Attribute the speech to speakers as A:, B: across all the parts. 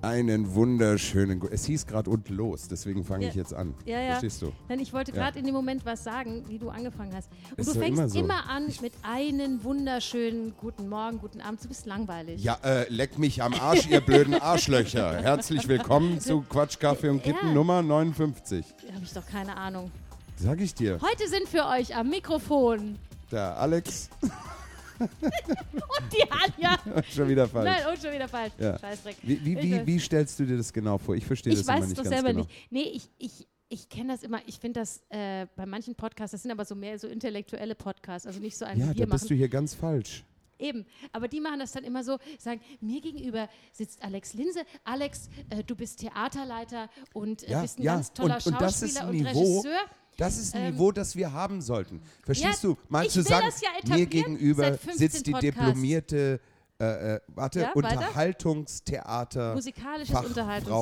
A: Einen wunderschönen. Gu- Es hieß gerade und los, deswegen fange ich
B: Ja.
A: jetzt an.
B: Ja, ja.
A: Verstehst du?
B: Nein, ich wollte
A: Ja.
B: gerade in dem Moment was sagen, wie du angefangen hast. Und
A: Ist
B: du
A: doch
B: fängst
A: immer
B: immer,
A: so.
B: an mit einem wunderschönen guten Morgen, guten Abend. Du bist langweilig.
A: Ja, äh, leck mich am Arsch, ihr blöden Arschlöcher. Herzlich willkommen zu Quatsch, Kaffee und Kippen
B: Ja.
A: Nummer 59.
B: Da habe ich doch keine Ahnung.
A: Sag ich dir.
B: Heute sind für euch am Mikrofon
A: Da, Alex,
B: die Anja.
A: schon wieder falsch.
B: Nein, und schon wieder falsch.
A: Ja.
B: Scheißdreck.
A: Wie, wie,
B: Ich
A: wie,
B: weiß-
A: wie stellst du dir das genau vor? Ich verstehe das
B: ich
A: immer
B: weiß
A: nicht
B: das
A: ganz
B: selber
A: genau.
B: nicht. Nee, ich, ich, ich kenne das immer. Ich finde das äh, bei manchen Podcasts, das sind aber so mehr so intellektuelle Podcasts, also nicht so ein
A: Ja,
B: wie wir
A: da
B: machen.
A: bist du hier ganz falsch.
B: Eben, aber die machen das dann immer so, sagen, mir gegenüber sitzt Alex Linse. Alex, äh, du bist Theaterleiter und äh,
A: Ja,
B: bist ein
A: ja,
B: ganz toller
A: und- und das ist
B: Schauspieler
A: ein
B: und
A: Niveau.
B: Regisseur.
A: Das ist ein
B: Ähm,
A: Niveau, das wir haben sollten. Verstehst
B: ja,
A: du? Mal
B: ich
A: zu
B: will
A: sagen,
B: das ja
A: mir
B: etablieren
A: gegenüber
B: seit 15
A: sitzt die
B: Podcasts.
A: diplomierte, äh, äh, warte,
B: Ja, weiter?
A: Unterhaltungstheater.
B: Musikalisches
A: äh, Fachfrau,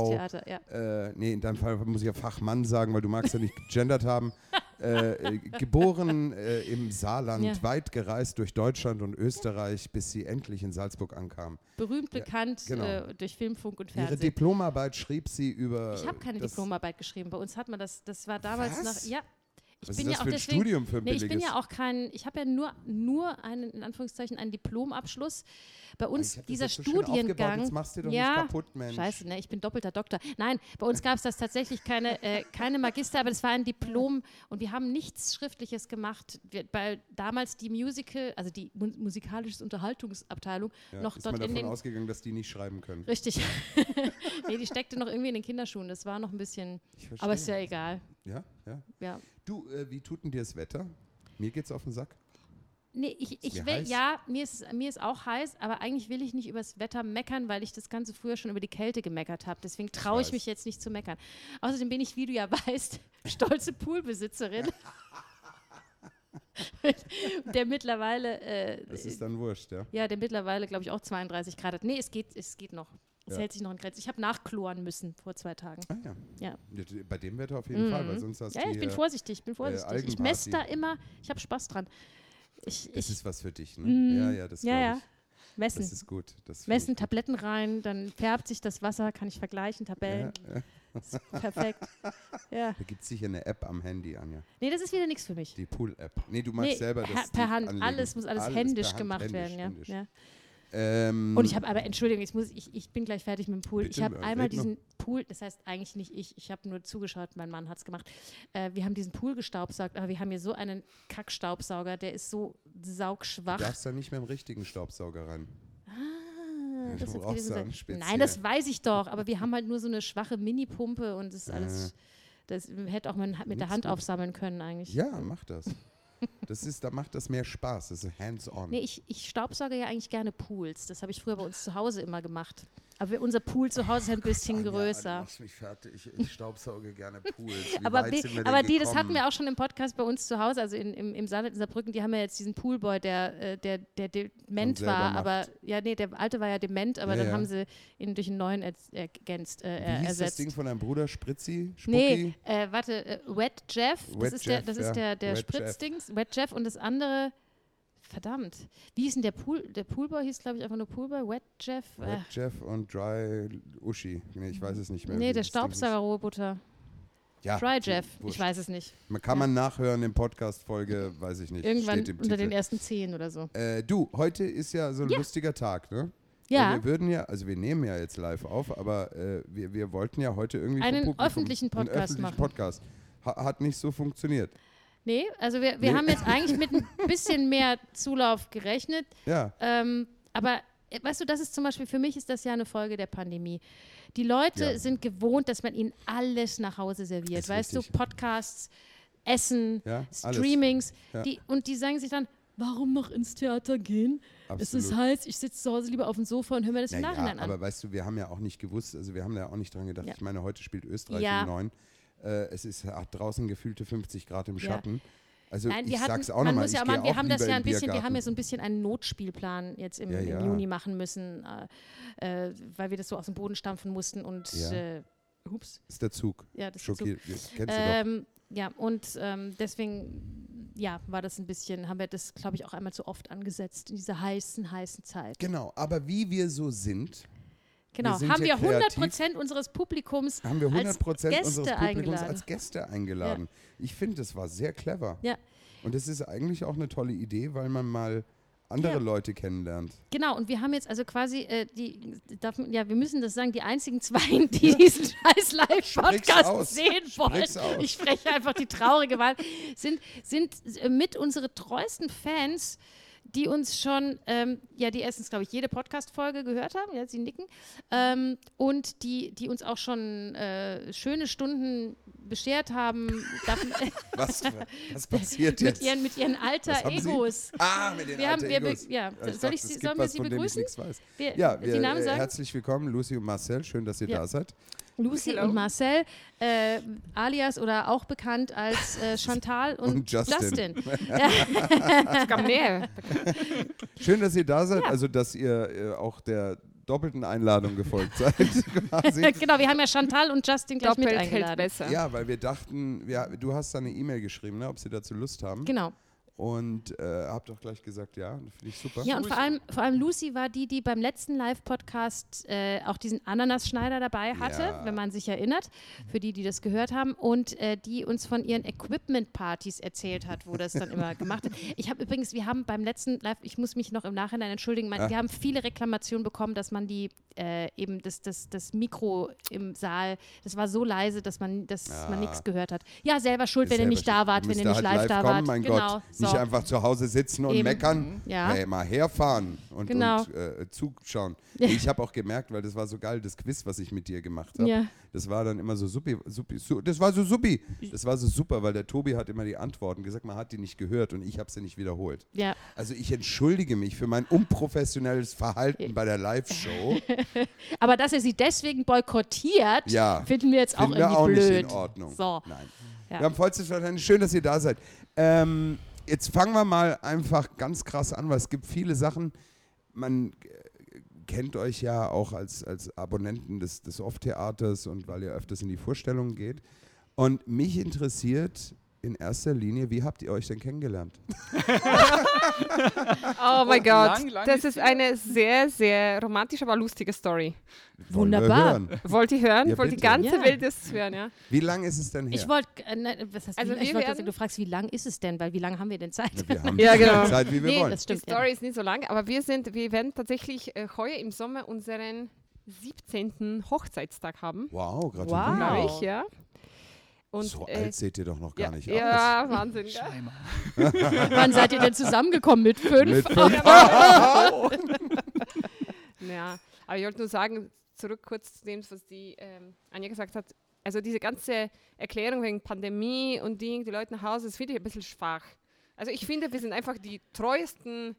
B: Unterhaltungstheater, ja.
A: Äh, nee, in deinem Fall muss ich ja Fachmann sagen, weil du magst ja nicht gegendert haben. Äh, äh, geboren äh, im Saarland,
B: Ja.
A: weit gereist durch Deutschland und Österreich, bis sie endlich in Salzburg ankam.
B: Berühmt, bekannt
A: genau.
B: äh, durch Film, Funk und
A: Ihre
B: Fernsehen.
A: Diplomarbeit schrieb sie über.
B: Ich habe keine
A: das-
B: Diplomarbeit geschrieben. Bei uns hat man das, das war damals
A: Was?
B: nach, ja. Ich
A: Was
B: bin
A: ist das
B: ja auch
A: für ein
B: deswegen,
A: Studium für ein
B: nee, ich bin
A: billiges?
B: ja auch kein, ich habe ja nur, nur einen, in Anführungszeichen, einen Diplomabschluss. Bei
A: Ah, Ich
B: uns
A: hab das
B: dieser
A: jetzt so schön aufgebaut,
B: Studiengang.
A: Jetzt machst du dir doch
B: ja,
A: nicht kaputt, Mensch.
B: Scheiße, ne? Ich bin doppelter Doktor. Nein, bei uns gab es das tatsächlich keine, äh, keine Magister, aber das war ein Diplom und wir haben nichts Schriftliches gemacht, wir, weil damals die Musical, also die mu musikalisches Unterhaltungsabteilung
A: Ja,
B: noch
A: ist
B: dort
A: man davon
B: in den
A: ausgegangen, dass die nicht schreiben können.
B: Richtig. nee, die steckte noch irgendwie in den Kinderschuhen. Das war noch ein bisschen.
A: Ich verstehe.
B: Aber ist ja egal.
A: ja, ja.
B: Ja.
A: Du, äh, wie tut denn dir das Wetter? Mir geht's auf den Sack.
B: Nee, ich, ich
A: dir
B: will,
A: heiß?
B: ja, mir ist, es- mir ist auch heiß, aber eigentlich will ich nicht übers Wetter meckern, weil ich das Ganze früher schon über die Kälte gemeckert habe. Deswegen traue ich
A: weiß.
B: mich jetzt nicht zu meckern. Außerdem bin ich, wie du ja weißt, stolze Poolbesitzerin. der mittlerweile, äh,
A: Das ist dann wurscht, ja.
B: ja, der mittlerweile, glaube ich, auch 32 Grad hat. Nee, es geht, es geht noch. Es
A: Ja.
B: hält sich noch in Grenzen. Ich habe nachkloren müssen vor zwei Tagen.
A: Ah, ja.
B: Ja. Mhm.
A: Ja, d- Bei dem Wetter auf jeden Fall, weil sonst hast
B: Ja,
A: du
B: ich bin
A: hier-
B: vorsichtig, ich
A: äh,
B: bin vorsichtig. ich
A: Algenparty.
B: messe da immer, ich habe Spaß dran. Ich,
A: Das
B: ich
A: ist was für dich, ne?
B: Mm,
A: ja, ja, das
B: ja,
A: glaub
B: ja.
A: ich. Das
B: messen.
A: ist gut. Das find
B: Messen, Tabletten rein, dann färbt sich das Wasser, kann ich vergleichen,
A: ich. Ja,
B: Tabellen.
A: ja.
B: Ist perfekt. ja.
A: Da gibt es sicher eine App am Handy, Anja.
B: Nee, das ist wieder nichts für mich.
A: Die Pool-App. Nee, du machst
B: Nee,
A: selber
B: per,
A: das.
B: per
A: die
B: Hand.
A: anlegen.
B: Alles muss alles,
A: per
B: händisch
A: Hand,
B: gemacht
A: händisch,
B: werden. Ja.
A: händisch.
B: Ja.
A: Ähm,
B: Und ich habe aber, Entschuldigung, ich, muss, ich, ich bin gleich fertig mit dem Pool.
A: Bitte, äh,
B: ich habe
A: red
B: einmal
A: noch.
B: diesen Pool, das heißt eigentlich nicht ich, ich habe nur zugeschaut, mein Mann hat es gemacht. Äh, wir haben diesen Pool gestaubsaugt, aber wir haben hier so einen Kackstaubsauger, der ist so
A: Du
B: saugschwach.
A: darfst da nicht mehr einen richtigen Staubsauger rein.
B: Ah,
A: Du
B: das wird's
A: brauchst
B: gewesen
A: da
B: sein.
A: einen speziellen.
B: Nein, das weiß ich doch, aber wir haben halt nur so eine schwache Mini-Pumpe und das ist
A: Äh.
B: alles. Das hätte auch man mit der
A: Nix
B: Hand
A: gut.
B: aufsammeln können eigentlich.
A: Ja, mach das. Das ist, da macht das mehr Spaß. Das ist hands-on.
B: Nee, ich, ich staubsauge ja eigentlich gerne Pools. Das habe ich früher bei uns zu Hause immer gemacht. Aber wir- unser Pool zu Hause ist halt ein bisschen
A: Anja, Du
B: größer.
A: machst mich fertig. Ich, ich staubsauge gerne Pools. Wie
B: Aber,
A: weit
B: wir-
A: sind wir denn
B: aber die, das hatten
A: gekommen?
B: wir auch schon im Podcast bei uns zu Hause, also in, im, im Saarland in Saarbrücken, die haben ja jetzt diesen Poolboy, der, äh, der, der dement
A: selber
B: war,
A: macht.
B: aber ja, nee, der alte war ja dement, aber
A: Ja,
B: dann
A: ja.
B: haben sie ihn durch einen neuen erz- ergänzt, äh,
A: Wie hieß das
B: ersetzt.
A: Ding von deinem Bruder? Spritzi? Spucki?
B: Nee, äh, warte, äh, Wet Jeff, das
A: Wet
B: ist der,
A: Jeff,
B: das
A: ja.
B: ist der, der
A: Wet
B: Spritzdings, Wet Jeff und das andere, verdammt, wie hieß denn der Pool, der Poolboy hieß glaube ich einfach nur Poolboy, Wet Jeff,
A: Red
B: äh,
A: Jeff und Dry Uschi. Nee, ich weiß es nicht mehr.
B: nee,
A: wie
B: der
A: das Ding hieß.
B: Staubsaugerroboter,
A: Ja,
B: Dry Jeff, ich
A: wurscht.
B: weiß es nicht,
A: Man kann man nachhören in Podcast-Folge, weiß ich nicht.
B: irgendwann
A: steht im
B: unter den
A: Titel.
B: ersten zehn oder so.
A: äh, du, heute ist ja so ein
B: Ja.
A: lustiger Tag, ne?
B: Ja,
A: Wir würden ja, also wir nehmen ja jetzt live auf, aber äh, wir, wir wollten ja heute irgendwie vom
B: Einen
A: Publikum
B: öffentlichen Podcast
A: einen öffentlichen
B: machen.
A: Podcast. Ha hat nicht so funktioniert.
B: nee, also wir, wir
A: Nee.
B: haben jetzt eigentlich mit ein bisschen mehr Zulauf gerechnet,
A: Ja,
B: Ähm, aber äh, weißt du, das ist zum Beispiel, für mich ist das ja eine Folge der Pandemie. Die Leute
A: Ja.
B: sind gewohnt, dass man ihnen alles nach Hause serviert.
A: Ist
B: weißt
A: richtig.
B: du, Podcasts, Essen,
A: Ja, alles.
B: Streamings.
A: Ja.
B: Die, und die sagen sich dann, warum noch ins Theater gehen?
A: absolut.
B: Es ist heiß, ich sitze zu Hause lieber auf dem Sofa und höre mir das im
A: Naja,
B: Nachhinein an.
A: aber weißt du, wir haben ja auch nicht gewusst, also wir haben da auch nicht dran gedacht.
B: Ja.
A: Ich meine, heute spielt Österreich
B: Ja.
A: um neun. Äh, es ist hat draußen gefühlte 50 Grad im
B: Ja.
A: Schatten. Also
B: Nein,
A: ich
B: wir hatten,
A: sag's auch
B: man
A: nochmal,
B: muss ja
A: ich
B: auch mal,
A: geh
B: wir
A: auch
B: haben das
A: lieber
B: ja
A: in
B: ein
A: den
B: bisschen, wir haben ja
A: Biergarten.
B: so ein bisschen einen Notspielplan jetzt im,
A: Ja, ja.
B: im Juni machen müssen, äh, äh, weil wir das so aus dem Boden stampfen mussten und
A: Ja.
B: äh, ups,
A: ist der Zug.
B: ja, das ist so
A: Schockiert. Das Kennst du
B: Ähm, ja, und ähm, deswegen, ja, war das ein bisschen, haben wir das, glaube ich, auch einmal zu oft angesetzt in dieser heißen, heißen Zeit.
A: doch. Genau, aber wie wir so sind,
B: Genau,
A: sind
B: haben
A: hier
B: wir 100
A: kreativ.
B: Prozent unseres Publikums
A: haben wir 100
B: als Gäste
A: Prozent unseres Publikums
B: eingeladen.
A: als Gäste eingeladen. Ich finde, das war sehr clever.
B: ja,
A: Und das ist eigentlich auch eine tolle Idee, weil man mal andere
B: Ja.
A: Leute kennenlernt.
B: genau. Und wir haben jetzt also quasi äh, die, darf, man- ja, wir müssen das sagen, die einzigen zwei, die diesen scheiß
A: aus.
B: Live-Podcast sehen
A: Sprich's aus.
B: wollen. Ich spreche einfach die traurige Wahl. Sind, sind äh, mit unsere treuesten Fans, die uns schon, ähm, ja, die erstens, glaube ich, jede Podcast-Folge gehört haben, ja, sie nicken, ähm, und die, die uns auch schon äh, schöne Stunden beschert haben, darf,
A: Was, was passiert
B: mit,
A: jetzt?
B: ihren, mit ihren
A: Was
B: alter
A: haben Sie?
B: Egos.
A: Ah, mit den
B: Wir haben-
A: alter
B: wir be-
A: Egos.
B: ja.
A: ich
B: Soll
A: dachte,
B: ich
A: es
B: sie-
A: gibt
B: sollen wir
A: was,
B: sie
A: von dem ich
B: begrüßen?
A: nichts weiß.
B: Wir,
A: Ja,
B: die
A: wir,
B: Namen
A: äh,
B: sagen?
A: herzlich willkommen, Lucy und Marcel. Schön, dass ihr
B: Ja.
A: da seid.
B: Lucy
C: Hello.
B: und Marcel, äh, alias oder auch bekannt als äh, Chantal und,
A: Und Justin.
B: Justin. Ja,
C: Sogar mehr.
A: Schön, dass ihr da seid, also dass ihr äh, auch der doppelten Einladung gefolgt seid. quasi.
B: genau, wir haben ja Chantal und Justin gleich mit
C: Doppelt hält
B: eingeladen.
C: besser.
A: Ja, weil wir dachten, wir, du hast da eine E-Mail geschrieben, ne, ob sie dazu Lust haben.
B: Genau.
A: Und äh, habt auch gleich gesagt, ja, finde ich super.
B: Ja, und vor allem, vor allem Lucy war die, die beim letzten Live-Podcast äh, auch diesen Ananasschneider dabei hatte,
A: Ja.
B: wenn man sich erinnert, für die, die das gehört haben, und äh, die uns von ihren Equipment-Partys erzählt hat, wo das dann immer gemacht wird. Ich habe übrigens, wir haben beim letzten Live, ich muss mich noch im Nachhinein entschuldigen, mein,
A: Ah.
B: wir haben viele Reklamationen bekommen, dass man die äh, eben das, das, das Mikro im Saal, das war so leise, dass man, dass man nichts gehört hat. Ja, selber schuld,
A: Ah. Ist
B: wenn
A: selber
B: ihr nicht da
A: schuld.
B: wart, wenn
A: müsst
B: ihr
A: da
B: nicht
A: halt
B: live da
A: kommen,
B: wart.
A: Mein
B: genau.
A: Gott,
B: so.
A: nicht einfach zu Hause sitzen und
B: Eben.
A: meckern.
B: Ja.
A: Hey, mal herfahren und,
B: Genau.
A: und äh, zuschauen. Ich habe auch gemerkt, weil das war so geil, das Quiz, was ich mit dir gemacht habe.
B: Ja.
A: Das war dann immer so suppi, suppi, su, das war so suppi. Das war so super, weil der Tobi hat immer die Antworten gesagt, man hat die nicht gehört und ich habe sie nicht wiederholt.
B: ja.
A: Also ich entschuldige mich für mein unprofessionelles Verhalten bei der Live-Show.
B: Aber dass er sie deswegen boykottiert,
A: Ja.
B: finden wir jetzt auch
A: Finden
B: irgendwie
A: wir auch
B: blöd.
A: nicht in Ordnung.
B: So.
A: Nein.
B: Ja.
A: Wir haben vollstes Verständnis. Schön, dass ihr da seid. Ähm, jetzt fangen wir mal einfach ganz krass an, weil es gibt viele Sachen. Man äh, kennt euch ja auch als, als Abonnenten des, des Off-Theaters und weil ihr öfters in die Vorstellungen geht. Und mich interessiert in erster Linie, wie habt ihr euch denn kennengelernt?
C: Oh mein Gott.
D: Oh, lang, lang
C: das
D: ist
C: ist
D: die-
C: eine sehr, sehr romantische, aber lustige Story.
A: Wollen wir
B: Wunderbar.
A: hören.
C: Wollt ihr hören?
A: Ja,
C: Wollt die
A: bitte.
C: ganze
B: Ja.
C: Welt das hören, ja?
A: Wie lange ist es denn her?
B: Ich wollte, äh, nein, was heißt,
C: Also
B: wie, ich
C: wir
B: wollte
C: werden-
B: sagen, du fragst, wie lang ist es denn, weil wie lange haben wir denn Zeit?
A: Na, wir haben
C: Ja,
A: so viel
C: genau.
A: Zeit, wie wir
B: nee,
A: wollen.
B: das stimmt.
C: Die Story ist nicht so lang, aber wir sind, wir werden tatsächlich äh, heuer im Sommer unseren 17. Hochzeitstag haben.
A: Wow,
B: Wow.
A: gratuliere. Genau.
C: Glaube ich, ja. Und,
A: So
C: äh,
A: alt seht ihr doch noch gar
C: ja,
A: nicht aus.
C: Ja, Wahnsinn. gell?
D: Einmal.
B: ja. Wann seid ihr denn zusammengekommen? Mit fünf?
A: Mit fünf.
C: Ja, aber ich wollte nur sagen, zurück kurz zu dem, was die ähm, Anja gesagt hat. Also diese ganze Erklärung wegen Pandemie und Ding, die Leute nach Hause, das finde ich ein bisschen schwach. Also ich finde, wir sind einfach die treuesten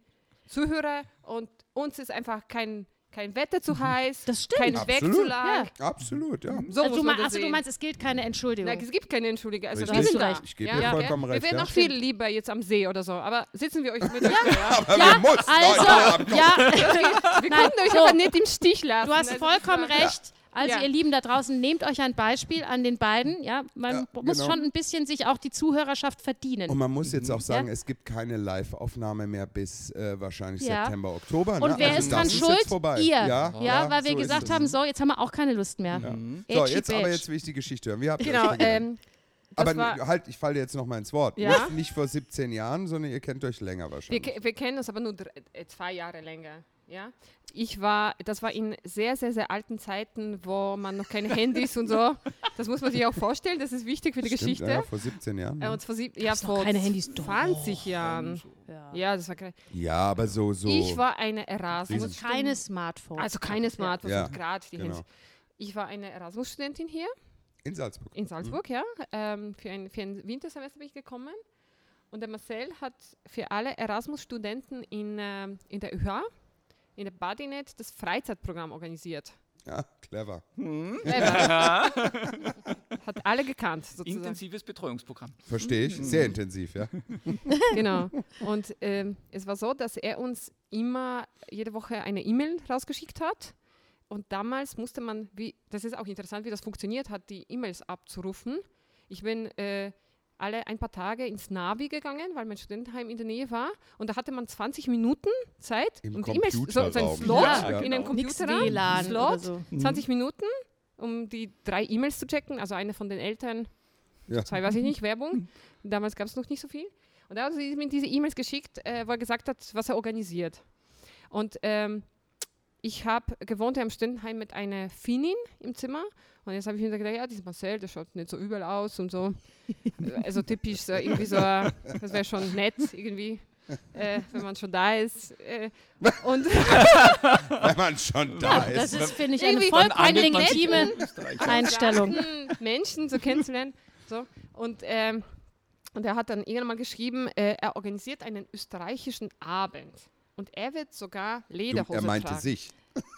C: Zuhörer und uns ist einfach kein, kein Wetter zu heiß,
B: Mhm. Das stimmt.
C: kein Weg zu
A: Absolut.
C: lang.
A: Absolut, ja.
C: So
B: also,
C: muss
B: du
C: man
B: mein,
C: das
B: achso, du
C: sehen.
B: meinst, es gilt keine Entschuldigung.
C: Nein, es gibt keine Entschuldigung. Also
A: Ich
C: das
B: gebe
C: ist
B: dir
C: da.
B: recht.
A: Ich gebe dir vollkommen
C: Wir
A: recht,
C: wären
A: ja.
C: auch viel lieber jetzt am See oder so, aber sitzen wir euch mit euch. Ja.
A: Aber
B: ja,
A: wir mussten heute Abend
B: also,
A: noch.
B: ja,
C: Wir
B: Nein,
C: konnten euch
B: so.
C: aber nicht im Stich lassen.
B: du hast
C: Also,
B: vollkommen
C: das war-
B: recht. Also
C: Ja.
B: ihr Lieben da draußen, nehmt euch ein Beispiel an den beiden. Ja, man
A: Ja,
B: muss
A: genau. Um
B: schon ein bisschen sich auch die Zuhörerschaft verdienen.
A: Und man muss jetzt auch sagen,
B: Ja.
A: es gibt keine Live-Aufnahme mehr bis äh, wahrscheinlich
B: Ja.
A: September, Oktober.
B: Und
A: ne?
B: wer
A: also
B: ist
A: das
B: dran
A: ist
B: schuld?
A: Jetzt vorbei.
B: Ihr.
A: Ja,
B: Ja, weil wir
A: so ist
B: gesagt
A: es.
B: haben, so, jetzt haben wir auch keine Lust mehr.
A: So,
B: Edgy
A: jetzt aber
B: bitch.
A: jetzt will ich die Geschichte hören. Wie habt ihr
C: Genau,
A: euch kennengelernt?
C: ähm, das
A: Aber
C: war-
A: n- halt, ich falle dir jetzt nochmal ins Wort.
C: Ja.
A: Nicht, nicht vor 17 Jahren, sondern ihr kennt euch länger
C: Wir,
A: wahrscheinlich.
C: ke- wir kennen uns aber nur dr- äh, zwei Jahre länger. Ja? Ich war, das war in sehr, sehr, sehr alten Zeiten, wo man noch keine Handys und so. Das muss man sich auch vorstellen, das ist wichtig für die
A: Stimmt,
C: Geschichte.
A: Ja, vor 17 Jahren.
C: Äh,
A: Ja,
C: und vor sieb- ja,
B: Gab's noch
C: vor
B: keine Handys, doch.
C: 20 Jahren.
B: Ja.
C: Ja, das war keine.
A: aber so, so.
C: Ich war eine
B: Also
C: Erasmus.
B: keine Smartphones.
C: Also keine Smartphones
A: Ja,
C: und gerade die
A: genau.
C: Handys. Ich war eine Erasmus-Studentin hier
A: in Salzburg.
C: in Salzburg, ja. Ähm, für, ein, für ein Wintersemester bin ich gekommen. Und der Marcel hat für alle Erasmus-Studenten in, ähm, in der ÖH, in der Badinet, das Freizeitprogramm organisiert.
A: Ja, clever.
C: Clever. hat alle gekannt, sozusagen.
D: Intensives Betreuungsprogramm.
A: Verstehe
B: Hm.
A: ich. Sehr intensiv, ja.
C: Genau. Und ähm, es war so, dass er uns immer jede Woche eine E-Mail rausgeschickt hat. Und damals musste man, wie, das ist auch interessant, wie das funktioniert hat, die E-Mails abzurufen. Ich bin äh, alle ein paar Tage ins Navi gegangen, weil mein Studentenheim in der Nähe war. Und da hatte man 20 Minuten Zeit,
A: Im
C: um die E-Mails, so, so ein
A: Computerraum.
C: Slot
B: Ja,
C: in einem
D: genau.
B: Nix
C: Computerraum,
B: WLAN oder
C: Slot,
B: so.
C: 20 Minuten, um die drei E-Mails zu checken, also eine von den Eltern,
A: Ja.
C: zwei weiß ich nicht, Werbung. Damals gab es noch nicht so viel. Und da hat sie mir diese E-Mails geschickt, äh, wo er gesagt hat, was er organisiert. Und ähm, ich habe gewohnt im Studentenheim mit einer Finnin im Zimmer. Und jetzt habe ich mir gedacht, ja, dieses Marcel, der schaut nicht so übel aus und so. also typisch, so irgendwie so, äh, das wäre schon nett irgendwie, äh, wenn man schon da ist. Äh, und
A: Wenn man schon da
B: Ja,
A: ist.
B: das ist, finde ich, eine
C: Irgendwie-
B: vollkommen
C: Dann angelt man sich
B: legitime Einstellung.
C: Sagen, Menschen so kennenzulernen. So. Und, ähm, und er hat dann irgendwann mal geschrieben, äh, er organisiert einen österreichischen Abend. Und er wird sogar
A: Du,
C: Lederhose
A: er meinte
C: tragen.
A: sich.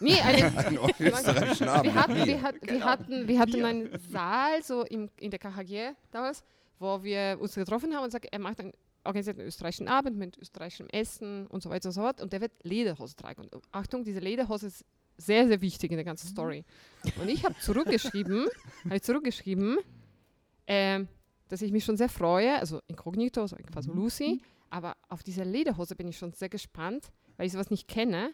C: Nee, einen,
A: Einen österreichischen
C: wir
A: Abend.
C: hatten,
A: mit mir.
C: wir, hat, wir hatten, wir hatten einen Saal so im, in der KHG damals, wo wir uns getroffen haben und sagt, er macht einen, organisiert einen österreichischen Abend mit österreichischem Essen und so weiter und so fort. Und der wird Lederhose tragen. Und Achtung, diese Lederhose ist sehr, sehr wichtig in der
A: Mhm.
C: ganzen Story. Und ich habe zurückgeschrieben, habe ich zurückgeschrieben, ähm, dass ich mich schon sehr freue, also inkognito, so
A: Mhm.
C: quasi Lucy, aber auf diese Lederhose bin ich schon sehr gespannt, weil ich sowas nicht kenne.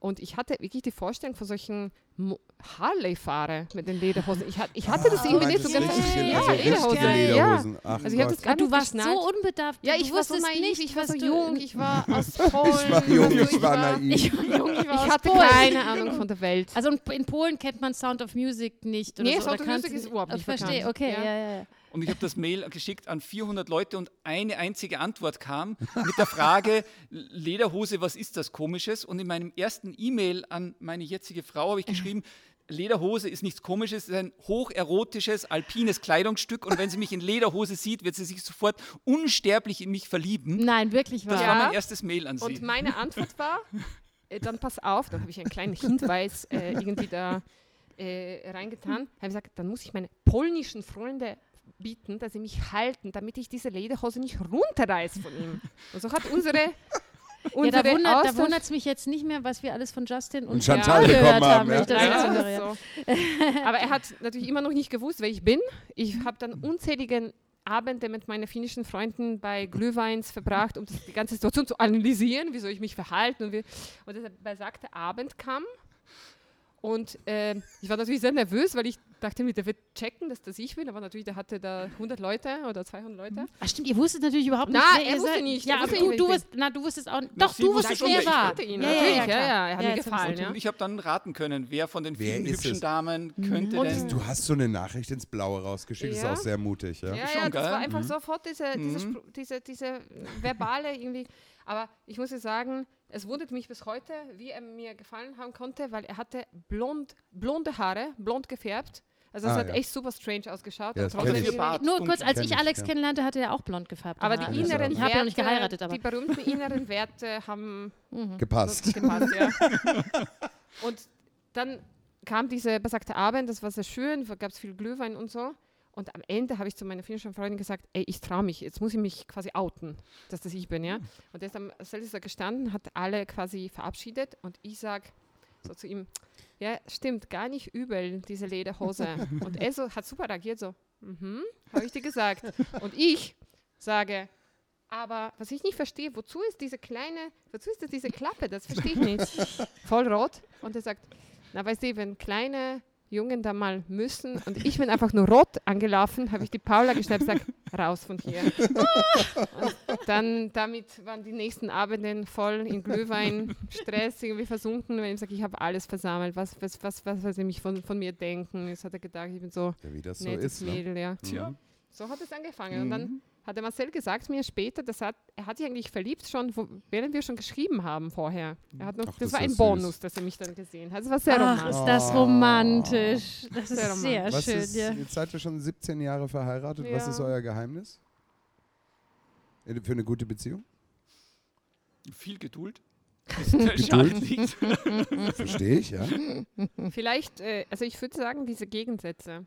C: Und ich hatte wirklich die Vorstellung von solchen Mo- Harley-Fahrer mit den Lederhosen. Ich, hat, ich hatte das
A: Ah,
C: irgendwie
A: du
C: nicht so
A: meinst
C: ganz.
A: richtige-
C: Ja,
A: also richtige
C: Lederhosen.
A: Lederhosen.
C: Ja.
A: Ach
C: Also ich habe das
A: Gott.
C: gar nicht
B: Du warst
C: geschnallt.
B: so unbedarft.
C: Ja, ich
B: du
C: war so
B: wusstest
C: naiv,
B: nicht,
C: ich war
B: was
C: so
B: du-
C: jung, ich war aus Polen.
A: Ich war jung,
C: weißt du,
A: ich war naiv.
B: Ich war jung, ich war
C: Ich
B: aus
C: hatte
B: Polen.
C: keine Ahnung von der Welt.
B: Also in- in Polen kennt man Sound of Music nicht. Oder
C: Nee,
B: so,
C: Sound
B: oder
C: of
B: kannst
C: Music
B: du
C: ist überhaupt
B: Ich
C: nicht
B: verstehe,
C: bekannt.
B: okay.
C: Ja.
B: Ja, ja, ja.
D: Und ich habe das Mail geschickt an 400 Leute und eine einzige Antwort kam mit der Frage, Lederhose, was ist das Komisches? Und in meinem ersten E-Mail an meine jetzige Frau habe ich geschrieben, Lederhose ist nichts Komisches, es ist ein hocherotisches, alpines Kleidungsstück und wenn sie mich in Lederhose sieht, wird sie sich sofort unsterblich in mich verlieben.
B: Nein, wirklich
D: Das
B: wahr.
D: war
C: Ja.
D: mein erstes Mail an sie.
C: Und meine Antwort war, äh, dann pass auf, dann habe ich einen kleinen Hinweis äh, irgendwie da äh, reingetan. Habe gesagt, dann muss ich meine polnischen Freunde bieten, dass sie mich halten, damit ich diese Lederhose nicht runterreiß von ihm. Und so hat unsere
B: Ja,
C: unsere
B: da wundert es
C: Austausch-
B: mich jetzt nicht mehr, was wir alles von Justin und,
A: Und Chantal
B: gehört
A: bekommen haben,
B: haben.
A: ja.
B: nicht das
C: Leider
B: andere,
C: ist
B: ja.
C: es so. Aber er hat natürlich immer noch nicht gewusst, wer ich bin. Ich habe dann unzählige Abende mit meinen finnischen Freunden bei Glühweins verbracht, um das, die ganze Situation zu analysieren, wieso ich mich verhalte. Und, wie, und dieser besagte Abend kam. Und äh, ich war natürlich sehr nervös, weil ich dachte mir, der wird checken, dass das ich bin. Aber natürlich, der hatte da 100 Leute oder 200 Leute.
B: Ach stimmt, ihr wusstet natürlich überhaupt
C: Na,
B: nicht. wer
C: er
B: ihr
C: wusste
B: seid.
C: nicht,
B: Ja,
C: er
B: aber
C: wusste
B: du,
C: nicht,
B: du
C: wer ich
B: wusstest, na, du wusstest auch nicht. Doch,
D: sie
B: du
D: wusste
B: wusstest,
D: schon,
B: wer
D: wer ich
B: war.
C: kannte ihn,
B: ja,
C: natürlich,
B: ja,
C: ja, ja, er hat mir
B: jetzt
C: gefallen,
B: wusste ich.
C: ja.
D: Und ich habe dann raten können, wer von den
A: Wer
D: vielen
A: ist
D: hübschen
A: es?
D: Damen könnte
C: Mhm. Und-
D: denn...
A: Du hast so eine Nachricht ins Blaue rausgeschickt,
C: Ja.
A: ist auch sehr mutig. Ja? Mhm.
C: Ja,
D: Schon,
C: ja, das
D: gell?
C: war einfach sofort diese, diese,
D: Mhm.
C: Spr- diese, diese verbale irgendwie. Aber ich muss jetzt sagen, es wundert mich bis heute, wie er mir gefallen haben konnte, weil er hatte blond, blonde Haare, blond gefärbt. Also es
A: Ah,
C: hat
A: ja.
C: echt super strange ausgeschaut.
A: Ja,
C: und
A: das kenn
C: trotzdem-
A: ich.
D: Bart,
B: Nur
D: dunkel.
B: kurz, als ich
A: Kenn ich,
B: Alex
A: ja.
B: kennenlernte, hatte er auch blond gefärbt.
C: aber die inneren
B: Ich habe ja noch nicht
C: Werte,
B: geheiratet, aber.
C: die berühmten inneren Werte haben
A: Gepasst.
C: gepasst, ja. Und dann kam dieser besagte Abend, das war sehr schön, gab es viel Glühwein und so. Und am Ende habe ich zu meiner finnischen Freundin gesagt, ey, ich traue mich, jetzt muss ich mich quasi outen, dass das ich bin, ja. Und der ist am Selsa gestanden, hat alle quasi verabschiedet und ich sage so zu ihm, ja, stimmt, gar nicht übel, diese Lederhose. Und er so, hat super reagiert, so, mhm, habe ich dir gesagt. Und ich sage, aber was ich nicht verstehe, wozu ist diese kleine, wozu ist das diese Klappe? Das verstehe ich nicht. Voll rot. Und er sagt, na weißt du, wenn kleine Jungen da mal müssen und ich bin einfach nur rot angelaufen, habe ich die Paula geschnappt und gesagt, raus von hier. Und dann, damit waren die nächsten Abenden voll in Glühwein, Stress irgendwie versunken, weil ich sage, ich habe alles versammelt, was, was, was, was, was sie mich von, von mir denken. Jetzt hat er gedacht, ich bin so
A: Ja, wie das so
C: nettes
A: ist. Ne?
C: Mädel, ja.
D: Tja.
C: So hat es angefangen. Und
A: Mhm.
C: dann hat der Marcel gesagt mir später, das hat, er hat sich eigentlich verliebt schon, wo, während wir schon geschrieben haben vorher. Er hat noch,
A: Ach,
C: das,
A: das
C: war
A: ist
C: ein
A: ja süß.
C: Bonus, dass er mich dann gesehen hat. Das war sehr
B: Ach,
C: romantisch.
B: ist das romantisch. Das
C: Oh. Sehr
B: ist sehr
A: Was
B: schön.
A: ist,
B: ja.
A: Jetzt seid ihr schon 17 Jahre verheiratet. Was
C: Ja.
A: ist euer Geheimnis? Äh, Für eine gute Beziehung?
D: Viel Geduld. Das schadet nicht.
A: Verstehe ich, ja.
C: Ah. Vielleicht, äh, also ich würde sagen, diese Gegensätze.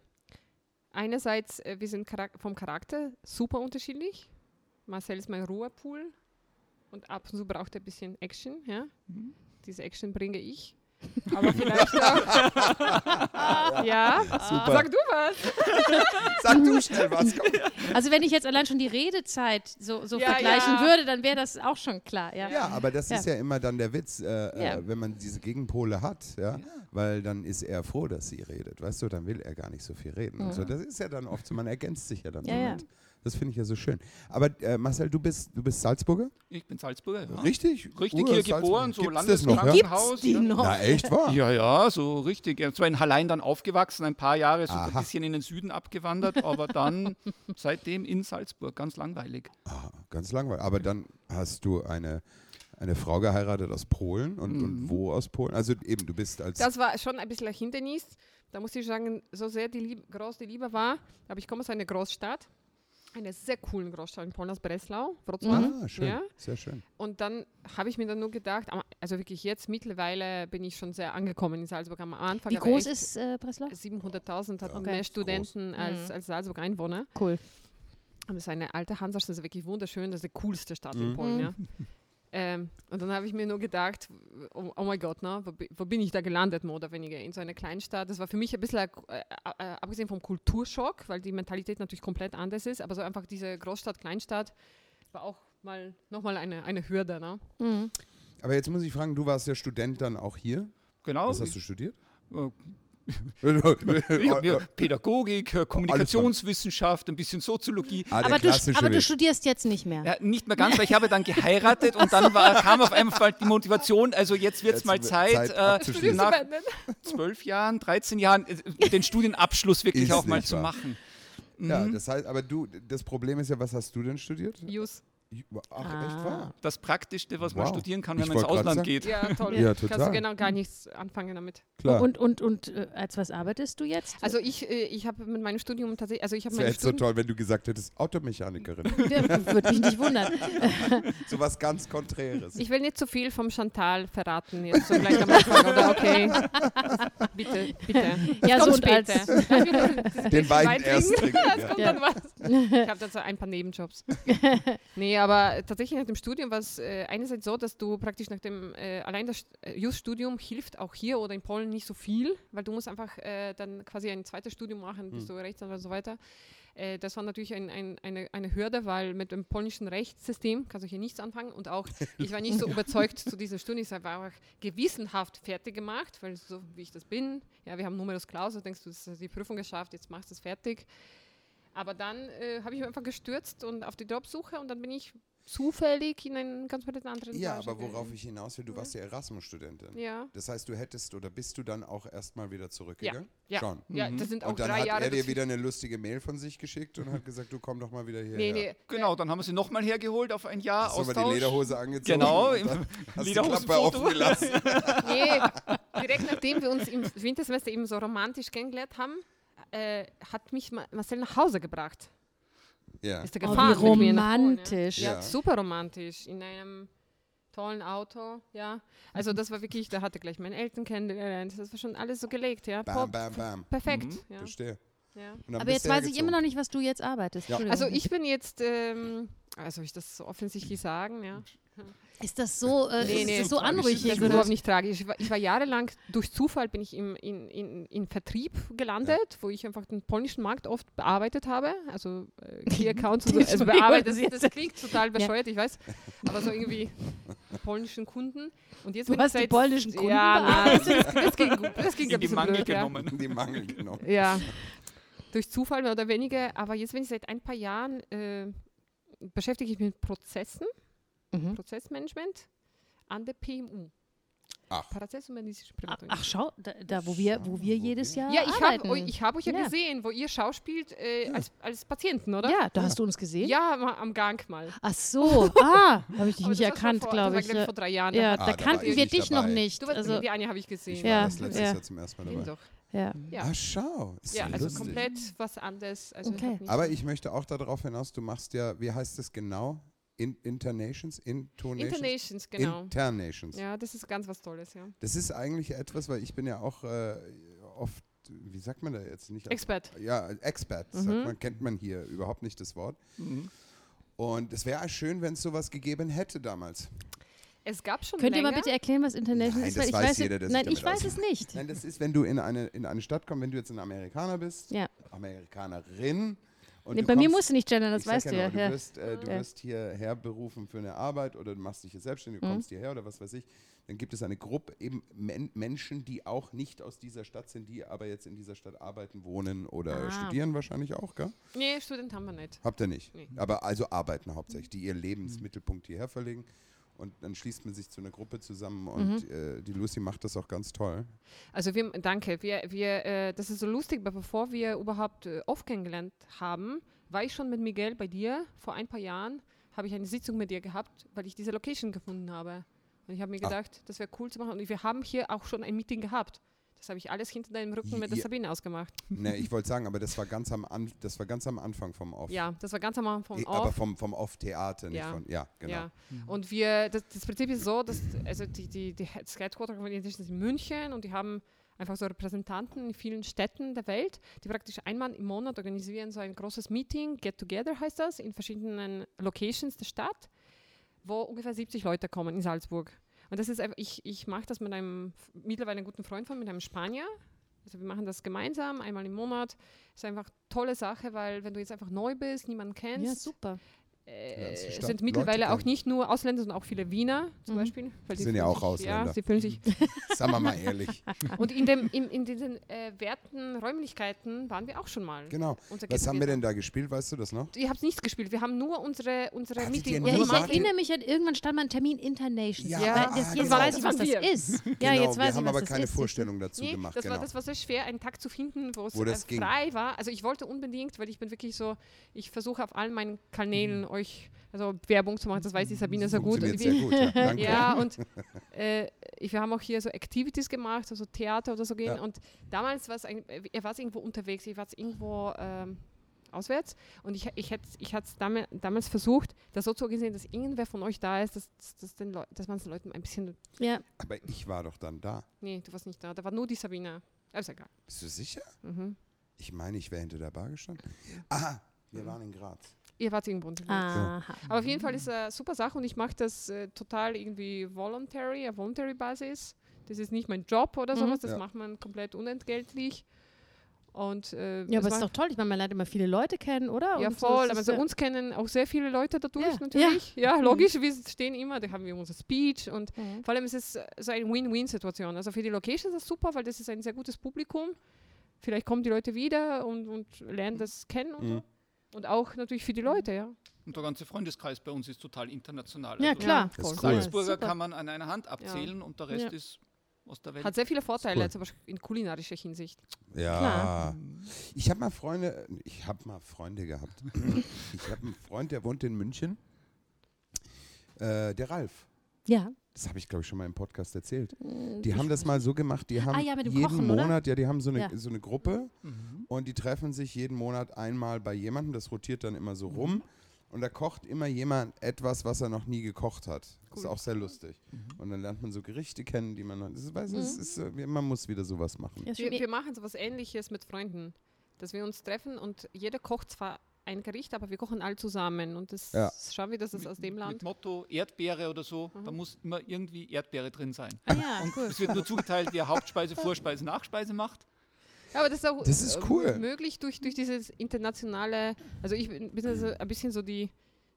C: Einerseits, äh, wir sind charak vom Charakter super unterschiedlich. Marcel ist mein Ruhepool und ab und zu braucht er ein bisschen Action. Ja?
A: Mhm.
C: Diese Action bringe ich. Aber vielleicht auch. ja,
A: Super.
C: sag du was.
A: Sag du schnell was. Komm.
B: Also wenn ich jetzt allein schon die Redezeit so, so
C: Ja,
B: vergleichen
C: ja.
B: würde, dann wäre das auch schon klar. Ja.
A: Ja, aber das
B: Ja.
A: ist ja immer dann der Witz, äh,
B: Ja.
A: äh, wenn man diese Gegenpole hat, ja, weil dann ist er froh, dass sie redet, weißt du, dann will er gar nicht so viel reden. Und so, das ist ja dann oft so, man ergänzt sich ja dann
B: Ja,
A: damit. Das finde ich ja so schön. Aber äh, Marcel, du bist, du bist Salzburger?
D: Ich bin Salzburger. Ja.
A: Richtig?
D: Richtig
A: Ur-
D: hier
A: Salzburger.
D: geboren, so
A: Gibt's das noch, ja?
D: Landeskrankenhaus.
B: Die
D: ja.
B: noch.
A: Na, echt wahr?
D: Ja, ja, so richtig. Ja, Zwar in Hallein dann aufgewachsen, ein paar Jahre so ein
A: Aha.
D: bisschen in den Süden abgewandert, aber dann seitdem in Salzburg, ganz langweilig.
A: Ah, ganz langweilig. Aber dann hast du eine, eine Frau geheiratet aus Polen und, und wo aus Polen? Also eben, du bist als
C: Das war schon ein bisschen ein Hindernis. Da muss ich sagen, so sehr die Lieb groß die Liebe war, aber ich komme aus einer Großstadt, einer sehr coolen Großstadt in Polen, aus Breslau, Wrocław.
A: Ah, schön.
C: Mhm. Ja.
A: Sehr schön.
C: Und dann habe ich mir dann nur gedacht, am- also wirklich jetzt mittlerweile bin ich schon sehr angekommen in Salzburg am Anfang.
B: Wie
C: aber
B: groß
C: echt
B: ist äh, Breslau?
C: 700.000 hat
A: Ja,
C: mehr
B: ist
C: Studenten als,
B: Mhm.
C: als Salzburg Einwohner.
B: Cool.
C: Und das ist eine alte Hansestadt, das ist wirklich wunderschön, das ist die coolste Stadt
A: Mhm.
C: in Polen. Ja. Ähm, und dann habe ich mir nur gedacht, oh, oh mein Gott, ne, wo, bi- wo bin ich da gelandet, mehr oder weniger, in so einer Kleinstadt. Das war für mich ein bisschen, äh, äh, abgesehen vom Kulturschock, weil die Mentalität natürlich komplett anders ist, aber so einfach diese Großstadt, Kleinstadt war auch mal nochmal eine, eine Hürde. Ne?
A: Aber jetzt muss ich fragen, du warst ja Student dann auch hier.
D: Genau.
A: Was hast du Oh, studiert?
D: Äh, Ich hab mir
A: Alle
D: Pädagogik, äh, Kommunikationswissenschaft, ein bisschen Soziologie.
B: Aber du,
A: klassische
B: aber du
A: Wege.
B: studierst jetzt nicht mehr.
D: Ja, nicht mehr ganz, weil ich habe dann geheiratet und dann war, kam auf einmal die Motivation, also jetzt wird es
A: Jetzt
D: mal
A: wird
D: Zeit,
A: Zeit
D: äh,
A: abzuschließen.
D: nach zwölf Jahren, 13 Jahren, äh, den Studienabschluss wirklich
A: Ist
D: auch mal
A: nicht
D: zu
A: wahr.
D: machen.
A: Ja, das heißt, aber du, das Problem ist ja, was hast du denn studiert?
C: Jus.
A: Ach,
C: Ah.
A: echt wahr?
D: Das Praktischste, was man
A: Wow.
D: studieren kann,
A: Ich
D: wenn man ins
A: wollt grad
D: Ausland
A: sagen.
D: geht.
C: Ja, toll.
A: Ja,
C: Kannst
A: total.
C: du genau gar nichts anfangen damit.
A: Klar.
B: Und, und, und äh, als was arbeitest du jetzt?
C: Also ich, äh, ich habe mit meinem Studium tatsächlich, also ich habe
A: es
C: mein
A: wäre so
C: Studium
A: toll, wenn du gesagt hättest, Automechanikerin.
B: Würde mich nicht wundern.
A: Sowas ganz Konträres.
C: Ich will nicht zu viel vom Chantal verraten jetzt so gleich am Anfang, oder? Okay. Bitte, bitte.
B: Ja,
C: Kommt
B: so und
C: später.
B: als.
A: Den
C: Wein
A: beiden erst trinken.
C: Es
A: Ja.
C: kommt dann was. Ich habe dazu ein paar Nebenjobs. Nee, aber tatsächlich nach dem Studium war es äh, einerseits so, dass du praktisch nach dem, äh, allein das St- äh, Just-Studium hilft auch hier oder in Polen nicht so viel, weil du musst einfach äh, dann quasi ein zweites Studium machen, bis du Rechtsanwalt und so weiter. Äh, das war natürlich ein, ein, eine, eine Hürde, weil mit dem polnischen Rechtssystem kannst du hier nichts anfangen und auch ich war nicht so überzeugt zu diesem Studium, ich war einfach gewissenhaft fertig gemacht, weil so wie ich das bin, ja, wir haben Numerus Clausus, denkst du, das ist die Prüfung geschafft, jetzt machst du es fertig. Aber dann äh, habe ich mich einfach gestürzt und auf die Jobsuche und dann bin ich zufällig in einen ganz komplett anderen
A: ja,
C: Branche
A: aber worauf
C: gegangen.
A: ich hinaus will, du warst ja Erasmus-Studentin.
C: Ja.
A: Das heißt, du hättest oder bist du dann auch erstmal wieder
C: Ja,
A: zurückgegangen?
C: ja,
A: Schon.
C: ja, das sind auch
A: Mhm. Und dann
C: drei
A: hat
C: Jahre.
A: er dir
C: dazwischen.
A: wieder eine lustige Mail von sich geschickt und hat gesagt, du komm doch mal wieder hierher.
C: nee, nee,
D: Genau, dann haben wir sie nochmal hergeholt auf ein Jahr
A: Hast du aber die
D: Austausch.
A: Lederhose angezogen?
D: Genau,
A: und dann Hast du die Klappe
D: Lederhosenfoto.
A: offen gelassen?
C: Nee, direkt nachdem wir uns im Wintersemester eben so romantisch kennengelernt haben, äh, hat mich Ma- Marcel nach Hause gebracht.
A: Ja.
C: Ist er
B: Oh,
C: gefahren
B: wie
C: mit mir nach Polen,
B: romantisch.
C: Ja.
A: Ja.
C: ja, super romantisch. In einem tollen Auto, ja. Also das war wirklich, da hatte gleich meine Eltern kennengelernt. Das war schon alles so gelegt, ja.
A: Bam, Mhm.
C: Pop,
A: bam, bam.
C: Perfekt. Ja,
A: Verstehe.
C: ja.
A: Und dann
B: Aber
A: bist
B: jetzt
A: du
B: weiß ich
A: hergezogen.
B: immer noch nicht, was du jetzt arbeitest.
A: Ja.
B: Entschuldigung.
C: Also ich bin jetzt, ähm, also soll ich das so offensichtlich sagen, ja.
B: ist das so, äh,
C: Nee,
B: ist
C: nee.
B: das so
D: Das
B: anruhig hier?
C: Das ist
B: Gerüst?
C: überhaupt nicht tragisch. Ich war, ich war jahrelang, durch Zufall bin ich im, in, in, in Vertrieb gelandet, wo ich einfach den polnischen Markt oft bearbeitet habe. Also äh, Key-Accounts und so. Also
B: Entschuldigung,
C: bearbeitet,
B: Sie-
C: das, das klingt total bescheuert, ich weiß. Aber so irgendwie die polnischen Kunden. Und jetzt
B: Du
C: bin ich
B: hast die
C: seit-
B: polnischen Kunden
C: Ja, na, das, das ging, gut. das ging
D: in
C: ein
D: die
C: bisschen
D: Mangel
C: blöd, ja.
D: genommen.
A: die Mangel genommen.
C: Ja, durch Zufall mehr oder weniger. Aber jetzt bin ich seit ein paar Jahren, äh, beschäftige ich mich mit Prozessen,
B: Mhm.
C: Prozessmanagement an der PMU.
A: Ach.
C: Prozessmedizinische
B: Ah, Ach,
C: Privatuniversität.
B: ach schau, da, da wo wir, wo wir
A: Schau, wo
B: jedes
A: wir-
B: Jahr
C: Ja, ich
B: Äh, arbeiten.
C: habe euch, ich hab euch ja,
B: Ja.
C: gesehen, wo ihr schauspielt äh, als, als Patienten, oder?
B: ja, da hast du uns gesehen.
C: Ja, ma- am Gang mal.
B: Ach so, ah, habe ich dich nicht
C: Aber das war schon
B: erkannt,
C: vor-
B: glaube
C: Das
B: ich.
C: war, glaub
B: Ja,
C: ich, vor drei Jahren.
B: ja
A: Ah,
B: da
A: da war
B: kannten
A: ich
B: wir
A: nicht
B: dich noch
A: dabei.
B: nicht.
C: Du warst,
B: Also,
C: die eine habe ich gesehen.
A: Ich
B: Ja,
A: war das letztes
B: ja.
A: Jahr zum ersten Mal
C: Eben
A: dabei.
C: doch.
B: ja.
C: Ja.
A: Ah, schau. Ist
C: Ja,
A: ja
C: also
A: lustig.
C: komplett was anderes. Also ich
B: Okay.
C: hab nicht-
A: Aber ich möchte auch darauf hinaus, du machst ja, wie heißt es genau? In, Internations? Intonations?
C: Internations, genau.
A: Internations.
C: ja, das ist ganz was Tolles, ja.
A: Das ist eigentlich etwas, weil ich bin ja auch äh, oft, wie sagt man da jetzt nicht? als-
C: Expert.
A: Ja, Expert,
C: Mhm.
A: sagt man, kennt man hier überhaupt nicht das Wort. Und es wäre schön, wenn es sowas gegeben hätte damals.
C: Es gab schon
B: Könnt ihr mal
C: länger.
B: bitte erklären, was International
A: Nein,
B: ist?
A: das
B: ich
A: weiß
B: es-
A: jeder, der sich
B: Nein,
A: damit
B: ich weiß es nicht.
A: Nein, das ist, wenn du in eine, in eine Stadt kommst, wenn du jetzt ein Amerikaner bist,
B: Ja.
A: Amerikanerin. Und
B: Nee,
A: du
B: bei mir
A: kommst-
B: musst du nicht gendern, das
A: Ich sag
B: weißt
A: ja
B: du
A: nur,
B: ja. ja.
A: Du wirst, äh, du
B: Ja.
A: wirst hierher berufen für eine Arbeit oder du machst dich jetzt selbstständig, du
B: Mhm.
A: kommst hierher oder was weiß ich. Dann gibt es eine Gruppe eben Men Menschen, die auch nicht aus dieser Stadt sind, die aber jetzt in dieser Stadt arbeiten, wohnen oder
B: Ah.
A: studieren wahrscheinlich auch, gell?
C: Nee, Student haben wir nicht.
A: Habt ihr nicht.
C: Nee.
A: Aber also arbeiten hauptsächlich, die
B: Mhm.
A: ihr Lebensmittelpunkt hierher verlegen. Und dann schließt man sich zu einer Gruppe
B: Mhm.
A: zusammen und äh, die Lucy macht das auch ganz toll.
C: Also wir, danke. Wir, wir, äh, das ist so lustig, weil bevor wir überhaupt äh, oft kennengelernt haben, war ich schon mit Miguel bei dir. Vor ein paar Jahren habe ich eine Sitzung mit dir gehabt, weil ich diese Location gefunden habe. Und ich habe mir
A: Ah.
C: gedacht, das wäre cool zu machen. Und wir haben hier auch schon ein Meeting gehabt. Das habe ich alles hinter deinem Rücken mit der
A: Ja.
C: Sabine ausgemacht.
A: ne, ich wollte sagen, aber das war ganz am, Anf das war ganz am Anfang vom Off.
C: Ja, das war ganz am Anfang
A: Eh,
C: vom
A: Aber
C: Off.
A: vom, vom Off-Theater, nicht
C: Ja.
A: von. Ja, genau.
C: Ja. Und wir, das, das Prinzip ist so, dass also die, die, die Head- das Headquarter von Indischen ist in München und die haben einfach so Repräsentanten in vielen Städten der Welt, die praktisch einmal im Monat organisieren so ein großes Meeting, Get Together heißt das, in verschiedenen Locations der Stadt, wo ungefähr 70 Leute kommen in Salzburg. Und das ist einfach, ich, ich mache das mit einem f- mittlerweile guten Freund von, mit einem Spanier. Also wir machen das gemeinsam, einmal im Monat. Ist einfach tolle Sache, weil wenn du jetzt einfach neu bist, niemanden kennst,
B: Ja, super.
A: Ja,
C: äh,
A: es
C: es
A: verstanden
C: sind
A: Leute
C: mittlerweile auch
A: kennen.
C: nicht nur Ausländer, sondern auch viele Wiener zum
B: Mhm.
C: Beispiel. Weil
A: Die sind ja
C: fühlen
A: auch
C: sich,
A: Ausländer.
C: Ja, sie fühlen sich.
A: Sagen wir mal ehrlich.
C: Und in, dem, in, in diesen äh, werten Räumlichkeiten waren wir auch schon mal.
A: Genau.
C: Unser
A: Was
C: Get
A: haben wir
C: Together.
A: denn da gespielt, weißt du das noch?
C: Ihr habt nichts gespielt. Wir haben nur unsere, unsere
A: Hattet
C: Meeting.
A: ihr
B: Ja,
A: Nur
B: ich
A: Martin-
B: erinnere mich an irgendwann stand mal ein Termin Internations.
A: Ja,
C: Ja,
B: Weil das,
A: ah,
B: jetzt
A: genau.
B: weiß ich, was
C: Das waren
B: das
C: wir.
B: ist. Ja,
A: genau,
B: jetzt weiß
A: wir haben
B: ich, was
A: aber
B: das
A: keine
B: ist.
A: Vorstellung dazu
C: Nee,
A: gemacht,
C: das,
A: genau.
C: war, das war sehr schwer, einen Tag zu finden, wo es
A: Wo das
C: äh,
A: ging.
C: frei war. Also ich wollte unbedingt, weil ich bin wirklich so, ich versuche auf allen meinen Kanälen euch also Werbung zu machen. Das weiß die Sabine sehr gut.
A: Mhm.
C: Also
A: Funktioniert
C: Wir-
A: sehr gut, ja. Danke.
C: Ja, und äh, ich, wir haben auch hier so Activities gemacht, also Theater oder so gehen.
A: Ja.
C: Und damals war es, ein- äh, er war irgendwo unterwegs, ich war irgendwo ähm, auswärts. Und ich, ich hätte ich es damals, damals versucht, das so zu organisieren, dass irgendwer von euch da ist, dass, dass, dass, den Leu dass man es den Leuten ein bisschen.
B: Ja,
A: Aber ich war doch dann da.
C: Nee, du warst nicht da, da war nur die Sabine. Aber ist egal.
A: Bist du sicher?
C: Mhm.
A: Ich meine, ich wäre hinter der Bar gestanden. Ah, wir waren in Graz.
C: Ihr wart irgendwo unterwegs.
B: aha.
C: Aber auf jeden
B: Mhm.
C: Fall ist eine super Sache und ich mache das äh, total irgendwie voluntary, auf voluntary Basis. Das ist nicht mein Job oder
B: Mhm.
C: sowas, das
A: Ja.
C: macht man komplett unentgeltlich. Und, äh,
B: Ja, aber
C: es
B: ist
C: macht-
B: doch toll. Ich meine, man lernt immer viele Leute kennen, oder?
C: ja
B: Und so
C: voll,
B: ist
C: aber
B: es
C: so
B: ja-
C: uns kennen auch sehr viele Leute dadurch
B: Ja.
C: natürlich. Ja, logisch, wir stehen immer, da haben wir unser Speech und
B: Mhm.
C: vor allem ist es äh, so eine Win-Win-Situation. Also für die Location ist das super, weil das ist ein sehr gutes Publikum. Vielleicht kommen die Leute wieder und, und lernen das kennen und
A: Mhm.
C: so. Und auch natürlich für die Leute, ja.
D: Und der ganze Freundeskreis bei uns ist total international.
B: Ja,
D: Also
B: klar.
A: Das ist
B: Cool.
D: Salzburger
B: Super.
D: kann man an einer Hand abzählen und der Rest
B: Ja.
D: ist aus der Welt.
C: Hat sehr viele Vorteile,
A: cool.
C: zum Beispiel in kulinarischer Hinsicht.
A: Ja.
B: Klar.
A: Ich habe mal Freunde, ich habe mal Freunde gehabt. ich habe einen Freund, der wohnt in München. Äh, der Ralf.
B: Ja.
A: Das habe ich, glaube ich, schon mal im Podcast erzählt.
B: Hm,
A: Die haben das mal so gemacht, die haben
B: Ah, ja, mit dem
A: jeden
B: Kochen, oder?
A: Monat, ja, die haben so eine,
B: Ja.
A: so eine Gruppe und die treffen sich jeden Monat einmal bei jemandem, das rotiert dann immer so
B: Mhm.
A: rum und da kocht immer jemand etwas, was er noch nie gekocht hat. Ist auch sehr lustig. Und dann lernt man so Gerichte kennen, die man noch, das ist, weiß, es ist, äh, wie- man muss wieder sowas machen.
B: Mhm. Ja, ist
C: Wir,
B: schon-
C: wir machen sowas ähnliches mit Freunden, dass wir uns treffen und jeder kocht zwar ein Gericht, aber wir kochen alle zusammen und das
A: Ja.
C: schauen wir, dass es
D: Mit-
C: aus dem
D: Mit
C: Land.
D: Motto Erdbeere oder so,
B: Mhm.
D: da muss immer irgendwie Erdbeere drin sein.
B: Ah, ja, cool.
D: Es wird nur zugeteilt, wer Hauptspeise, Vorspeise, Nachspeise macht.
C: Ja, aber das ist auch
A: Das ist
C: äh,
A: cool.
C: möglich durch, durch dieses internationale, also ich bin bin also ein bisschen so die,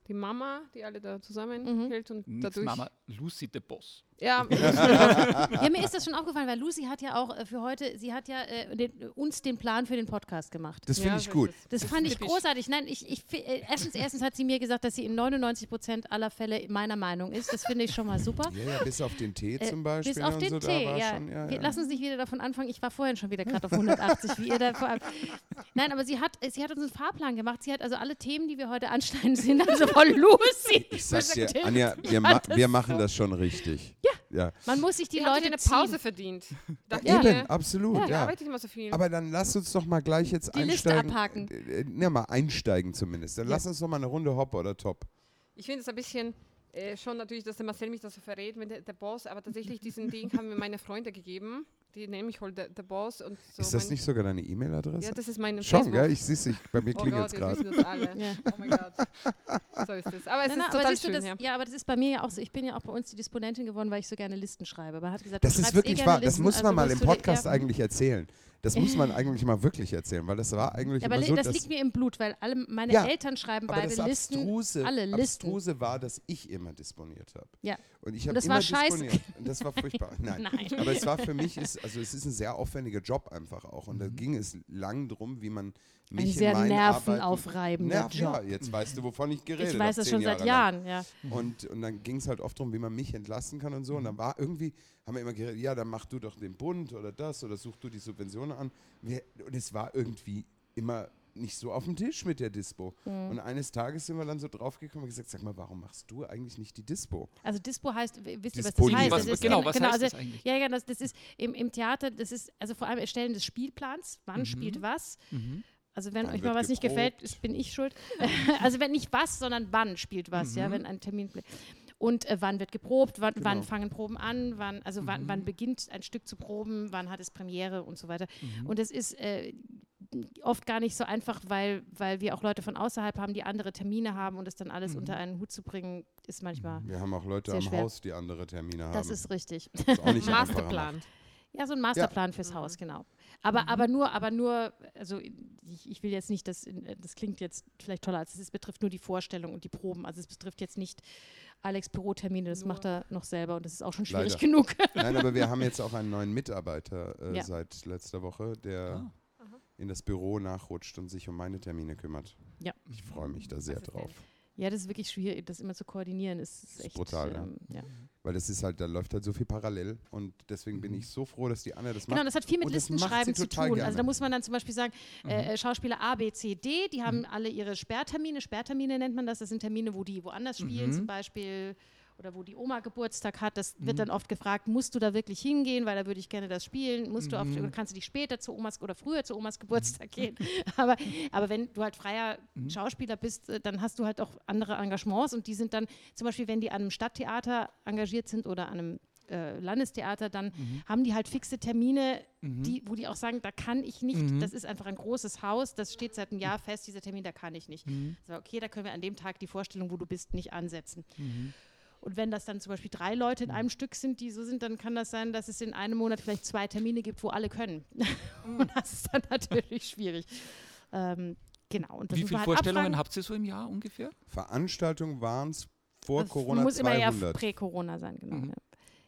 C: die Mama, die alle da
B: Mhm.
C: zusammenhält und
D: Nix,
C: dadurch.
D: Mama, Lucy the Boss.
C: Ja,
B: Ja, mir ist das schon aufgefallen, weil Lucy hat ja auch äh, für heute, sie hat ja äh, den, uns den Plan für den Podcast gemacht.
A: Das finde
C: Ja,
A: ich
C: so
A: gut.
C: ist es.
B: Das fand ich
C: typisch.
B: großartig. Nein, ich, ich, fi- äh, erstens, erstens hat sie mir gesagt, dass sie in 99 Prozent aller Fälle meiner Meinung ist. Das finde ich schon mal super.
A: Ja, ja, bis auf den Tee
B: Äh,
A: zum Beispiel.
B: Bis auf
A: und
B: den
A: so, da
B: Tee,
A: war
B: ja.
A: Schon, ja,
B: Wir,
A: ja.
B: Lass uns nicht wieder davon anfangen. Ich war vorhin schon wieder gerade auf 180, wie ihr da vor allem. Nein, aber sie hat, sie hat uns einen Fahrplan gemacht. Sie hat also alle Themen, die wir heute anschneiden, sind also von Lucy.
A: ich sag's dir,
B: Bestimmt.
A: Anja, wir, ma wir machen das schon richtig. Ja.
B: Man muss sich die
C: die
B: Leute
C: Leute eine
B: ziehen.
C: Pause verdient. Dachte
B: Ja.
C: ich mir,
A: Eben, absolut.
C: ja,
A: Ja,
C: da arbeite ich immer so viel.
A: Aber dann lass uns doch mal gleich jetzt
B: Die Liste
A: einsteigen.
B: abhaken.
A: Äh, äh, Ne, mal einsteigen zumindest. Dann lass uns doch mal eine Runde Hop oder Top.
C: Ich finde es ein bisschen äh, schon natürlich, dass der Marcel mich das so verrät, wenn der, der Boss, aber tatsächlich diesen Ding haben mir meine Freunde gegeben. die nehme ich halt, der, der Boss und so.
A: ist das
C: mein-
A: nicht sogar deine E-Mail-Adresse?
C: Ja, das ist meine
A: Schon,
C: Facebook.
A: gell? Ich sehe es, bei mir
C: Oh Gott,
A: klingelt es
C: wir
A: gerade.
C: wissen das alle.
B: Ja.
C: Oh mein Gott. So ist das. Aber es
B: Nein,
C: ist
B: nein, aber
C: total
B: siehst du,
C: schön,
B: das,
C: ja.
B: ja. aber das ist bei mir ja auch so. Ich bin ja auch bei uns die Disponentin geworden, weil ich so gerne Listen schreibe. Aber er hat gesagt,
A: Das
B: du
A: ist
B: schreibst eh
A: wirklich
B: gerne
A: wahr. Das
B: Listen,
A: muss
B: also
A: man mal im
B: wirst du dir-
A: Podcast
B: ja.
A: eigentlich erzählen. Das muss man eigentlich mal wirklich erzählen, weil das war eigentlich
B: Ja, aber
A: immer
B: li-
A: so,
B: das
A: dass-
B: liegt mir im Blut, weil alle meine
A: Ja,
B: Eltern schreiben
A: aber
B: beide
A: das
B: Listen.
A: Abstruse,
B: alle Listen.
A: Abstruse war, dass ich immer disponiert habe.
B: Ja.
A: Und ich habe
B: das
A: immer
B: war scheiße.
A: disponiert. Und das war furchtbar. Nein.
B: Nein.
A: Aber es war für mich, ist, also es ist ein sehr aufwendiger Job einfach auch. Und da ging es lang drum, wie man mich
B: Mhm. Ein sehr
A: in meinen
B: nervenaufreibender
A: Arbeiten, Ja,
B: Job.
A: jetzt weißt du, wovon ich geredet habe.
B: Ich weiß das
A: zehn
B: schon seit
A: Jahre lang.
B: Jahren, ja.
A: Und, und dann ging es halt oft darum, wie man mich entlasten kann und so. Und dann war irgendwie, haben wir immer geredet, ja, dann mach du doch den Bund oder das oder such du die Subventionen an. Wir, und es war irgendwie immer nicht so auf dem Tisch mit der Dispo.
B: Mhm.
A: Und eines Tages sind wir dann so draufgekommen und gesagt, sag mal, warum machst du eigentlich nicht die Dispo?
B: Also Dispo heißt, w- wisst ihr, was das
A: Disponieren.
B: heißt?
A: Was-
B: das ist
D: genau,
B: in-
D: was heißt
B: also,
D: das eigentlich?
B: Ja, ja, das, das ist im, im Theater, das ist also vor allem Erstellen des Spielplans, wann
D: Mhm.
B: spielt was. Also wenn
A: Wann
B: euch mal
A: wird
B: was nicht gefällt, ist- bin ich schuld. also wenn nicht was, sondern wann spielt was, ja,
D: Mhm.
B: wenn ein Termin und äh, wann wird geprobt, wann, wann
D: Genau.
B: fangen Proben an, wann, also wann,
D: Mhm.
B: wann beginnt ein Stück zu proben, wann hat es Premiere und so weiter.
D: Mhm.
B: Und das ist äh, oft gar nicht so einfach, weil, weil wir auch Leute von außerhalb haben, die andere Termine haben und das dann
D: Mhm.
B: alles unter einen Hut zu bringen, ist manchmal.
A: Wir haben auch Leute
B: Sehr
A: am
B: schwer.
A: Haus, die andere Termine haben.
B: Das ist richtig.
A: Ist auch nicht einfacher
C: Masterplan.
A: macht.
B: Ja, so ein Masterplan fürs Haus, genau. Aber, aber nur, aber nur, also ich, ich will jetzt nicht, dass, das klingt jetzt vielleicht toller, als es ist, betrifft nur die Vorstellung und die Proben. Also es betrifft jetzt nicht Alex Bürotermine, das macht er noch selber und das ist auch schon schwierig
A: Leider.
B: genug.
A: Nein, aber wir haben jetzt auch einen neuen Mitarbeiter äh,
B: Ja. Ah.
A: seit letzter Woche, der in das Büro nachrutscht und sich um meine Termine kümmert.
B: Ja.
A: Ich freue mich da sehr
C: Das ist
A: drauf.
B: ja, das ist wirklich schwierig, das immer zu koordinieren. Ist, ist
A: Ist
B: echt
A: brutal, ja.
B: ähm, ja.
A: Weil das ist halt, da läuft halt so viel parallel und deswegen bin ich so froh, dass die Anna das macht.
B: Mhm. Genau, das hat viel mit
A: Und das macht
B: Listenschreiben
A: sie
B: zu
A: total
B: tun.
A: gerne. Mhm.
B: Also da muss man dann zum Beispiel sagen, äh, äh, Schauspieler A, B, C, D, die haben alle ihre Sperrtermine. Sperrtermine nennt man das. Das sind Termine, wo die woanders spielen,
A: Mhm.
B: zum Beispiel oder wo die Oma Geburtstag hat. Das wird
A: Mhm.
B: dann oft gefragt, musst du da wirklich hingehen, weil da würde ich gerne das spielen. Musst du auf,
A: Mhm.
B: oder kannst du dich später zu Omas oder früher zu Omas Geburtstag gehen? aber, aber wenn du halt freier
A: Mhm.
B: Schauspieler bist, äh, dann hast du halt auch andere Engagements und die sind dann zum Beispiel, wenn die an einem Stadttheater engagiert sind oder an einem äh, Landestheater, dann
D: Mhm.
B: haben die halt fixe Termine, die, wo die auch sagen, da kann ich nicht,
D: Mhm.
B: das ist einfach ein großes Haus, das steht seit einem Jahr fest, dieser Termin, da kann ich nicht.
D: Mhm.
B: So, okay, da können wir an dem Tag die Vorstellung, wo du bist, nicht ansetzen.
D: Mhm.
B: Und wenn das dann zum Beispiel drei Leute in einem Stück sind, die so sind, dann kann das sein, dass es in einem Monat vielleicht zwei Termine gibt, wo alle können.
D: Mhm.
B: Und das ist dann natürlich schwierig. Ähm, genau. Und das
D: Wie
B: muss man
D: viele
B: halt
D: Vorstellungen
B: abfragen.
D: habt ihr so im Jahr ungefähr?
A: Veranstaltungen waren es vor
B: Das
A: Corona
B: Muss immer ja
A: 200
B: prä-Corona sein, genau.
D: Mhm.
B: Ja.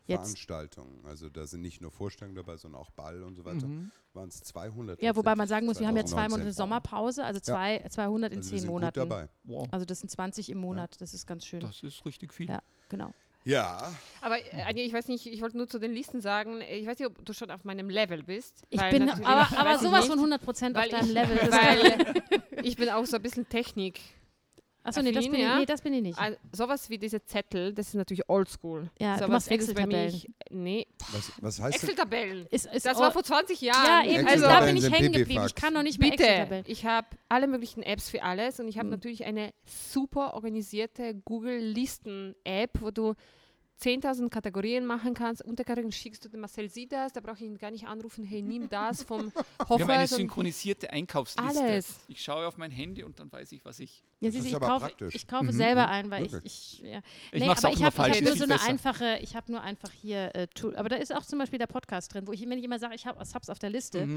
B: Jetzt,
A: Veranstaltungen. Also da sind nicht nur Vorstellungen dabei, sondern auch Ball und so
D: Also,
A: weiter. Waren es 200.
B: Mhm. ja, wobei man sagen muss, wir haben ja zwei
A: 2019.
B: Monate Sommerpause, also zwei, 200 in
A: Also wir
B: zehn
A: sind
B: Monaten.
A: Gut dabei.
D: Wow,
B: Also das sind 20 im Monat, das ist ganz schön.
D: das ist richtig viel.
B: Ja, genau.
A: Ja,
C: Aber äh, Anja, ich weiß nicht, ich wollte nur zu den Listen sagen, äh, ich weiß nicht, ob du schon auf meinem Level bist.
B: Ich
C: weil
B: bin
C: natürlich-
B: aber, aber
C: weiß ich
B: sowas
C: nicht,
B: von 100 Prozent auf
C: weil
B: deinem
C: ich,
B: Level. Das
C: Weil ich bin auch so ein bisschen Technik.
B: achso, nee das,
C: affin,
B: bin ich,
C: ja.
B: nee, das bin ich nicht.
C: Also, sowas wie diese Zettel, das ist natürlich oldschool.
B: Ja,
C: so
B: du machst
C: Nee,
A: was, was heißt das?
C: Excel-Tabellen.
B: Ist, ist
C: Das
B: oh,
C: war vor 20
B: ja,
C: Jahren.
B: eben,
A: Also- Excel-Tabellen
B: also, da bin ich
A: sind
B: hängen
A: BB
B: geblieben. Ich
A: Fax.
B: kann noch nicht mehr
C: Bitte,
B: Excel-Tabellen. Hm.
C: ich habe alle möglichen Apps für alles und ich habe natürlich eine super organisierte Google-Listen-App, wo du 10.000 Kategorien machen kannst. Unterkategorien schickst du dem Marcel Sidas, da brauche ich ihn gar nicht anrufen, hey, nimm das vom
D: Wir haben eine
C: Hoffers. und-
D: synchronisierte Einkaufsliste.
C: Alles.
D: Ich schaue auf mein Handy und dann weiß ich, was ich.
B: Ja,
A: Das
B: siehst,
A: ist
B: du, ich,
A: aber
B: kaufe,
A: praktisch.
B: ich kaufe selber ein, weil ich, ich, ja. Nee,
D: mach's
B: aber
D: auch
B: ich
D: immer
B: habe hab
D: falsch,
B: nur
D: ist
B: so
D: viel
B: eine
D: besser.
B: einfache, ich habe nur einfach hier, äh, tu- aber da ist auch zum Beispiel der Podcast drin, wo ich, wenn ich immer sage, ich habe es auf der Liste,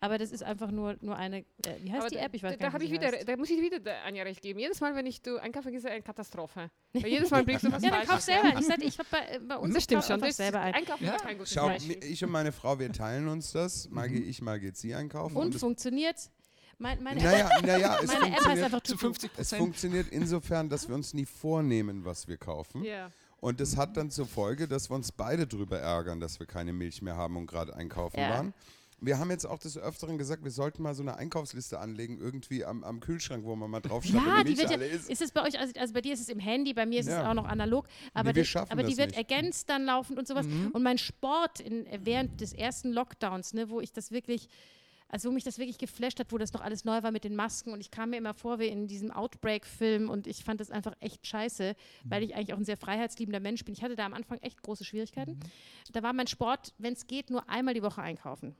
B: aber das ist einfach nur, nur eine, äh, wie heißt
C: Aber
B: die
C: da-
B: App? Ich weiß
C: da,
B: gar
C: da hab
B: nicht,
C: ich
B: wie
C: wieder,
B: sie heißt.
C: da muss ich wieder der Anja recht geben. Jedes Mal, wenn ich du einkaufen gehe, ist eine Katastrophe. Weil jedes Mal blickst du was
B: Ja, dann
C: falsch.
B: kauf selber. Ich sag, ich habe bei, äh, bei uns
C: Das stimmt schon.
B: einfach
C: Das
B: selber ein.
C: Einkaufen
D: Ja.
C: ist kein gutes
A: Schau,
C: Beispiel.
A: ich und meine Frau, wir teilen uns das. Mal gehe ich, mal geht sie einkaufen.
B: Und
A: es-
B: funktioniert. Mein, meine
A: naja, naja, es
B: App, meine App heißt
A: funktioniert.
B: einfach
D: Zu
B: Tutu.
D: 50
A: Es
D: Prozent.
A: funktioniert insofern, dass wir uns nie vornehmen, was wir kaufen.
C: Ja.
A: Und das hat dann zur Folge, dass wir uns beide drüber ärgern, dass wir keine Milch mehr haben und gerade einkaufen
B: Ja.
A: waren. Wir haben jetzt auch des Öfteren gesagt, wir sollten mal so eine Einkaufsliste anlegen, irgendwie am, am Kühlschrank, wo man mal draufschreibt,
B: Ja,
A: wenn
B: die
A: die Milch
B: wird
A: alle
B: ja,
A: ist.
B: ist es bei euch, also, also bei dir ist es im Handy, bei mir ist es
A: Ja.
B: auch noch analog, aber,
A: Nee, wir
B: die,
A: schaffen
B: aber die
A: das
B: wird
A: nicht. Mhm.
B: ergänzt dann laufend und sowas. Und mein Sport in, während des ersten Lockdowns, ne, wo ich das wirklich, also wo mich das wirklich geflasht hat, wo das noch alles neu war mit den Masken und ich kam mir immer vor wie in diesem Outbreak-Film und ich fand das einfach echt scheiße, weil
A: Mhm.
B: ich eigentlich auch ein sehr freiheitsliebender Mensch bin. Ich hatte da am Anfang echt große Schwierigkeiten.
A: Mhm.
B: Da war mein Sport, wenn es geht, nur einmal die Woche einkaufen.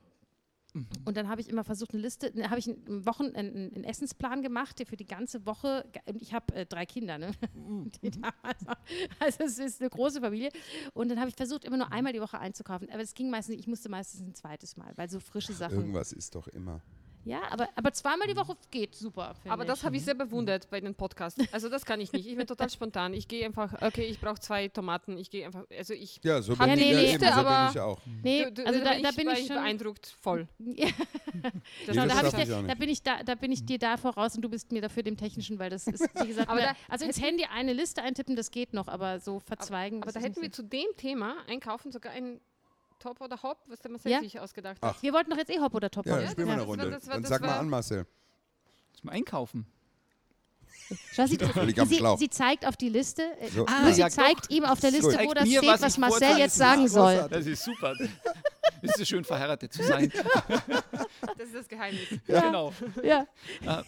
B: Und dann habe ich immer versucht, eine Liste, ne, habe ich einen, Wochen, einen, einen Essensplan gemacht, der für die ganze Woche, und ich habe äh, drei Kinder, ne? die damals, noch- also es ist eine große Familie. Und dann habe ich versucht, immer nur einmal die Woche einzukaufen. Aber es ging meistens, nicht. ich musste meistens ein zweites Mal, weil so frische Sachen.
A: Irgendwas ist doch immer.
B: Ja, aber, aber zweimal die Woche geht super. finde
C: Aber das
B: ich.
C: habe ich sehr bewundert bei den Podcasts. Also das kann ich nicht. Ich bin total spontan. Ich gehe einfach, okay, ich brauche zwei Tomaten. Ich gehe einfach, also ich,
A: Ja, so
C: Ja,
A: bin,
B: nee,
A: ich, ja, eben,
B: nee.
A: so bin
C: Aber-
A: ich auch.
B: Nee,
C: du, du,
B: also da,
C: ich
B: da bin
C: war
B: ich schon.
C: beeindruckt voll.
B: Ja,
C: Das
A: Ja,
B: da,
A: das darf
B: hab ich
A: man
B: dir,
A: sich auch
B: da
A: nicht.
B: bin ich da, da bin ich dir da voraus und du bist mir dafür dem Technischen, weil das ist, wie gesagt,
C: Aber
B: ne,
C: da
B: also ins Handy eine Liste eintippen, das geht noch, aber so verzweigen.
C: Aber
B: das
C: da
B: ist
C: hätten wir
B: nicht
C: zu dem Thema einkaufen sogar einen Top oder Hop, was der Marcel
B: Ja.
C: sich ausgedacht
A: Ach,
C: hat.
B: so. wir wollten doch jetzt eh Hop oder Top
A: Ja,
B: machen.
A: dann spielen wir eine
C: das war-
A: Runde.
C: das war-
A: Dann
C: das
A: sag mal
C: war-
A: an, Marcel.
D: Zum Einkaufen.
B: Schau, sie,
A: Völlig am
B: sie,
A: Schlauch.
B: sie zeigt auf die Liste, äh,
A: So.
D: Ah,
B: nur sie
D: ja, doch.
B: zeigt ihm auf der Liste,
D: Zeigt
B: wo das
D: mir,
B: steht,
D: was
B: was,
D: ich
B: Marcel
D: vortragen
B: jetzt
D: muss.
B: sagen soll.
A: Großartig.
D: Das ist super. Es ist schön, verheiratet zu sein.
C: Das ist das Geheimnis.
B: Ja.
D: Genau.
B: Ja.
D: Äh,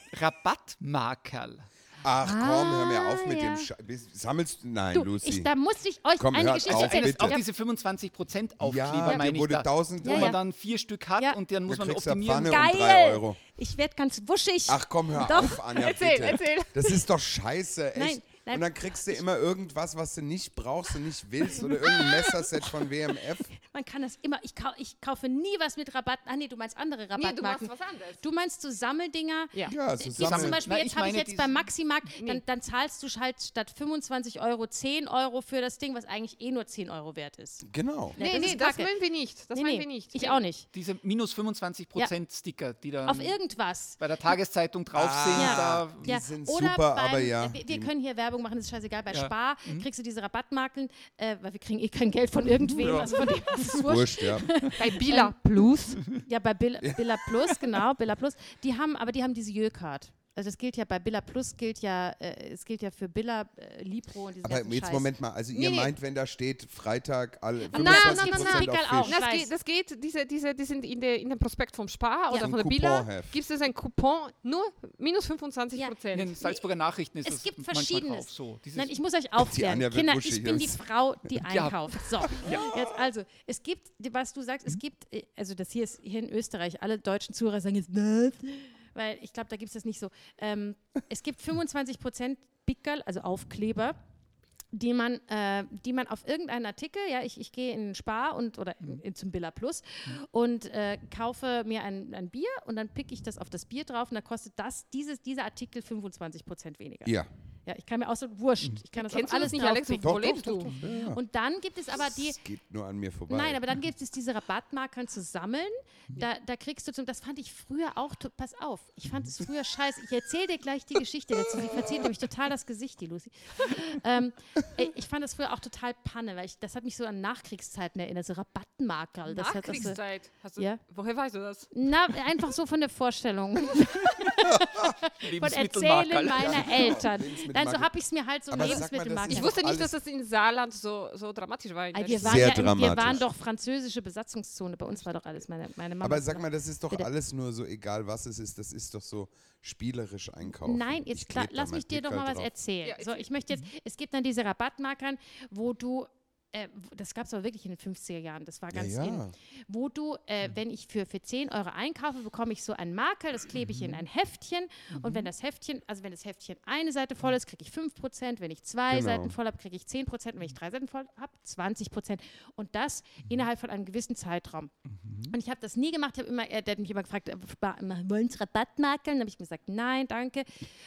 D: Rabattmarkerl.
A: Ach komm, hör mir
B: Ah,
A: auf mit
B: ja.
A: dem Scheiß. Sammelst Nein,
B: Du,
A: Lucy.
B: ich, da musste ich euch
A: Komm,
B: eine
A: hört
B: Geschichte
A: auf,
D: Also eines,
B: erzählen.
A: bitte.
D: auch diese 25% Aufkleber,
A: ja,
D: meine
A: dir
D: ich
A: wurde
D: da.
A: 1000
D: Wo
B: Ja,
D: man
B: ja.
D: dann vier Stück hat
B: Ja.
D: und dann muss
A: Da
D: man
A: kriegst du eine
D: optimieren.
A: Pfanne und 3
B: Geil!
A: Euro.
B: Ich werde ganz wuschig.
A: Ach komm, hör
B: Doch.
A: auf, Anja,
C: Erzähl,
A: bitte.
C: erzähl.
A: Das ist doch scheiße, echt.
B: Nein, nein.
A: Und dann kriegst du immer irgendwas, was du nicht brauchst und nicht willst oder irgendein Messerset von WMF.
B: Man kann das immer. Ich, kau ich kaufe nie was mit Rabatten. Ah nee, du meinst andere
C: Nee, du
B: Rabattmarken.
C: meinst was anderes.
B: du meinst so Sammeldinger.
C: Ja.
A: Ja, so
B: Die zum
A: sammeln.
B: Beispiel,
D: Nein,
B: jetzt
D: ich
B: habe ich
D: meine
B: jetzt
D: diese-
B: beim Maximarkt, dann, dann zahlst du halt statt 25 Euro 10 Euro für das Ding, was eigentlich eh nur 10 Euro wert ist.
A: Genau.
B: Ja,
C: Nee,
B: das
C: nee,
B: ist
C: das
B: Kacke.
C: meinen wir nicht. Das
B: Nee,
C: meinen
B: nee,
C: wir nicht.
B: Ich auch nicht.
D: Diese minus 25% Sticker, die da
B: Auf irgendwas.
D: bei der Tageszeitung drauf
A: Ah.
D: sind.
B: Ja.
D: Da
A: Die sind
B: Oder
A: super,
B: beim,
A: aber ja,
B: äh, Wir, wir
A: die-
B: können hier Werbung machen, das ist scheißegal. Bei
D: Ja.
B: Spar kriegst du diese Rabattmarken, äh, weil wir kriegen eh kein Geld von irgendwem.
D: Ja.
B: Also von dem ist es wurscht.
A: Wurscht, ja.
C: Bei Bila Plus.
B: Ja, bei Bill, Billa Plus, genau, Billa Plus. Die haben, aber die haben diese Jöl-Card. Also das gilt ja bei Billa Plus, gilt ja, äh, es gilt ja für Billa, äh, Libro und diese
A: Aber
B: ganzen
A: jetzt
B: Scheiß.
A: Moment mal, also ihr
C: Nee, nee.
A: meint, wenn da steht Freitag alle 25%
B: nein,
C: nein,
A: auf
B: nein,
A: Fisch.
B: egal, auch.
C: Das
B: Scheiß.
C: geht, das geht diese, diese, die sind in, der, in dem Prospekt vom Spar oder
A: Ein
C: von der Bila.
A: Couponheft.
C: Gibt es einen Coupon, nur minus 25
D: in
C: Prozent.
D: den Salzburger Nachrichten ist
B: Es
D: das
B: gibt
D: manchmal
B: verschiedenes.
D: drauf. So, dieses
B: Nein, ich muss euch aufklären.
A: Anja wird
B: Kinder,
A: wuschig,
B: ich bin die
A: das-
B: Frau, die einkauft. So, jetzt also, es gibt, was du sagst, es
A: Mhm.
B: gibt, äh, also das hier ist hier in Österreich, alle deutschen Zuhörer sagen jetzt, "Was?" weil ich glaube, da gibt es das nicht so. Ähm, es gibt 25 Prozent Pickerl, also Aufkleber, die man, äh, die man auf irgendeinen Artikel, ja, ich, ich gehe in den Spar und oder
A: Mhm.
B: in, in, zum Billa Plus und äh, kaufe mir ein, ein Bier und dann picke ich das auf das Bier drauf und dann kostet das, dieses, dieser Artikel 25 Prozent weniger.
A: Ja.
B: Ja, ich kann mir auch so, wurscht, ich kann das
C: Kennst
B: auf
C: du
B: alles
C: das nicht, Alex?
B: draufklicken.
C: Wo
A: Doch,
C: lebst
A: doch,
C: du?
A: doch, Mhm. ja, ja.
B: Und dann gibt es aber die,
A: Das geht nur an mir vorbei.
B: nein, aber dann gibt es diese Rabattmarkern zu sammeln,
A: Mhm.
B: da, da kriegst du zum, das fand ich früher auch, to- pass auf, ich fand es früher scheiße, ich erzähle dir gleich die Geschichte dazu, die verzieht nämlich total das Gesicht, die Lucy. Ähm, ey, ich fand das früher auch total Panne, weil ich, das hat mich so an Nachkriegszeiten erinnert, so Rabattmarker. Das hat das so,
C: Nachkriegszeit. Hast du,
B: Ja.
C: Woher weißt du das?
B: na, einfach so von der Vorstellung, von Erzählen
D: Lebensmittelmarkerl.
B: meiner Eltern.
A: Lebensmittelmarker.
B: Nein, so habe ich es mir halt so
A: Aber sag mal, das
B: Lebensmittelmarker.
A: ist
C: Ich
A: Ja,
C: wusste nicht,
A: alles-
C: dass das in Saarland so, so dramatisch war. in
B: Ah,
C: der
B: Wir
C: Stadt.
B: waren,
A: Sehr
B: ja im, wir
A: dramatisch.
B: waren doch französische Besatzungszone. Bei uns war doch alles meine, meine Mama.
A: Aber sag mal, das ist doch
B: Bitte.
A: alles nur so, egal was es ist, das ist doch so spielerisch einkaufen.
B: Nein, jetzt
A: Ich
B: klar,
A: kleb da
B: lass
A: mein
B: mich dir doch
A: Pickerl
B: mal was
A: drauf.
B: erzählen.
C: Ja,
B: so, ich Mhm. möchte jetzt, es gibt dann diese Rabattmarkern, wo du, äh, wo- das gab es aber wirklich in den 50er Jahren, das war ganz
A: ja. Mhm.
B: in, wo du, äh, wenn ich für, für 10 Euro einkaufe, bekomme ich so einen Marker, das klebe ich in
A: Mhm.
B: ein Heftchen und wenn das Heftchen, also wenn das Heftchen eine Seite voll ist, kriege ich 5%, wenn ich zwei
A: Genau.
B: Seiten voll habe, kriege ich 10% und wenn ich drei Seiten voll habe, 20% und das
A: Mhm.
B: innerhalb von einem gewissen Zeitraum. Und ich habe das nie gemacht. Ich habe immer, äh, der hat mich immer gefragt, äh, ba- wollen Sie Rabattmarken? Dann habe ich gesagt, nein, danke.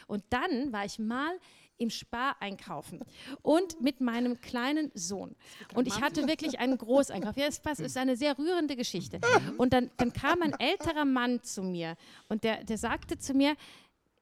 B: Und dann war ich mal im Spar einkaufen und mit meinem kleinen Sohn. Und ich hatte wirklich einen Großeinkauf. Ja, es passt, es ist eine sehr rührende Geschichte. Und dann, dann kam ein älterer Mann zu mir und der, der sagte zu mir,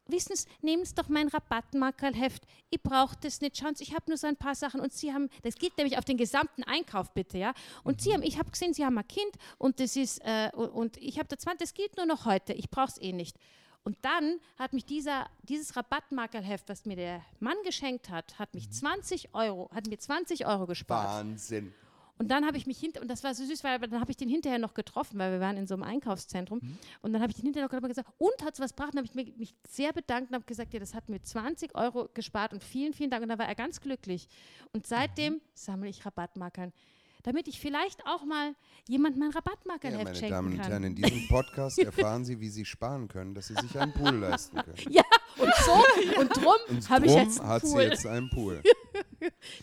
B: Wissen Sie, nehmen Sie doch mein Rabattmarkerlheft. Ich brauche das nicht. Schauen Sie, ich habe nur so ein paar Sachen. Und Sie haben, das gilt nämlich auf den gesamten Einkauf, bitte, ja. Und Sie haben, ich habe gesehen, Sie haben ein Kind und das ist, äh, u- und ich habe da 20, das gilt nur noch heute. Ich brauche es eh nicht. Und dann hat mich dieser, dieses Rabattmarkerlheft, was mir der Mann geschenkt hat, hat mich 20 Euro, hat mir 20 Euro gespart.
A: Wahnsinn.
B: Und dann habe ich mich hinter, und das war so süß, weil aber dann habe ich den hinterher noch getroffen, weil wir waren in so einem Einkaufszentrum.
A: Mhm.
B: Und dann habe ich den hinterher noch getroffen und gesagt, und hat es was gebracht? Und habe ich mich, mich sehr bedankt und habe gesagt, ja, das hat mir 20 Euro gespart und vielen, vielen Dank. Und da war er ganz glücklich.
A: Mhm.
B: Und seitdem sammle ich Rabattmarkern, damit ich vielleicht auch mal jemand mein
A: Ja,
B: Rabattmarkernheft
A: meine
B: schenken
A: Damen und
B: kann.
A: Herren, in diesem Podcast erfahren Sie, wie Sie sparen können, dass Sie sich einen Pool leisten können.
B: Ja, und so und drum
A: Und
B: habe ich
A: drum
B: jetzt einen
A: hat sie
B: Pool.
A: jetzt einen Pool.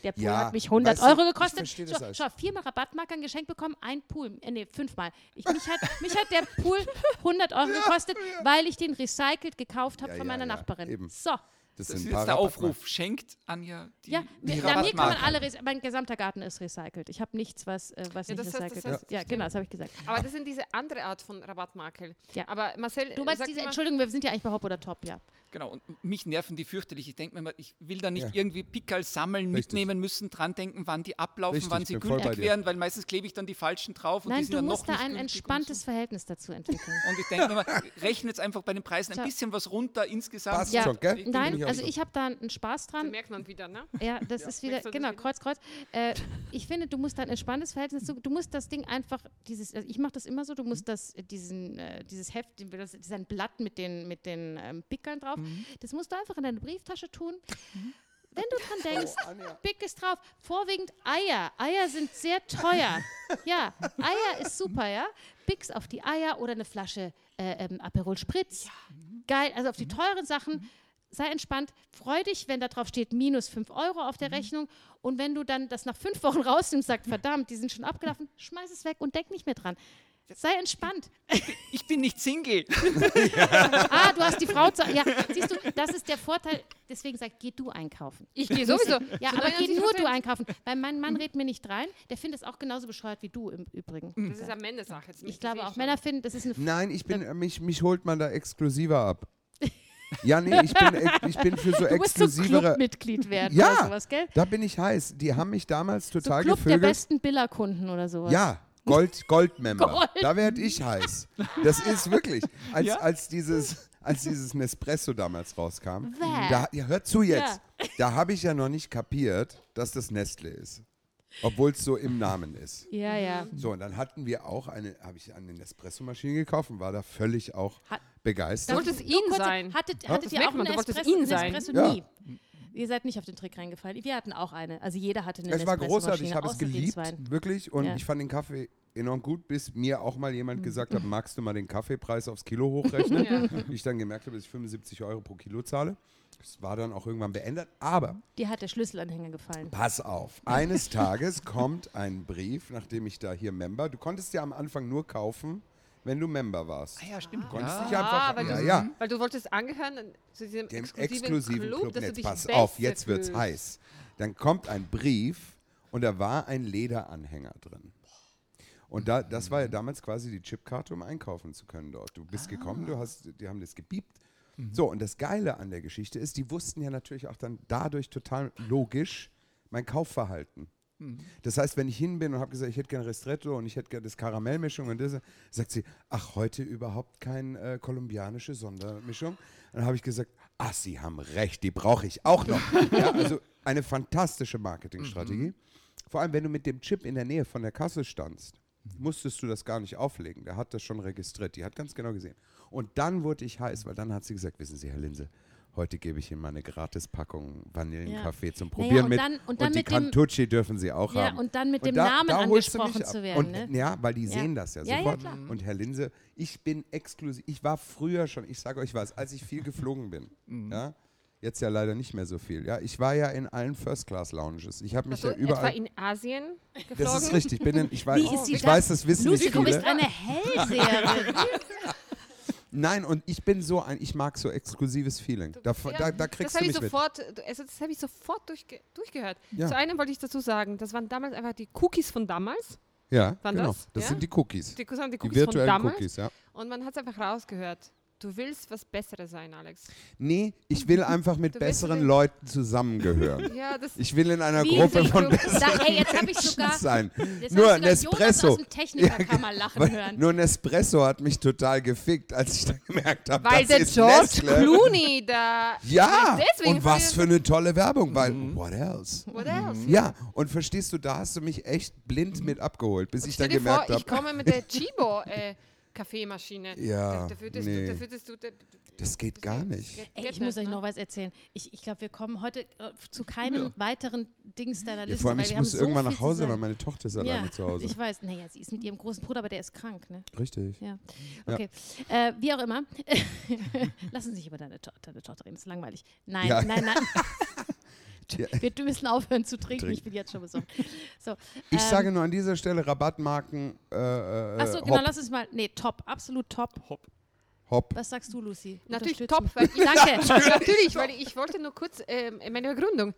B: Der Pool
A: Ja,
B: hat mich 100
A: weißt du,
B: Euro
A: ich
B: gekostet.
A: verstehe das
B: schau,
A: alles.
B: schau, viermal Rabattmarkern geschenkt bekommen, ein Pool. Äh, nee, fünfmal. Ich, mich, hat, mich hat der Pool 100 Euro gekostet, weil ich den recycelt gekauft habe
A: Ja,
B: von
A: ja,
B: meiner
A: ja,
B: Nachbarin.
A: eben.
B: So.
A: Das,
D: Das ist
A: sind
D: jetzt
A: ein
D: der
A: paar
D: Aufruf. Schenkt Anja die,
B: Ja,
D: die
B: mir, na, mir kann man
D: Rabattmarken.
B: alle, rec- mein gesamter Garten ist recycelt. Ich habe nichts, was, äh, was
C: Ja,
B: nicht
C: das heißt- das
B: recycelt
C: heißt-
B: ist. Ja, genau, das habe ich gesagt.
C: Aber das sind diese andere Art von Rabattmakel.
B: Ja.
C: Aber Marcel,
B: Du meinst
C: äh, sag
B: diese,
C: mal-
B: Entschuldigung, wir sind ja eigentlich bei Hop oder Top, ja.
D: Genau, und mich nerven die fürchterlich. Ich denke mir immer, ich will da nicht
A: Ja.
D: irgendwie Pickerl sammeln,
A: Richtig.
D: mitnehmen müssen, dran denken, wann die ablaufen,
A: Richtig,
D: wann sie
A: bin voll bei
D: gültig
A: dir.
D: werden, weil meistens klebe ich dann die falschen drauf und die
B: Nein,
D: sind
B: du
D: dann noch
B: musst da
D: nicht
B: ein
D: gültig und so.
B: entspanntes Verhältnis dazu entwickeln.
D: Und ich denke mir immer, rechnet einfach bei den Preisen ein
B: Tja.
D: bisschen was runter insgesamt.
A: Passt
B: Ja.
A: schon, gell? Bin
B: Nein,
A: ich auch
B: also
A: so.
B: ich habe da einen Spaß
C: Da
B: dran.
C: merkt man wieder, ne?
B: Ja, das ist wieder,
C: Merkst du das
B: genau,
C: wieder?
B: Kreuz, Kreuz. Äh, ich finde, du musst da ein entspanntes Verhältnis zu, du musst das Ding einfach, dieses, also ich mache das immer so, du musst das, äh, diesen, äh, dieses Heft, den- das ist ein Blatt mit den, mit den ähm, Pickern drauf, das musst du einfach in deine Brieftasche tun. Wenn du dran denkst,
A: Anja.
B: Pick ist drauf, vorwiegend Eier. Eier sind sehr teuer. Ja, Eier ist super, ja. Picks auf die Eier oder eine Flasche äh, ähm, Aperol Spritz. Geil, also auf die
A: Mhm.
B: teuren Sachen. Sei entspannt, freu dich, wenn da drauf steht minus 5 Euro auf
A: Mhm.
B: der Rechnung. Und wenn du dann das nach fünf Wochen rausnimmst, sagt, verdammt, die sind schon abgelaufen, schmeiß es weg und denk nicht mehr dran. Sei entspannt.
D: Ich bin nicht Single.
B: Ah, du hast die Frau zu. Ja, siehst du, das ist der Vorteil. Deswegen sagt, geh du einkaufen.
C: Ich gehe sowieso.
B: Ja,
C: zu
B: aber geh nur
C: 99%.
B: du einkaufen. Weil mein
A: Mhm.
B: Mann redet mir nicht rein. Der findet es auch genauso bescheuert wie du im Übrigen.
C: Das ist eine Männersache. jetzt
B: Ich
C: möchte
B: glaube
C: eh
B: auch,
C: schon.
B: Männer finden, das ist eine. F-
A: Mhm. Nein, ich bin, äh, mich, mich holt man da exklusiver ab. Ja, nee, ich bin, ex- ich bin für so
B: Du musst zum
A: exklusivere.
B: Clubmitglied werden
A: Ja.
B: oder sowas, gell?
A: Da bin ich heiß. Die haben mich damals
B: So
A: total
B: Club der
A: gevögelt.
B: besten Billerkunden oder sowas.
A: Ja, Gold, Goldmember.
B: Gold.
A: Da werde ich heiß. Das ist wirklich. Als,
D: Ja?
A: als, dieses, als dieses Nespresso damals rauskam,
B: Bäh.
A: da, ja, hört zu jetzt. Da habe ich ja noch nicht kapiert, dass das Nestle ist. Obwohl es so im Namen ist.
B: Ja, ja.
A: So, und dann hatten wir auch eine, habe ich eine Nespresso-Maschine gekauft und war da völlig auch
B: Hat-
A: begeistert.
C: Darf ich wolltest
B: Nur
C: ihn
B: kurz,
C: sein.
B: Hattet,
A: Das
B: hattet ihr
C: merkt
B: auch
C: man,
B: eine
C: du wolltest
B: Espresso,
C: ihn
B: eine
C: sein.
B: Espresso
A: Ja.
B: nie? Ihr seid nicht auf den Trick reingefallen. Wir hatten auch eine. Also jeder hatte eine
A: Es war großartig,
B: Nespresso-Maschine,
A: ich habe es
B: außer wir
A: geliebt,
B: zwei.
A: wirklich. Und
B: Ja.
A: ich fand den Kaffee enorm gut, bis mir auch mal jemand gesagt hat, magst du mal den Kaffeepreis aufs Kilo hochrechnen? Ich dann gemerkt habe, dass ich 75 Euro pro Kilo zahle. Das war dann auch irgendwann beendet. Aber
B: Dir hat der Schlüsselanhänger gefallen.
A: pass auf, eines Tages kommt ein Brief, nachdem ich da hier Member, du konntest ja am Anfang nur kaufen, wenn du Member warst.
D: Ah ja, stimmt.
A: Du konntest
D: Ja.
A: nicht einfach,
C: Ah, weil
A: ja,
C: du,
A: ja,
C: weil du wolltest angehören zu diesem
A: dem
C: exklusiven,
A: exklusiven
C: Club, dass du
A: Clubnetz.
C: dich
A: Pass
C: Beste
A: auf, jetzt wird's
C: fühlst.
A: heiß. Dann kommt ein Brief und da war ein Lederanhänger drin. Und da, das
C: Mhm.
A: war ja damals quasi die Chipkarte, um einkaufen zu können dort. Du bist gekommen,
C: Ah.
A: du hast, die haben das gebiebt.
C: Mhm.
A: So, und das Geile an der Geschichte ist, die wussten ja natürlich auch dann dadurch total logisch mein Kaufverhalten. Das heißt, wenn ich hin bin und habe gesagt, ich hätte gerne Ristretto und ich hätte gerne das Karamellmischung und das, sagt sie, ach, heute überhaupt keine äh, kolumbianische Sondermischung. Dann habe ich gesagt, ach, Sie haben recht, die brauche ich auch noch. ja, also eine fantastische
B: Mhm.
A: Marketingstrategie. Vor allem, wenn du mit dem Chip in der Nähe von der Kasse standst, musstest du das gar nicht auflegen. Der hat das schon registriert, die hat ganz genau gesehen. Und dann wurde ich heiß, weil dann hat sie gesagt, wissen Sie, Herr Linse, heute gebe ich Ihnen mal eine Gratispackung Vanillenkaffee zum
B: Naja,
A: Probieren
B: und
A: mit.
B: dann- und dann
A: die
B: mit dem-
A: Cantucci dürfen Sie auch
B: Ja,
A: haben.
B: und dann mit dem
A: holst
B: Namen
A: du
B: angesprochen
A: mich
B: zu
A: ab.
B: werden,
A: Und,
B: ne?
A: Ja, weil die sehen das ja
B: Ja, ja,
A: sofort.
B: klar.
A: und Herr Linse, ich bin exklusiv. Ich war früher schon, ich sage euch was, als ich viel geflogen bin. ja, jetzt ja leider nicht mehr so viel. Ja, ich war ja in allen First-Class-Lounges. Ich habe mich
C: Hast du
A: ja überall.
C: Also etwa in Asien geflogen?
A: Das ist richtig. Bin in, ich weiß,
B: Wie ist sie
A: ich
B: das?
A: weiß, das wissen
B: Lucy,
A: nicht
B: du bist
A: viele.
B: eine Hellseherin.
A: Nein, und ich bin so ein, ich mag so exklusives Feeling. Da,
C: Ja,
A: da, da kriegst
C: das
A: du
C: habe
A: mich
C: ich
A: mit.
C: sofort, also das habe ich sofort durchge durchgehört.
A: Ja.
C: Zu einem wollte ich dazu sagen, das waren damals einfach die Cookies von damals.
A: Ja,
C: Waren
A: genau.
C: das?
A: Das
C: Ja?
A: sind die Cookies.
C: Die, die Cookies
A: Die
C: von
A: virtuellen
C: damals.
A: Cookies, ja.
C: Und man hat es einfach rausgehört. Du willst was Besseres sein, Alex.
A: Nee, ich will einfach mit
C: Du willst
A: besseren
C: mit-
A: Leuten zusammengehören.
C: Ja, das
A: Ich will in einer
B: Wie
A: Gruppe
B: sie-
A: von
B: Da-
A: besseren
B: hey, jetzt hab ich
A: Menschen
B: sogar-
A: sein.
B: Jetzt
A: Nur
B: hast du dann Jonas aus
A: Nespresso.
B: dem Technikerkammer lachen hören.
A: genau. Nur Nespresso hat mich total gefickt, als ich dann gemerkt habe,
C: weil
A: das
C: der
A: ist
C: George
A: Nestle.
C: Clooney da.
A: Ja,
C: Deswegen
A: und was für
C: für-
A: eine tolle Werbung, weil what else?
C: What else?
A: Ja, und verstehst du, da hast du mich echt blind mit abgeholt, bis ich
C: Stell
A: dann
C: dir vor,
A: gemerkt
C: ich
A: habe,
C: komme mit der Chibo äh, Kaffeemaschine.
A: Ja,
C: Da, da würdest
A: nee.
C: du, da würdest du, da,
A: das geht gar nicht.
B: Ey, ich muss euch noch was erzählen. Ich, ich glaube, wir kommen heute äh, zu keinem weiteren Dings deiner
A: Ja,
B: Liste.
A: vor allem,
B: weil
A: ich
B: wir haben
A: muss
B: so
A: irgendwann
B: viel
A: nach
B: zu
A: Hause,
B: sagen.
A: weil meine Tochter ist alleine
B: ja,
A: zu Hause.
B: Ich weiß, naja, sie ist mit ihrem großen Bruder, aber der ist krank, ne?
A: Richtig.
B: Ja.
A: Ja.
B: Okay. Äh, wie auch immer. Lassen Sie sich über deine, to deine Tochter reden, ist langweilig. Nein,
A: Ja.
B: nein, nein.
A: Ja.
B: Wir müssen aufhören zu trinken,
A: Trinken. Äh,
B: ich bin jetzt schon besorgt. So,
A: Ich
B: ähm,
A: sage nur an dieser Stelle Rabattmarken, äh, äh,
B: Achso,
A: hopp,
B: genau, lass uns mal. Nee, top, absolut top.
A: hopp.
B: Was sagst du, Lucy?
C: Natürlich
B: Unterstützen.
C: top, weil ich
B: Danke.
C: Natürlich, weil ich wollte nur kurz ähm, meine Begründung.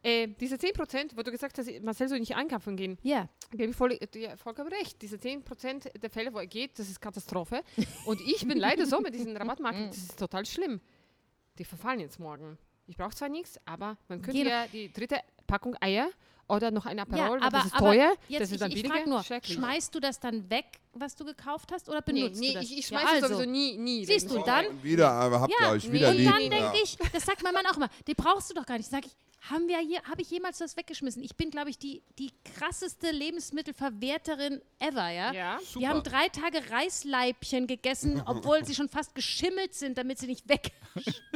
C: Äh, diese 10%, wo du gesagt hast, Marcel soll nicht einkaufen gehen,
B: Ja,
C: gebe ich voll, dir vollkommen recht. Diese 10% der Fälle, wo er geht, das ist Katastrophe. Und ich bin leider so mit diesen Rabattmarken, das ist total schlimm. Die verfallen jetzt morgen. Ich brauche zwar nichts, aber man könnte
B: Genau.
C: ja die dritte Packung Eier oder noch ein
B: ja
C: Aperol, weil
B: aber,
C: das ist
B: aber
C: teuer,
B: jetzt,
C: das ist dann
B: ich, ich
C: billiger.
B: frage nur,
C: Schrecklich.
B: schmeißt du das dann weg, was du gekauft hast, oder
C: nee,
B: benutzt du
C: nee,
B: das?
C: ich, ich
B: Ja, also.
C: schmeiße sowieso nie, nie.
B: Siehst du,
C: Lebensmittel.
A: Oh,
B: dann-
A: und wieder aber habt ihr
B: Ja,
A: euch
C: nee.
A: wieder
B: Und
A: lieb.
B: dann
A: ja.
B: denke ich, das sagt mein Mann auch immer, den brauchst du doch gar nicht. Sag ich, haben wir je, habe ich jemals das weggeschmissen? Ich bin, glaube ich, die, die krasseste Lebensmittelverwerterin ever, ja?
C: Ja.
B: Wir haben drei Tage Reisleibchen gegessen, obwohl sie schon fast geschimmelt sind, damit sie nicht weg.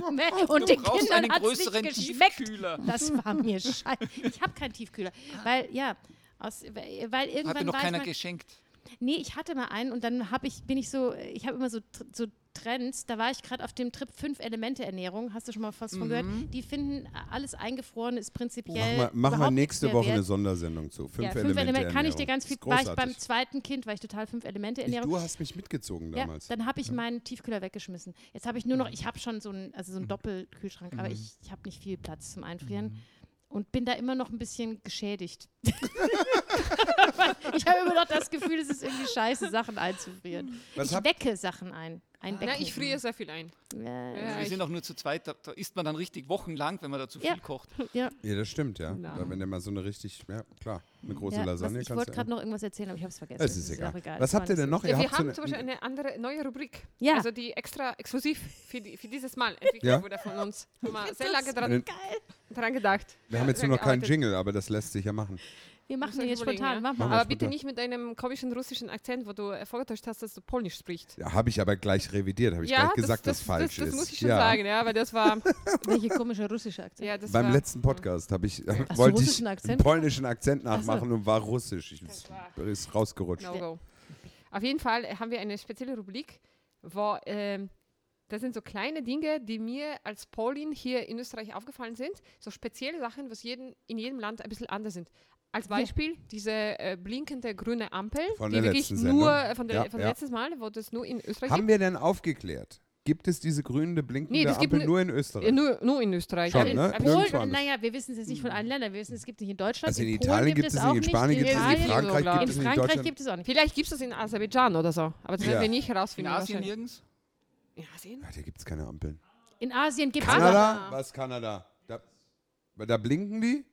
B: Und
D: Oh, Du
B: den
D: brauchst
B: Kindern
D: einen
B: hat es
D: größeren
B: nicht geschmeckt.
D: Tiefkühler.
B: Das war mir scheiße. Ich habe keinen Tiefkühler, weil ja, aus, weil irgendwann
D: Hatte noch
B: war ich
D: keiner
B: mal,
D: geschenkt.
B: Nee, ich hatte mal einen und dann habe ich, bin ich so, ich habe immer so, tr- so Trends, da war ich gerade auf dem Trip 5 Elemente Ernährung, hast du schon mal was von gehört?
A: Mhm.
B: Die finden, alles eingefroren ist
A: Mach
B: prinzipiell.
A: mal, mach mal
B: überhaupt
A: nächste
B: nichts mehr
A: Woche eine
B: wert.
A: Sondersendung zu. Fünf
B: ja, fünf
A: Elemente.
B: Elemente, kann ich dir
A: Ernährung.
B: ganz viel,
A: Ist
B: war ich beim
A: großartig.
B: zweiten Kind, war ich total fünf Elemente
A: Ich,
B: Ernährung.
A: du hast mich mitgezogen
B: ja,
A: damals.
B: dann habe ich meinen Tiefkühler weggeschmissen. Jetzt habe ich nur noch, ich habe schon so einen, also so
A: Mhm.
B: einen Doppelkühlschrank, aber ich, ich habe nicht viel Platz zum Einfrieren und bin da immer noch ein bisschen geschädigt. ich habe immer noch das Gefühl, es ist irgendwie scheiße, Sachen einzufrieren.
A: Was
B: ich
A: hab-
B: wecke Sachen ein. ein
C: Na, ich friere sehr viel ein.
B: Ja,
C: Ja,
D: Wir
C: ich-
D: sind auch nur zu zweit, da, da isst man dann richtig wochenlang, wenn man da zu viel
B: Ja.
D: kocht.
B: ja.
A: ja, das stimmt, ja.
C: Na.
A: Da, wenn der mal so eine richtig, ja klar, eine große
B: ja,
A: Lasagne
B: was, ich
A: kannst
B: wollte
A: du.
B: gerade noch irgendwas erzählen, aber ich habe es vergessen.
A: Es ist
B: auch
A: egal.
B: Es
A: Was habt
B: war
A: ihr denn noch?
B: nicht
A: Ihr
C: Ja, wir
A: habt so
C: haben
A: eine-
C: zum Beispiel eine andere neue Rubrik.
B: Ja.
C: Also die extra exklusiv für, die, für dieses Mal entwickelt
A: Ja. Äh,
C: wurde von uns. Haben wir sehr
B: das
C: lange
A: Eine-
C: dran, dran gedacht.
A: Wir haben jetzt nur noch keinen Jingle, aber das lässt sich ja machen.
B: so- Wir machen
C: Muss
B: den
C: ich
B: jetzt
C: überlegen,
B: spontan.
C: ja.
B: Mach mal.
A: wir
C: Aber
A: später.
C: bitte nicht mit einem komischen russischen Akzent, wo du äh, vorgetäuscht hast, dass du Polnisch sprichst.
A: Ja, habe ich aber gleich revidiert, habe ich gleich gesagt, dass
C: das,
A: falsch
C: das, das
A: ist.
C: muss ich schon
A: ja.
C: sagen, ja, weil das war.
B: Welche komische russische Akzent.
C: Ja, das
A: Beim
C: war,
A: letzten Podcast habe ich äh,
B: Hast du
A: wollte ich
B: russischen
A: einen
B: Akzent?
A: polnischen Akzent nachmachen und war russisch. Ich
C: war-
A: ist rausgerutscht.
C: No go. Auf jeden Fall äh, haben wir eine spezielle Rubrik, wo ähm, das sind so kleine Dinge, die mir als Polin hier in Österreich aufgefallen sind. So spezielle Sachen, was jeden, in jedem Land ein bisschen anders sind. Als Beispiel diese äh, blinkende grüne Ampel,
A: Von
C: die
A: der
C: wirklich
A: letzten
C: nur
A: Sendung.
C: äh, von, der,
A: Ja,
C: von
A: ja.
C: letztes Mal, wo das nur in Österreich
A: Haben wir denn aufgeklärt? Gibt es diese grünende blinkende
C: Nee, das gibt
A: Ampel
C: ne-
A: nur in
C: gibt. Äh,
A: Österreich?
C: nur, nur in Österreich.
A: Schon,
B: Also,
C: Ja, in-
A: ne?
C: aber-
A: Nirgendwo
B: Polen,
A: anders.
B: naja, wir wissen es jetzt nicht von allen Ländern. Wir wissen, es gibt es nicht in Deutschland.
A: also in
B: Polen
A: Italien
B: gibt es
A: nicht,
B: auch
A: in Spanien
B: nicht.
A: gibt es nicht, in
B: Italien
A: Frankreich
C: Frankreich sogar.
A: gibt
B: In
A: es nicht, in
B: Frankreich
A: Deutschland.
B: gibt es auch nicht.
C: Vielleicht gibt es das in Aserbaidschan oder so, aber das
A: Ja.
C: werden wir nicht
D: In
C: herausfinden.
D: Asien
C: wahrscheinlich.
D: nirgends?
C: in Asien?
A: Ach, Ah, da gibt es keine Ampeln.
B: In Asien gibt es
A: Kanada? Was Kanada? Da, da blinken die?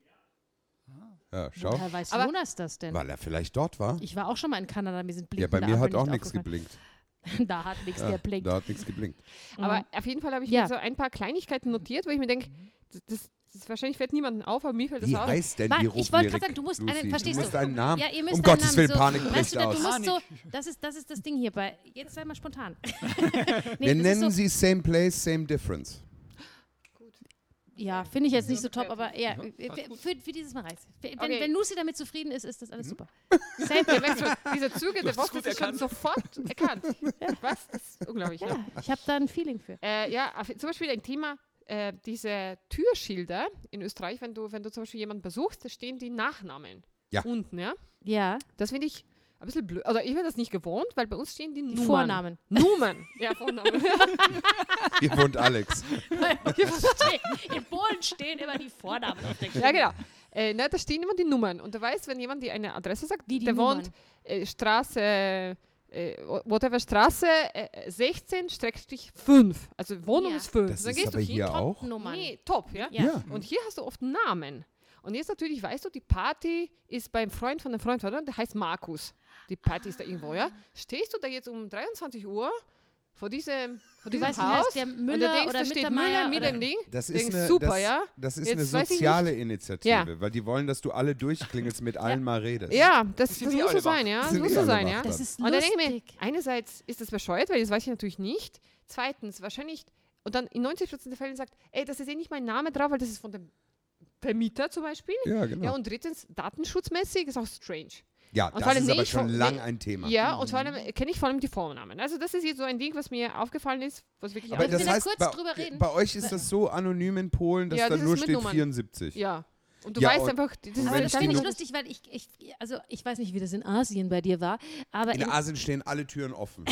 B: Ah.
A: Ja, schau.
B: Woher weiß
C: Aber-
B: Jonas das denn?
A: Weil er vielleicht dort war.
B: Ich war auch schon mal in Kanada, mir sind
A: Ja,
B: blinkende
A: bei mir hat
B: Ampeln
A: auch
B: nicht
A: nichts
B: aufgefallen.
A: geblinkt.
B: Da hat nichts
A: Ja,
B: geblinkt.
A: da hat nichts geblinkt.
C: Aber auf jeden Fall habe ich
B: Ja.
C: mir so ein paar Kleinigkeiten notiert, weil ich mir denke, das, das, das wahrscheinlich fällt niemandem auf, aber mir fällt das
A: Wie
C: auf.
A: heißt denn
B: Warte,
A: die
B: ich wollte
A: Rubrik?
B: gerade sagen, du musst einen-
A: Lucy?
B: verstehst
A: du
B: du?
A: musst einen Namen.
B: Ja, ihr müsst
A: um
B: einen
A: Gottes
B: Namen
A: Willen,
B: so,
A: Panik
B: weißt
A: bricht
B: du, da- du
A: aus.
B: musst so, das ist, das ist das Ding hierbei. Jetzt sei mal spontan. Nee,
A: Wir
B: das ist
A: nennen
B: so,
A: sie Same Place, Same Difference.
B: Ja, finde ich jetzt nicht so top, aber ja,
D: passt
B: für,
D: gut.
B: für, für dieses Mal reicht's. Wenn,
C: Mhm. Okay. Mhm.
B: wenn Lucy damit zufrieden ist, ist das alles super.
C: Safe, der Wechsel. Diese Züge, der
D: hast es
C: Boss
D: gut
C: hat schon
D: erkannt.
C: sofort erkannt. Was? Das ist unglaublich. Ja,
B: Ja, ich habe da ein Feeling für.
C: äh, ja auf- zum Beispiel ein Thema, äh, diese Türschilder in Österreich, wenn du, wenn du zum Beispiel jemanden besuchst, da stehen die Nachnamen
A: Ja.
C: unten, ja.
B: Ja,
C: Das finde ich ein bisschen blöd. Also ich bin das nicht gewohnt, weil bei uns stehen die,
B: die
C: Nummern.
B: Vornamen.
C: Nummern. Ja, Vornamen.
A: Hier wohnt Alex.
B: In Polen stehen immer die Vornamen auf der
C: ja, genau. Äh, na, da stehen immer die Nummern. Und du weißt, wenn jemand dir eine Adresse sagt,
B: Wie die
C: der wohnt
B: Nummern?
C: äh, Straße äh, whatever Straße äh, 16 Streckstrich 5. Also Wohnung
B: Ja.
C: ist 5.
A: Das
C: Dann
A: ist
C: gehst
A: aber
C: du hin.
A: hier auch.
B: Nummern.
C: Nee, top, ja?
B: Ja. Mhm.
A: Ja.
C: Und hier hast du oft einen Namen. Und jetzt natürlich weißt du, die Party ist beim Freund von einem Freund von einem, der heißt Markus. Die Party ist da irgendwo,
B: Ah.
C: ja? Stehst du da jetzt um 23 Uhr vor diesem, vor diesem
B: weißt nicht,
C: Haus
B: heißt der
C: und da
B: Müller
C: denkst,
B: oder
C: da steht
B: Mittermeier
C: Müller mit
B: oder-
C: dem Ding?
A: Das
C: denkst,
A: ist eine,
C: super,
A: das,
C: ja?
A: das ist
C: Jetzt
A: eine
C: weiß ich nicht.
A: soziale Initiative,
C: Ja.
A: weil die wollen, dass du alle durchklingelst, mit allen mal redest.
C: Ja, das,
D: sind
C: das
D: eh
C: muss so
D: alle
C: sein,
D: wach.
C: ja. Das
A: Sind
C: muss
A: eh
C: so
A: alle
C: sein,
A: wach
C: ja.
A: dann.
B: Das ist
C: Und dann denke ich mir,
B: lustig.
C: einerseits ist das bescheuert, weil das weiß ich natürlich nicht. Zweitens, wahrscheinlich, und dann in 90% der Fälle sagt, ey, das ist eh nicht mein Name drauf, weil das ist von dem Vermieter zum Beispiel.
A: Ja, genau.
C: Ja, und drittens, datenschutzmäßig ist auch strange.
A: Ja,
C: Und vor
A: das
C: allem
A: ist aber
C: nicht
A: schon
C: von-
A: lang ein Thema.
C: Ja, und vor allem äh, kenne ich vor allem die Vornamen. Also das ist jetzt so ein Ding, was mir aufgefallen ist, was wirklich
A: Aber
B: Wenn wir
A: das
B: da
A: heißt,
B: kurz
A: bei,
B: drüber reden.
A: bei euch ist das so anonym in Polen, dass
C: Ja,
A: da
C: das
A: nur
C: ist mit
A: steht
C: Nummern.
A: 74.
C: ja. Und du
A: Ja,
C: weißt
A: und-
C: einfach, das ist
A: und
B: Aber
A: wenn
B: das
A: ich
B: finde
A: die
B: ich
A: Nummer-
B: lustig, weil ich, ich, also ich weiß nicht, wie das in Asien bei dir war, aber
A: In
B: in,
A: Asien stehen alle Türen offen.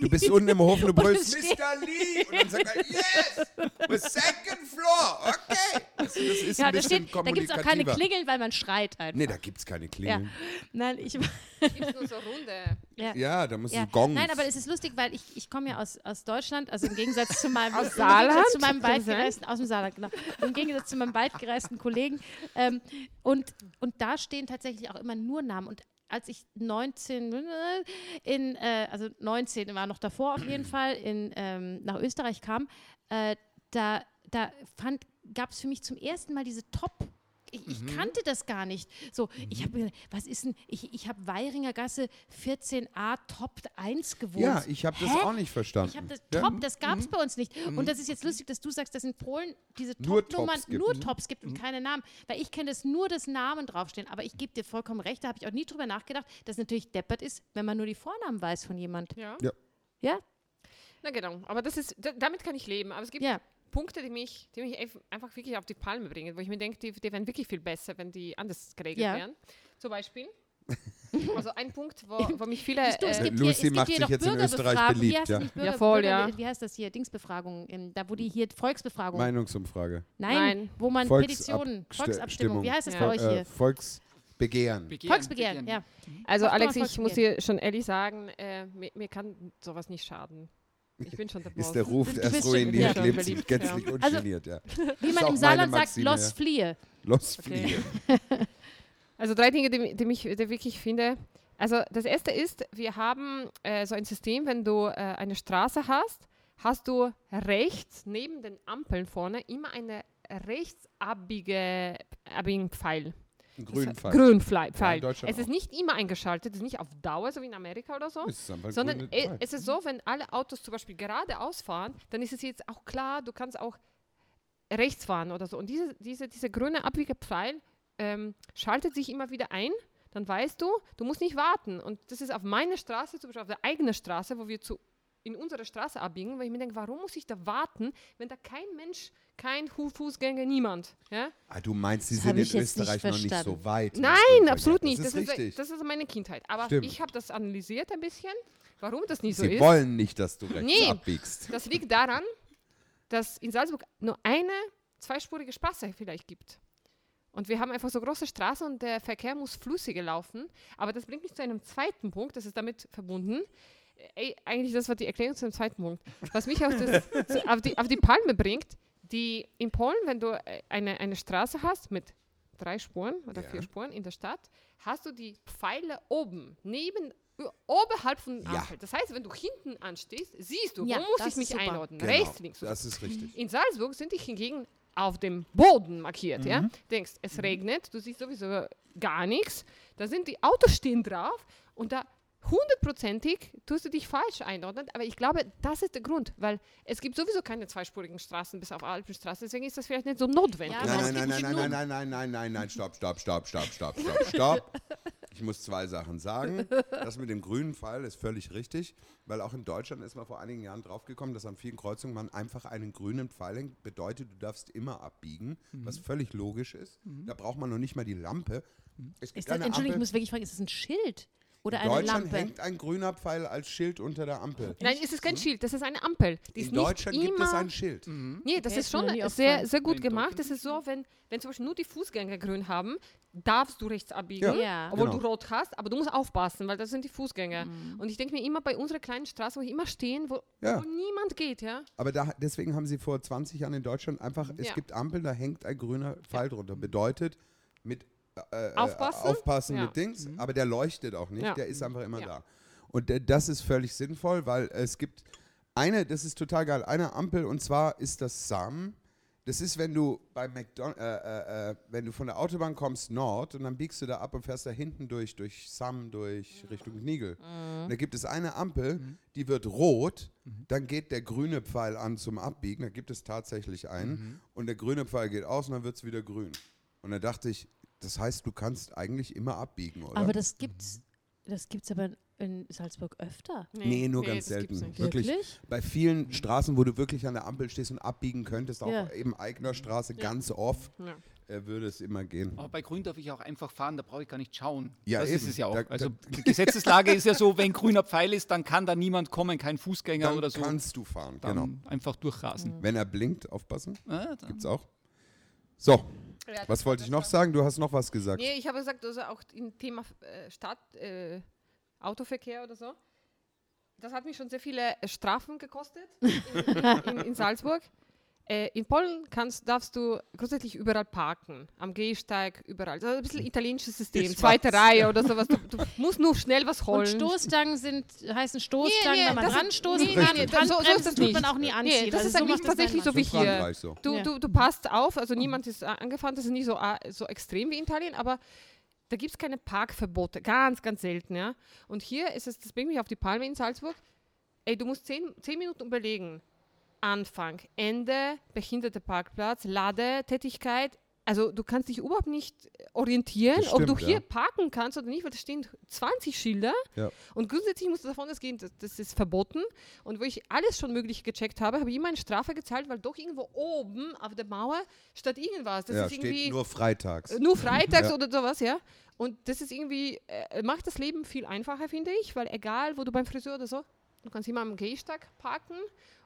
A: Du bist unten im Hof und du brüllst,
B: es steht-
A: Mr. Lee! Und dann sagt er, yes! We're second floor, okay! Also das ist
B: ja,
A: ein
B: da,
A: bisschen
B: steht, da gibt es auch keine
A: kommunikativer.
B: Klingeln, weil man schreit einfach.
A: Nee, da gibt's keine
B: ja.
A: Klingeln.
B: Nein, ich war.
C: gibt's nur so Runde.
B: Ja.
A: Ja, da musst
B: Ja.
A: du Gongs.
B: Nein, aber es ist lustig, weil ich, ich komme ja aus, aus Deutschland, also im Gegensatz zu meinem,
C: Aus
B: im Gegensatz
C: Saarland?
B: zu meinem
C: Kann das sein?
B: weitgereisten, aus dem Saarland, genau. Im Gegensatz zu meinem weitgereisten Kollegen. Ähm, und, und da stehen tatsächlich auch immer nur Namen. Und als ich 19, in, äh, also 19 war noch davor auf jeden Fall, in, ähm, nach Österreich kam, äh, da, da fand, gab es für mich zum ersten Mal diese Top. Ich, ich
A: Mhm.
B: kannte das gar nicht. So, ich habe mir gedacht, was ist denn, ich, ich habe Weiringer Gasse 14a Top 1 gewohnt.
A: ja, ich habe das
B: Hä?
A: auch nicht verstanden.
B: Ich habe das
A: ja? mhm.
B: Top, das gab es bei uns nicht. Und das ist jetzt lustig, dass du sagst, dass in Polen diese
A: Nur
B: Top-Nummern
A: Tops gibt. Mhm.
B: nur Tops gibt und keine Namen. Weil ich kenne das nur, dass Namen draufstehen. Aber ich gebe dir vollkommen recht, da habe ich auch nie drüber nachgedacht, dass es natürlich deppert ist, wenn man nur die Vornamen weiß von jemand.
C: Ja.
A: Ja.
B: Ja?
C: Na genau, aber das ist, da- damit kann ich leben. Aber es gibt
B: Ja.
C: Punkte, die mich, die mich einf- einfach wirklich auf die Palme bringen, wo ich mir denke, die, die wären wirklich viel besser, wenn die anders geregelt
B: Ja.
C: wären. Zum Beispiel. Also ein Punkt, wo, wo mich viele.
B: Siehst du, es
C: äh,
B: gibt
A: Lucy
B: hier, es
A: macht
B: gibt
A: sich
B: hier doch
A: jetzt in Österreich
B: Bürgerbefragungen.
A: beliebt,
B: wie, heißt
A: ja.
B: das nicht? Bürger,
C: Ja, voll,
B: Bürger,
C: ja.
B: wie heißt das hier? Dingsbefragung. ähm, da, wo die hier Volksbefragung.
A: Meinungsumfrage.
B: Nein,
C: Nein.
B: wo man
A: Volksab-
B: Petitionen,
A: Ste-
B: Volksabstimmung, wie heißt das
C: Ja.
B: bei euch hier?
A: Äh, Volksbegehren.
D: Begehren,
B: Volksbegehren, ja.
C: also
B: Mach doch mal
C: Alex, ich
B: Volksbegehren.
C: muss dir schon ehrlich sagen, äh, mir, mir kann sowas nicht schaden. Ich bin schon der Boss.
A: Ist der Ruf,
B: Du
A: erst
B: bist schon-
A: ruiniert,
C: ja.
A: lebt sich
C: Überliebt,
A: gänzlich ungeniert, ja. Ist
B: Wie man
A: auch
B: im
A: meine
B: Saarland sagt,
A: Maxime,
B: los
A: ja.
B: fliehe.
A: Los,
C: Okay.
A: fliehen.
C: Also drei Dinge, die, mi- die mich die wirklich finde. Also das erste ist, wir haben äh, so ein System, wenn du äh, eine Straße hast, hast du rechts neben den Ampeln vorne immer eine rechtsabbige abbiegen Pfeil.
A: Ein grünen
C: Das-
A: Pfeil.
C: Grün Pfeil.
A: Ja, in
C: Pfeil.
A: Deutschland
C: es ist nicht immer eingeschaltet, es ist nicht auf Dauer, so wie in Amerika oder so.
A: Ist halt einfach ein
C: Sondern
A: grüner
C: e-
A: Pfeil.
C: es ist so, wenn alle Autos zum Beispiel geradeaus fahren, dann ist es jetzt auch klar, du kannst auch rechts fahren oder so. Und diese, diese, diese grüne Abbiegepfeil ähm, schaltet sich immer wieder ein. Dann weißt du, du musst nicht warten. Und das ist auf meiner Straße, zum Beispiel auf der eigenen Straße, wo wir zu, in unsere Straße abbiegen, weil ich mir denke, warum muss ich da warten, wenn da kein Mensch, kein Hu- Fußgänger, niemand. Ja?
A: Ah, du meinst, sie
B: Das
A: sind
B: hab
A: in
B: ich jetzt nicht
A: Österreich noch nicht
B: verstanden.
A: so weit. was
C: Nein,
A: Grünverkehr.
C: absolut nicht.
A: Das ist richtig.
C: das ist meine Kindheit. Aber
A: Stimmt.
C: ich habe das analysiert ein bisschen, warum das nicht so
A: sie
C: ist.
A: wollen nicht, dass du rechts
C: Nee.
A: abbiegst.
C: Das liegt daran, dass in Salzburg nur eine zweispurige Straße vielleicht gibt. Und wir haben einfach so große Straßen und der Verkehr muss flüssiger laufen. Aber das bringt mich zu einem zweiten Punkt, das ist damit verbunden. Äh, Ey, eigentlich, das war die Erklärung zu dem zweiten Punkt. Was mich auf, das, zu- auf, die, auf die Palme bringt, die in Polen, wenn du äh, eine, eine Straße hast mit drei Spuren oder
A: Ja.
C: vier Spuren in der Stadt, hast du die Pfeile oben, neben, oberhalb von
A: Ja.
C: Ampel. Das heißt, wenn du hinten anstehst, siehst du,
B: Ja,
C: wo muss
B: das
C: ich
B: ist
C: mich
B: super.
C: einordnen?
A: Genau,
C: Rechts, links.
A: Das ist richtig.
C: In Salzburg sind die hingegen auf dem Boden markiert. Ja?
A: Mhm.
C: Denkst, es regnet, du siehst sowieso gar nichts. Da sind die Autos stehen drauf und da hundertprozentig tust du dich falsch einordnen. Aber ich glaube, das ist der Grund, weil es gibt sowieso keine zweispurigen Straßen bis auf Alpenstraße. Deswegen ist das vielleicht nicht so notwendig.
B: Ja,
A: Nein,
B: Aber es
A: nein, nein, nein,
B: gibt
A: nein, nein,
B: genug.
A: nein, nein, nein, nein, nein, stopp, stopp, stopp, stopp, stopp, stopp, stopp. Ich muss zwei Sachen sagen. Das mit dem grünen Pfeil ist völlig richtig, weil auch in Deutschland ist man vor einigen Jahren draufgekommen, dass an vielen Kreuzungen man einfach einen grünen Pfeil hängt, bedeutet, du darfst immer abbiegen, was völlig logisch ist. Da braucht man noch nicht mal die Lampe. Es gibt
B: Ist das,
A: eine
B: Entschuldigung, ich
A: Ampel-
B: muss wirklich fragen, ist das ein Schild? Oder
A: In
B: eine
A: Deutschland
B: Lampe.
A: hängt ein grüner Pfeil als Schild unter der Ampel.
C: Nein, es ist kein Schild, das ist eine Ampel. Die ist
A: Mhm. In Deutschland
C: nicht
A: gibt
C: immer,
A: es ein Schild.
C: Nee, das
B: Okay,
C: ist
B: ist mir
C: schon
B: noch nie
C: sehr,
B: aufgefallen.
C: sehr gut
D: In
C: gemacht. Das
D: Deutschland
C: ist so, wenn, wenn zum Beispiel nur die Fußgänger grün haben, darfst du rechts abbiegen,
B: Ja. Ja.
C: obwohl du
A: Genau.
C: rot hast, aber du musst aufpassen, weil das sind die Fußgänger. Und ich denke mir immer bei unserer kleinen Straße, wo ich immer stehen, wo,
A: Ja.
C: wo niemand geht, ja.
A: Aber da, deswegen haben sie vor 20 Jahren in Deutschland einfach, es
C: Ja.
A: gibt Ampeln, da hängt ein grüner Pfeil drunter. Bedeutet, mit äh, äh,
C: Aufpassen?
A: aufpassen
C: Ja.
A: mit Dings, aber der leuchtet auch nicht,
C: Ja.
A: der ist einfach immer
C: Ja.
A: da. Und äh, das ist völlig sinnvoll, weil es gibt eine, das ist total geil, eine Ampel und zwar ist das Samen. Das ist, wenn du bei McDonald, äh, äh, äh, wenn du von der Autobahn kommst Nord und dann biegst du da ab und fährst da hinten durch, durch Sam, durch Richtung Nigel. Und da gibt es eine Ampel, die wird rot, dann geht der grüne Pfeil an zum Abbiegen, da gibt es tatsächlich einen und der grüne Pfeil geht aus und dann wird es wieder grün. Und da dachte ich, das heißt, du kannst eigentlich immer abbiegen, oder?
B: Aber das gibt's, das gibt's aber in- in Salzburg öfter.
A: nee, nur ganz
C: das gibt's
A: selten.
C: nicht.
A: Wirklich.
B: Wirklich?
A: Bei vielen Straßen, wo du wirklich an der Ampel stehst und abbiegen könntest, auch
B: Ja.
A: eben eigener Straße ganz oft,
C: Ja.
A: äh, würde es immer gehen.
D: Aber bei Grün darf ich auch einfach fahren, da brauche ich gar nicht schauen.
A: Ja,
D: das ist
A: eben.
D: es ja auch.
A: Da- da-
D: also die Gesetzeslage ist ja so, wenn grüner Pfeil ist, dann kann da niemand kommen, kein Fußgänger
A: Dann
D: oder so.
A: kannst du fahren,
D: dann
A: genau.
D: einfach durchrasen.
A: Wenn er blinkt, aufpassen.
D: Ah, da-
A: Gibt's auch. So,
C: Ja, das
A: was wollte ich noch sagen? Du hast noch was gesagt.
C: Nee, ich habe gesagt, also auch im Thema äh, Stadt, äh, Autoverkehr oder so. Das hat mich schon sehr viele äh, Strafen gekostet in, in, in Salzburg. Äh, in Polen kannst, darfst du grundsätzlich überall parken, am Gehsteig, überall. Das ist ein bisschen italienisches System,
D: Ich
C: zweite
D: weiß.
C: Reihe oder sowas. Du, du musst nur schnell was holen.
B: Und Stoßstangen sind, heißen Stoßstangen,
C: Nee, nee,
B: wenn man
C: das sind-
B: ranstoßen
C: nee,
B: kann.
C: nee,
B: und
C: das- so- so ist
B: Handbremsen
C: das
B: tut
C: nicht.
B: man auch nie anziehen.
C: das
B: also
C: ist
B: so
C: eigentlich
B: macht das
C: tatsächlich
B: kein
C: so wie
A: In
B: Mensch.
C: hier.
A: Frankreich so.
C: Du,
B: Ja.
C: du, du passt auf, also niemand ist a- angefahren, das ist nicht so, a- so extrem wie in Italien, aber da gibt es keine Parkverbote, ganz, ganz selten, ja. Und hier ist es, das bringt mich auf die Palme in Salzburg, ey, du musst zehn, zehn Minuten überlegen. Anfang, Ende, behinderte Parkplatz, Lade, Tätigkeit. Also du kannst dich überhaupt nicht orientieren,
A: Das
C: ob du
A: stimmt,
C: hier
A: ja.
C: parken kannst oder nicht, weil da stehen 20 Schilder
A: Ja.
C: und grundsätzlich musst du davon ausgehen, das, das ist verboten. Und wo ich alles schon mögliche gecheckt habe, habe ich immer eine Strafe gezahlt, weil doch irgendwo oben auf der Mauer statt irgendwas. Das
A: ja,
C: ist irgendwie
A: steht nur freitags.
C: äh, nur freitags
A: Ja.
C: oder sowas, ja. Und das ist irgendwie, äh, macht das Leben viel einfacher, finde ich, weil egal, wo du beim Friseur oder so, du kannst immer am Gehsteig parken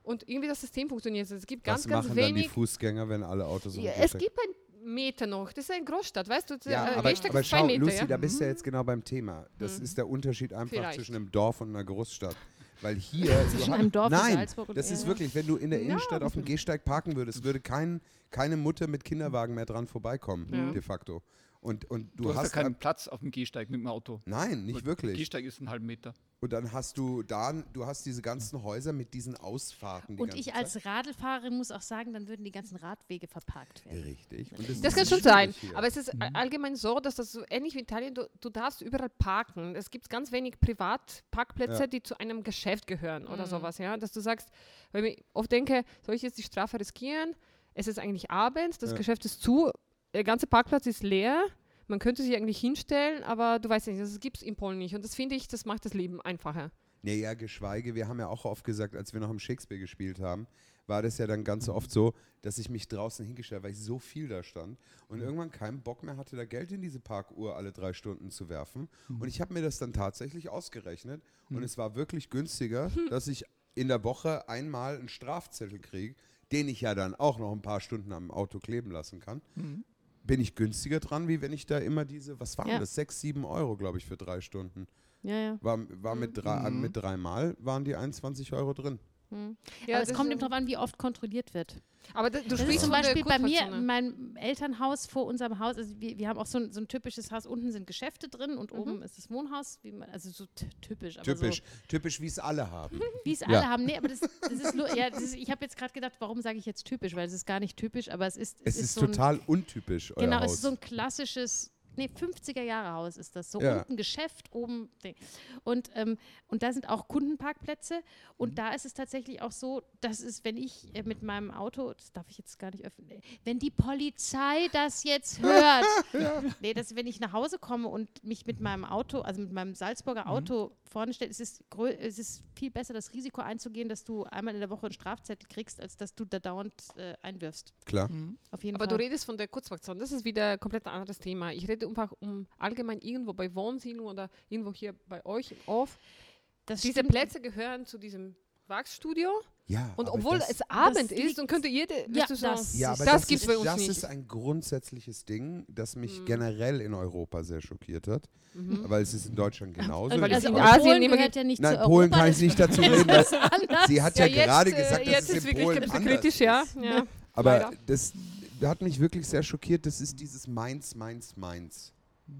C: und irgendwie das System funktioniert. Also Es gibt ganz,
A: was
C: ganz
A: machen dann die
C: wenig.
A: Fußgänger, wenn alle Autos
C: Ja,
A: umgekehrt
C: es
A: sind?
C: gibt ein Meter noch, das ist eine Großstadt, weißt du?
A: ja,
C: äh,
A: aber,
C: Gehsteig
A: aber
C: ist zwei
A: schau,
C: Meter,
A: Lucy,
C: ja. Mhm.
A: da bist du ja jetzt genau beim Thema. Das ist der Unterschied einfach
C: Vielleicht.
A: zwischen einem Dorf und einer Großstadt. Weil hier. zwischen
B: einem Dorf in
A: nein,
B: Salzburg und-
A: das ist
B: ja.
A: wirklich, wenn du in der Innenstadt auf dem Gehsteig parken würdest, würde kein, keine Mutter mit Kinderwagen mehr dran vorbeikommen, de facto. Und, und du,
D: Du, hast,
A: hast.
D: ja keinen
A: ab-
D: Platz auf dem Gehsteig mit dem Auto.
A: nein, nicht wirklich.
D: Gehsteig ist einen halben Meter.
A: Und dann hast du da, du hast diese ganzen Häuser mit diesen Ausfahrten. Die
B: Und
A: ganze
B: ich
A: Zeit.
B: als Radlfahrerin muss auch sagen, dann würden die ganzen Radwege verparkt werden.
A: Richtig. Und
C: Das
A: ist
C: kann schon sein,
A: schwierig hier. Mhm.
C: aber es ist all- allgemein so, dass das so ähnlich wie in Italien, du, du darfst überall parken. Es gibt ganz wenig Privatparkplätze,
A: Ja.
C: die zu einem Geschäft gehören
B: Mhm.
C: oder sowas, ja, dass du sagst, weil ich mir oft denke, soll ich jetzt die Strafe riskieren? Es ist eigentlich abends, das
A: Ja.
C: Geschäft ist zu, der ganze Parkplatz ist leer. Man könnte sich eigentlich hinstellen, aber du weißt nicht, das gibt es in Polen nicht. Und das finde ich, das macht das Leben einfacher.
A: Naja, geschweige, wir haben ja auch oft gesagt, als wir noch im Shakespeare gespielt haben, war das ja dann ganz oft so, dass ich mich draußen hingestellt habe, weil ich so viel da stand und irgendwann keinen Bock mehr hatte, da Geld in diese Parkuhr alle drei Stunden zu werfen. Und ich habe mir das dann tatsächlich ausgerechnet und es war wirklich günstiger, dass ich in der Woche einmal einen Strafzettel kriege, den ich ja dann auch noch ein paar Stunden am Auto kleben lassen kann. Bin ich günstiger dran, wie wenn ich da immer diese, was waren
B: Ja.
A: das, sechs, sieben Euro, glaube ich, für drei Stunden.
B: Ja, ja.
A: War, war mit, drei,
C: Mhm.
A: mit dreimal waren die 21 Euro drin.
C: Ja,
B: aber es
C: das
B: kommt
C: ist-
B: eben darauf an, wie oft kontrolliert wird.
C: Aber da, du
B: Das
C: sprichst
B: ist zum
C: von der ne?
B: Beispiel bei mir
C: Gutpersone.
B: in meinem Elternhaus vor unserem Haus. Also wir, wir haben auch so ein, so ein typisches Haus. Unten sind Geschäfte drin
C: Mhm.
B: und oben ist das Wohnhaus. Wie man, also so t- typisch. Aber
A: Typisch,
B: So,
A: typisch, wie es alle haben.
B: wie es alle haben. Nee, aber das, das ist nur, ja, das ist, ich habe jetzt gerade gedacht, warum sage ich jetzt typisch? Weil es ist gar nicht typisch, aber es ist.
A: es ist,
B: so ein,
A: total untypisch, euer
B: Genau,
A: Haus.
B: es ist so ein klassisches, nee, 50er-Jahre-Haus ist das. So
A: Ja.
B: unten Geschäft, oben Ding. Und, ähm, und da sind auch Kundenparkplätze. Und
A: Mhm.
B: da ist es tatsächlich auch so, dass es, wenn ich äh, mit meinem Auto, das darf ich jetzt gar nicht öffnen, äh, wenn die Polizei das jetzt hört, nee, dass wenn ich nach Hause komme und mich mit meinem Auto, also mit meinem
A: Mhm.
B: Salzburger Auto vorne stelle, ist es, grö- es ist viel besser, das Risiko einzugehen, dass du einmal in der Woche einen Strafzettel kriegst, als dass du da dauernd äh, einwirfst.
A: Klar.
B: Auf jeden
C: Aber
B: Fall.
C: du redest von der Kurzfraktion, das ist wieder ein komplett anderes Thema. Ich rede geht einfach um allgemein irgendwo bei Wohnsiedlung oder irgendwo hier bei euch im Off.
B: Das
C: Diese
B: stimmt.
C: Plätze gehören zu diesem Wachsstudio.
A: Ja,
C: Und
A: aber
C: obwohl
A: das,
C: es Abend ist
B: liegt-
C: und könnte jede,
B: Ja,
C: weißt du, so,
B: das-
A: ja,
B: ist-
A: aber
C: das
A: das,
C: gibt's
A: ist,
C: bei uns
A: das
C: nicht. Mhm.
A: ist ein grundsätzliches Ding, das mich generell in Europa sehr schockiert hat, weil es ist in Deutschland genauso. in
C: Weil es
B: also
C: in
B: und
A: Deutschland-
C: Asien
B: Polen
C: immer
B: gehört
C: ge-
B: ja nicht
A: Nein,
B: zu Europa.
A: Polen kann ich
B: das
A: nicht dazu reden. Das,
B: ist anders.
A: sie hat ja,
C: Ja, jetzt,
A: gerade
C: äh,
A: gesagt, dass
C: jetzt
A: es
C: ist
A: in
C: wirklich
A: Polen
C: ein bisschen
A: anders
C: kritisch,
A: ist. ne?
C: ja. ja.
A: Aber
C: Leider.
A: das hat mich wirklich sehr schockiert. Das ist dieses Mainz, Mainz, Mainz.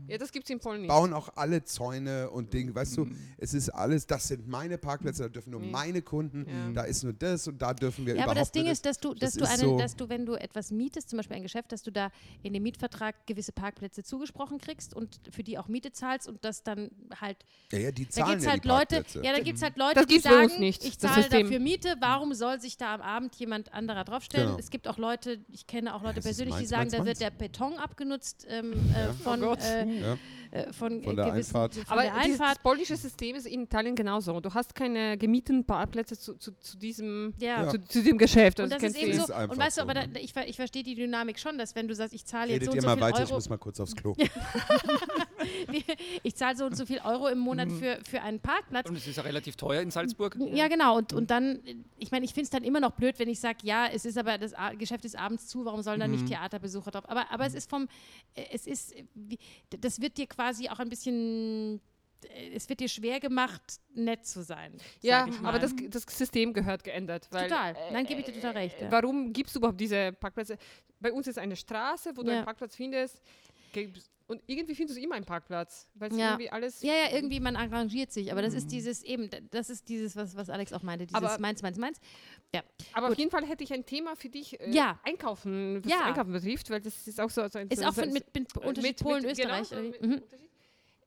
C: ja, das gibt es in Polen nicht.
A: Bauen auch alle Zäune und Dinge. Weißt du,
B: Mhm.
A: es ist alles, das sind meine Parkplätze, da dürfen nur
C: Nee.
A: meine Kunden,
C: Ja.
A: da ist nur das und da dürfen wir
B: Ja, aber
A: überhaupt
B: das Ding
A: nicht.
B: ist, dass du,
A: das
B: dass du
A: ist
B: einen,
A: so-
B: dass du, wenn du etwas mietest, zum Beispiel ein Geschäft, dass du da in dem Mietvertrag gewisse Parkplätze zugesprochen kriegst und für die auch Miete zahlst und das dann halt
A: ja, ja, die
B: Da
A: zahlen
B: gibt es
A: ja
B: halt
A: die
B: Leute,
A: Parkplätze.
B: ja, da gibt's halt Leute,
C: Das
B: die
C: gibt's bei
B: sagen,
C: uns nicht,
B: ich
C: das
B: zahle
C: System.
B: dafür Miete, warum soll sich da am Abend jemand anderer draufstellen?
A: Genau.
B: Es gibt auch Leute, ich kenne auch Leute
A: das ist
B: persönlich, die
A: meins,
B: sagen,
A: meins,
B: da
A: meins.
B: wird der Beton abgenutzt ähm, äh, von,
D: Gott.
B: äh,
A: Ja.
B: äh,
A: Von
B: von, äh,
A: der
B: gewissen,
A: Einfahrt.
B: Von
C: Oh Aber
B: der
C: dieses
B: Einfahrt.
C: polnische System ist in Italien genauso. Du hast keine gemieteten Parkplätze zu, zu, zu diesem
B: Ja.
C: zu, zu dem Geschäft.
B: Und
C: Also
B: das
C: kennst
B: ist eben
C: du-
A: ist
B: so,
A: einfach
B: und weißt
A: so,
B: du, aber da,
A: ne?
B: ich, ver- ich verstehe die Dynamik schon, dass wenn du sagst, ich zahle jetzt
A: Redet
B: so und
A: ihr
B: so
A: mal
B: viel
A: weiter, ich
B: Euro,
A: muss mal kurz aufs Klo.
B: ich zahle so und so viel Euro im Monat
C: Mhm.
B: für, für einen Parkplatz,
D: Und es ist ja relativ teuer in Salzburg.
B: Ja, genau. Und, und dann, ich meine, ich finde es dann immer noch blöd, wenn ich sage, ja, es ist aber das A Geschäft ist abends zu, warum sollen da
C: Mhm.
B: nicht Theaterbesucher drauf? Aber, aber es ist vom, äh, es ist, äh, wie- d- das wird dir quasi auch ein bisschen, äh, es wird dir schwer gemacht, nett zu sein. sag
C: Ja,
B: ich mal.
C: aber das, das System gehört geändert. Weil, äh,
B: Total. Nein, gebe ich dir total recht, ja.
C: Warum gibst du überhaupt diese Parkplätze? Bei uns ist eine Straße, wo du
B: Ja.
C: einen Parkplatz findest. gibst- Und irgendwie findest du immer einen Parkplatz, weil es
B: Ja.
C: irgendwie alles.
B: Ja, ja, irgendwie man arrangiert sich, aber das ist dieses eben, d- das ist dieses, was, was Alex auch meinte, dieses
C: Mhm. Aber-
B: meins, meins, meins. Ja,
C: Aber auf jeden Fall hätte ich ein Thema für dich äh,
B: Ja.
C: einkaufen, was
B: Ja.
C: Einkaufen betrifft, weil das ist auch so. so ein-
B: ist
C: so,
B: auch
C: so,
B: von, mit, mit
C: äh,
B: Unterschied Polen,
C: mit- genau,
B: Österreich.
C: so
B: oder wie?
C: mit
B: mhm.
C: Unterschied.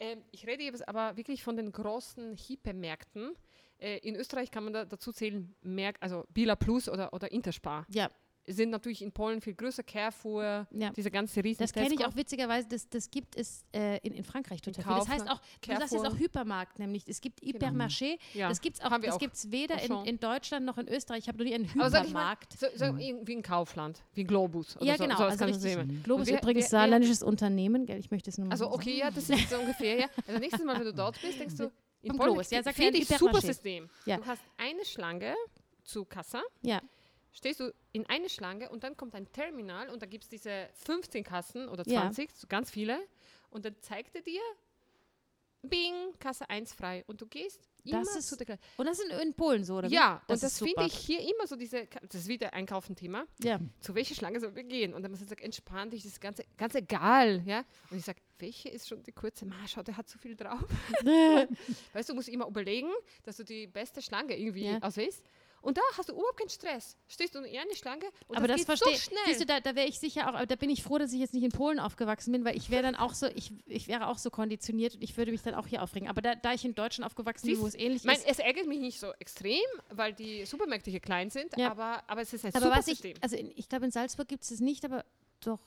C: Ähm, ich rede jetzt aber wirklich von den großen Hypermärkten. Äh, in Österreich kann man da, dazu zählen, Merk, also Bila Plus oder, oder Interspar.
B: Ja,
C: Sind natürlich in Polen viel größer, Carrefour,
B: Ja.
C: diese ganze riesen
B: Das kenne ich
C: Tesco.
B: auch witzigerweise, das, das gibt es äh, in, in Frankreich total
C: In
B: viel. Das heißt auch,
C: Kaufland,
B: du sagst jetzt
C: Carrefour. Genau.
B: auch Hypermarkt, nämlich es gibt Hypermarché,
C: Ja,
B: das gibt es auch,
C: haben wir
B: das
C: auch.
B: gibt's weder in,
C: Auchan.
B: in Deutschland noch in Österreich. Ich habe noch nie einen
C: Aber sag ich mal,
B: Hypermarkt.
C: so, so irgendwie ein Kaufland, wie Globus. Oder
B: Mhm. ja,
C: so,
B: genau.
C: So,
B: also
C: kann
B: richtig.
C: sehen.
B: Globus
C: Und wer-
B: übrigens
C: wer- wer-
B: saarländisches Unternehmen, gell? Ich möchte es nur mal
C: Also
B: sagen.
C: okay, ja, das ist so ungefähr. Ja. Also nächstes Mal, wenn du dort bist, denkst du, in
B: Vom
C: Polen
B: Mhm. Globus, ja, sag ja,
C: finde
B: ein
C: ich super
B: Hypermarché.
C: System.
B: Ja.
C: Du hast eine Schlange zu Kassa,
B: Ja,
C: stehst du in eine Schlange und dann kommt ein Terminal und da gibt es diese 15 Kassen oder
B: Ja.
C: 20, so ganz viele. Und dann zeigt er dir, bing, Kasse 1 frei. Und du gehst immer
B: Das ist-
C: zu der Kasse.
B: und das ist in, in Polen so, oder wie?
C: Ja,
B: das
C: und das
B: ist
C: finde
B: super.
C: ich hier immer so diese, Ka- das ist wieder Einkaufen-Thema
B: Ja.
C: zu welcher Schlange soll wir gehen? Und dann muss ich sagen, entspann dich, das ist ganz, ganz egal. Ja? Und ich sage, welche ist schon die kurze? Ma, schau, der hat so viel drauf. weißt du, musst immer überlegen, dass du die beste Schlange irgendwie
B: Ja.
C: auswählst. Und da hast du überhaupt keinen Stress. Stehst du in eine Schlange und
B: aber das,
C: geht
B: verstehe
C: so schnell.
B: Siehst du, da, da wäre ich sicher auch, aber da bin ich froh, dass ich jetzt nicht in Polen aufgewachsen bin, weil ich wäre dann auch so, ich, ich wäre auch so konditioniert und ich würde mich dann auch hier aufregen. Aber da, da ich in Deutschland aufgewachsen bin,
C: Siehst-
B: wo es ähnlich
C: mein,
B: ist.
C: es ärgert mich nicht so extrem, weil die Supermärkte hier klein sind,
B: Ja.
C: aber, aber es ist ein
B: Aber
C: super
B: was ich,
C: System.
B: also in, ich glaube, in Salzburg gibt es das nicht, aber doch.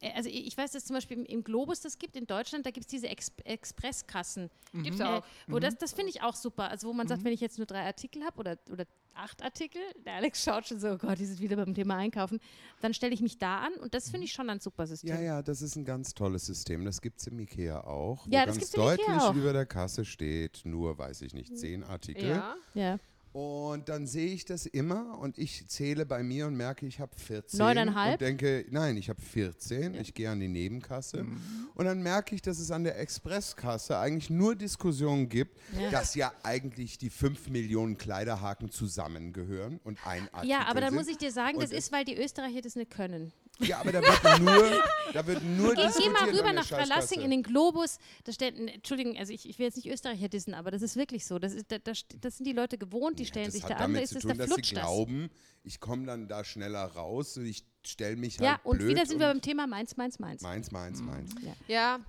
B: äh, Also ich ich weiß, dass zum Beispiel im, im Globus das gibt, in Deutschland, da gibt es diese Ex Expresskassen.
C: Gibt's
B: Äh,
C: auch.
B: Wo das das finde ich auch super. Also wo man sagt, wenn ich jetzt nur drei Artikel habe oder, oder acht Artikel, der Alex schaut schon so, oh Gott, die sind wieder beim Thema Einkaufen, dann stelle ich mich da an und das finde ich schon ein super System.
A: Ja, ja, das ist ein ganz tolles System. Das gibt es im Ikea auch. Wo
B: Ja, das
A: ganz
B: gibt's im Ikea
A: deutlich
B: auch. Mhm.
A: über der Kasse steht, nur, weiß ich nicht, zehn
B: also
A: Artikel.
C: Ja.
B: Ja.
A: Und dann sehe ich das immer und ich zähle bei mir und merke, ich habe 14.
B: Neuneinhalb?
A: Und denke, nein, ich habe 14. Ich gehe an die Nebenkasse.
B: Mhm.
A: Und dann merke ich, dass es an der Expresskasse eigentlich nur Diskussionen gibt, dass ja eigentlich die 5 Millionen Kleiderhaken zusammengehören und ein Artikel
B: Ja, aber dann
A: sind.
B: muss ich dir sagen,
A: Und
B: das
A: es-
B: ist, weil die Österreicher das nicht können.
A: Ja, aber da wird nur, da wird nur
B: Geh, geh
A: diskutiert
B: mal
A: an
B: rüber
A: der
B: nach Verlassing
A: Scheißkasse.
B: in den Globus. Da steht, n- Entschuldigung, also ich, ich will jetzt nicht Österreicher dissen, aber das ist wirklich so. Das, ist, da, da, st- das sind die Leute gewohnt, die stellen
A: das
B: sich
A: hat
B: da an,
A: damit
B: da ist
A: zu
B: es,
A: tun,
B: da
A: dass sie
B: flutscht das.
A: glauben, ich komme dann da schneller raus und ich stelle mich
B: Ja,
A: halt
B: und
A: blöd
B: wieder sind wir
A: und
B: beim Mhm. Thema meins, meins, meins.
A: Meins, meins, meins.
C: Ja,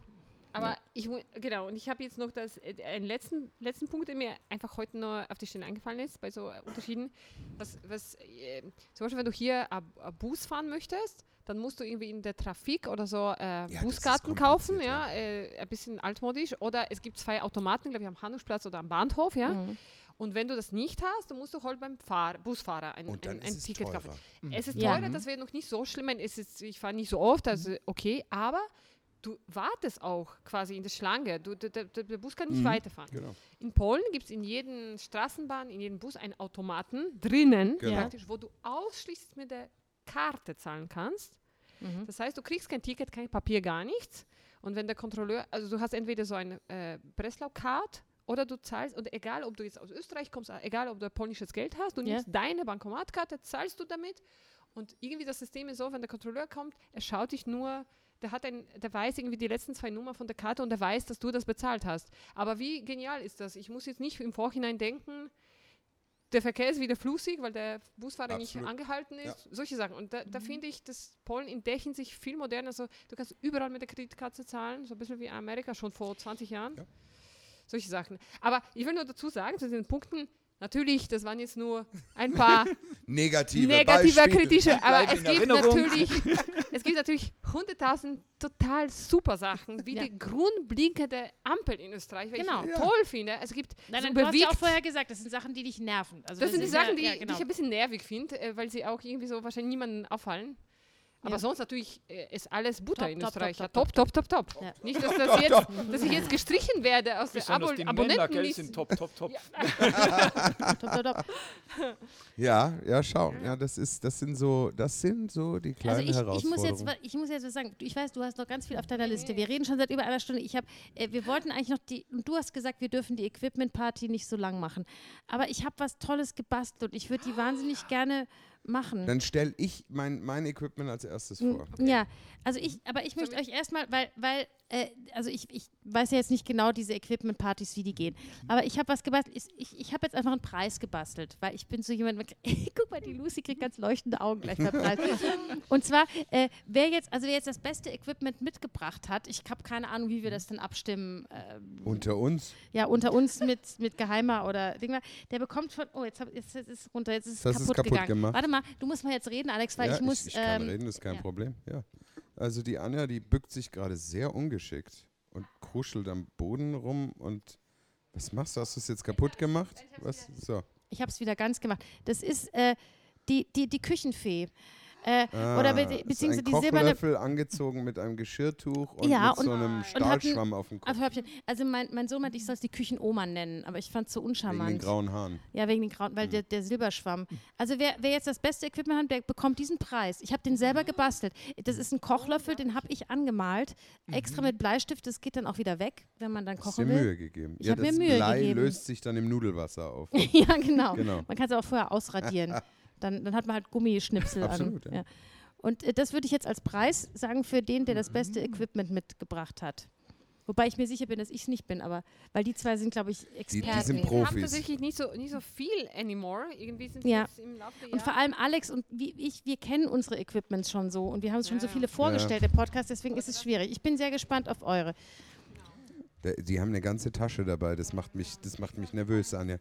C: aber ich mu- genau und ich habe jetzt noch das äh, einen letzten letzten Punkt, der mir einfach heute nur auf die Stelle eingefallen ist bei so äh, Unterschieden, was was äh, zum Beispiel wenn du hier ab, ab Bus fahren möchtest, dann musst du irgendwie in der Trafik oder so äh,
A: das ist
C: Buskarten kaufen,
A: kompliziert,
C: ja, äh, ein bisschen altmodisch oder es gibt zwei Automaten, glaube ich, am Handelsplatz oder am Bahnhof, ja.
A: Mhm.
C: Und wenn du das nicht hast, dann musst du halt beim Fahr Busfahrer ein,
A: Und dann
C: ein,
A: ist
C: ein
A: es
C: Ticket
A: teurer. Mhm.
C: kaufen. Es ist
B: Ja.
A: Mhm.
C: teurer, das wäre noch nicht so schlimm. Ich meine, es ist, ich fahre nicht so oft, also okay, aber du wartest auch quasi in der Schlange. Du, der, der, der Bus kann nicht weiterfahren.
A: Genau.
C: In Polen gibt es in jedem Straßenbahn, in jedem Bus einen Automaten drinnen,
A: Genau.
B: Ja.
C: praktisch, wo du ausschließlich mit der Karte zahlen kannst.
B: Mhm.
C: Das heißt, du kriegst kein Ticket, kein Papier, gar nichts. Und wenn der Kontrolleur, also du hast entweder so eine äh, Breslau-Card oder du zahlst, und egal ob du jetzt aus Österreich kommst, äh, egal ob du polnisches Geld hast, du
B: Ja.
C: nimmst deine Bankomatkarte, zahlst du damit. Und irgendwie das System ist so, wenn der Kontrolleur kommt, er schaut dich nur, der hat ein, der weiß irgendwie die letzten zwei Nummern von der Karte und der weiß, dass du das bezahlt hast. Aber wie genial ist das? Ich muss jetzt nicht im Vorhinein denken, der Verkehr ist wieder flüssig, weil der Busfahrer nicht
A: Absolut.
C: angehalten ist. Solche Sachen. Und da, da
B: Mhm.
C: finde ich, dass Polen in der Hinsicht viel moderner ist. Also, du kannst überall mit der Kreditkarte zahlen, so ein bisschen wie Amerika schon vor 20 Jahren.
A: Ja.
C: Solche Sachen. Aber ich will nur dazu sagen, zu den Punkten, natürlich, das waren jetzt nur ein paar
A: Negative,
C: negativer,
A: Beispiele.
C: kritischer, aber
D: bleiben
C: es
D: in
C: gibt,
D: Erinnerung.
C: natürlich, es gibt natürlich hunderttausend total super Sachen, wie
B: Ja.
C: die grün blinkende Ampel in Österreich, weil
B: Genau.
C: ich
A: Ja.
C: toll finde. Es gibt
B: Nein,
C: so
B: nein, du hast ja auch
C: bewegt-
B: vorher gesagt, das sind Sachen, die dich nerven. Also
C: das sind die
B: ist-
C: Sachen, die,
B: ja, ja, genau.
C: die ich ein bisschen nervig finde, äh, weil sie auch irgendwie so wahrscheinlich niemanden auffallen. Aber
B: Ja.
C: sonst natürlich äh, ist alles Butter
B: Top,
C: in
B: top,
C: Österreich.
B: top,
C: Top, top, top, top. top,
B: Ja.
C: Nicht, dass, das jetzt, dass ich jetzt gestrichen werde aus der Abo
D: Besonders die Männer, gell,
C: Abonnentenliste.
D: sind top, top, top.
B: Top, top, top.
A: Ja, ja, schau. Ja, das ist, das sind so, das sind so die
B: Also
A: kleinen
B: ich, ich, muss
A: Herausforderungen.
B: jetzt, wa- ich muss jetzt was sagen. Du- Ich weiß, du hast noch ganz viel auf deiner Liste. Wir reden schon seit über einer Stunde. Ich hab, äh, wir wollten eigentlich noch die, und du hast gesagt, wir dürfen die Equipment-Party nicht so lang machen. Aber ich habe was Tolles gebastelt und ich würde die wahnsinnig gerne machen.
A: Dann stelle ich mein, mein Equipment als erstes vor.
B: Hm, Ja, also ich, aber ich möchte euch erstmal, weil, weil, äh, also ich, ich weiß ja jetzt nicht genau diese Equipment-Partys, wie die gehen.
A: Mhm.
B: Aber ich habe was gebastelt. Ich, ich, ich habe jetzt einfach einen Preis gebastelt, weil ich bin so jemand, guck mal, die Lucy kriegt ganz leuchtende Augen gleich beim Preis. Und zwar, äh, wer jetzt, also wer jetzt das beste Equipment mitgebracht hat, ich habe keine Ahnung, wie wir das dann abstimmen. Äh,
A: Unter uns.
B: ja, unter uns mit, mit Geheimer oder Ding, der bekommt von, oh, jetzt, hab, jetzt, jetzt ist es runter, jetzt ist es
A: Das ist
B: kaputt,
A: kaputt
B: gegangen.
A: gemacht.
B: Warte mal, du musst mal jetzt reden, Alex, weil
A: ja,
B: ich muss,
A: ich, kann
B: ähm,
A: reden, ist kein
B: ja.
A: Problem. Ja. Also die Anja, die bückt sich gerade sehr ungeschickt und kruschelt am Boden rum und was machst du? Hast du es jetzt kaputt gemacht? Was? So.
B: Ich habe es wieder ganz gemacht. Das ist äh, die, die, die Küchenfee. Äh, oder be
A: Ah, ist ein
B: beziehungsweise die silberne
A: Kochlöffel angezogen mit einem Geschirrtuch und
B: Ja,
A: mit so
B: und-
A: einem
B: und hat ein-
A: Stahlschwamm auf dem Kopf.
B: Abhörbchen. Also mein, mein Sohn meinte, ich soll es die Küchenoma nennen, aber ich fand es so
A: Wegen den
B: uncharmant.
A: grauen Mhm. Haaren.
B: ja, wegen den Grauen, weil der, der Silberschwamm. Also wer, wer jetzt das beste Equipment hat, der bekommt diesen Preis. Ich habe den selber gebastelt. Das ist ein Kochlöffel, den habe ich angemalt,
A: Mhm.
B: extra mit Bleistift. Das geht dann auch wieder weg, wenn man dann
A: Hast dir
B: kochen will.
A: Mühe gegeben.
B: Ich
A: ja,
B: hab mir
A: das
B: Mühe
A: Blei
B: gegeben.
A: löst sich dann im Nudelwasser auf.
B: ja, genau.
A: Genau.
B: Man kann es auch vorher ausradieren. Dann, dann hat man halt Gummischnipsel
A: Absolut,
B: an.
A: ja.
B: Und äh, das würde ich jetzt als Preis sagen für den, der das beste
A: Mhm.
B: Equipment mitgebracht hat. Wobei ich mir sicher bin, dass ich es nicht bin, aber weil die zwei sind, glaube ich,
A: Die,
B: Experten.
A: die sind
C: Wir haben
A: Profis.
C: tatsächlich nicht so, nicht so viel anymore. Irgendwie sind sie
B: Ja.
C: jetzt im Laufe der
B: und vor
C: Jahre.
B: allem Alex und wie ich, wir kennen unsere Equipments schon so und wir haben uns schon so viele vorgestellt im Podcast, deswegen ist es schwierig. Ich bin sehr gespannt auf eure.
A: Da- Die haben eine ganze Tasche dabei. Das macht mich, das macht mich nervös, Anja.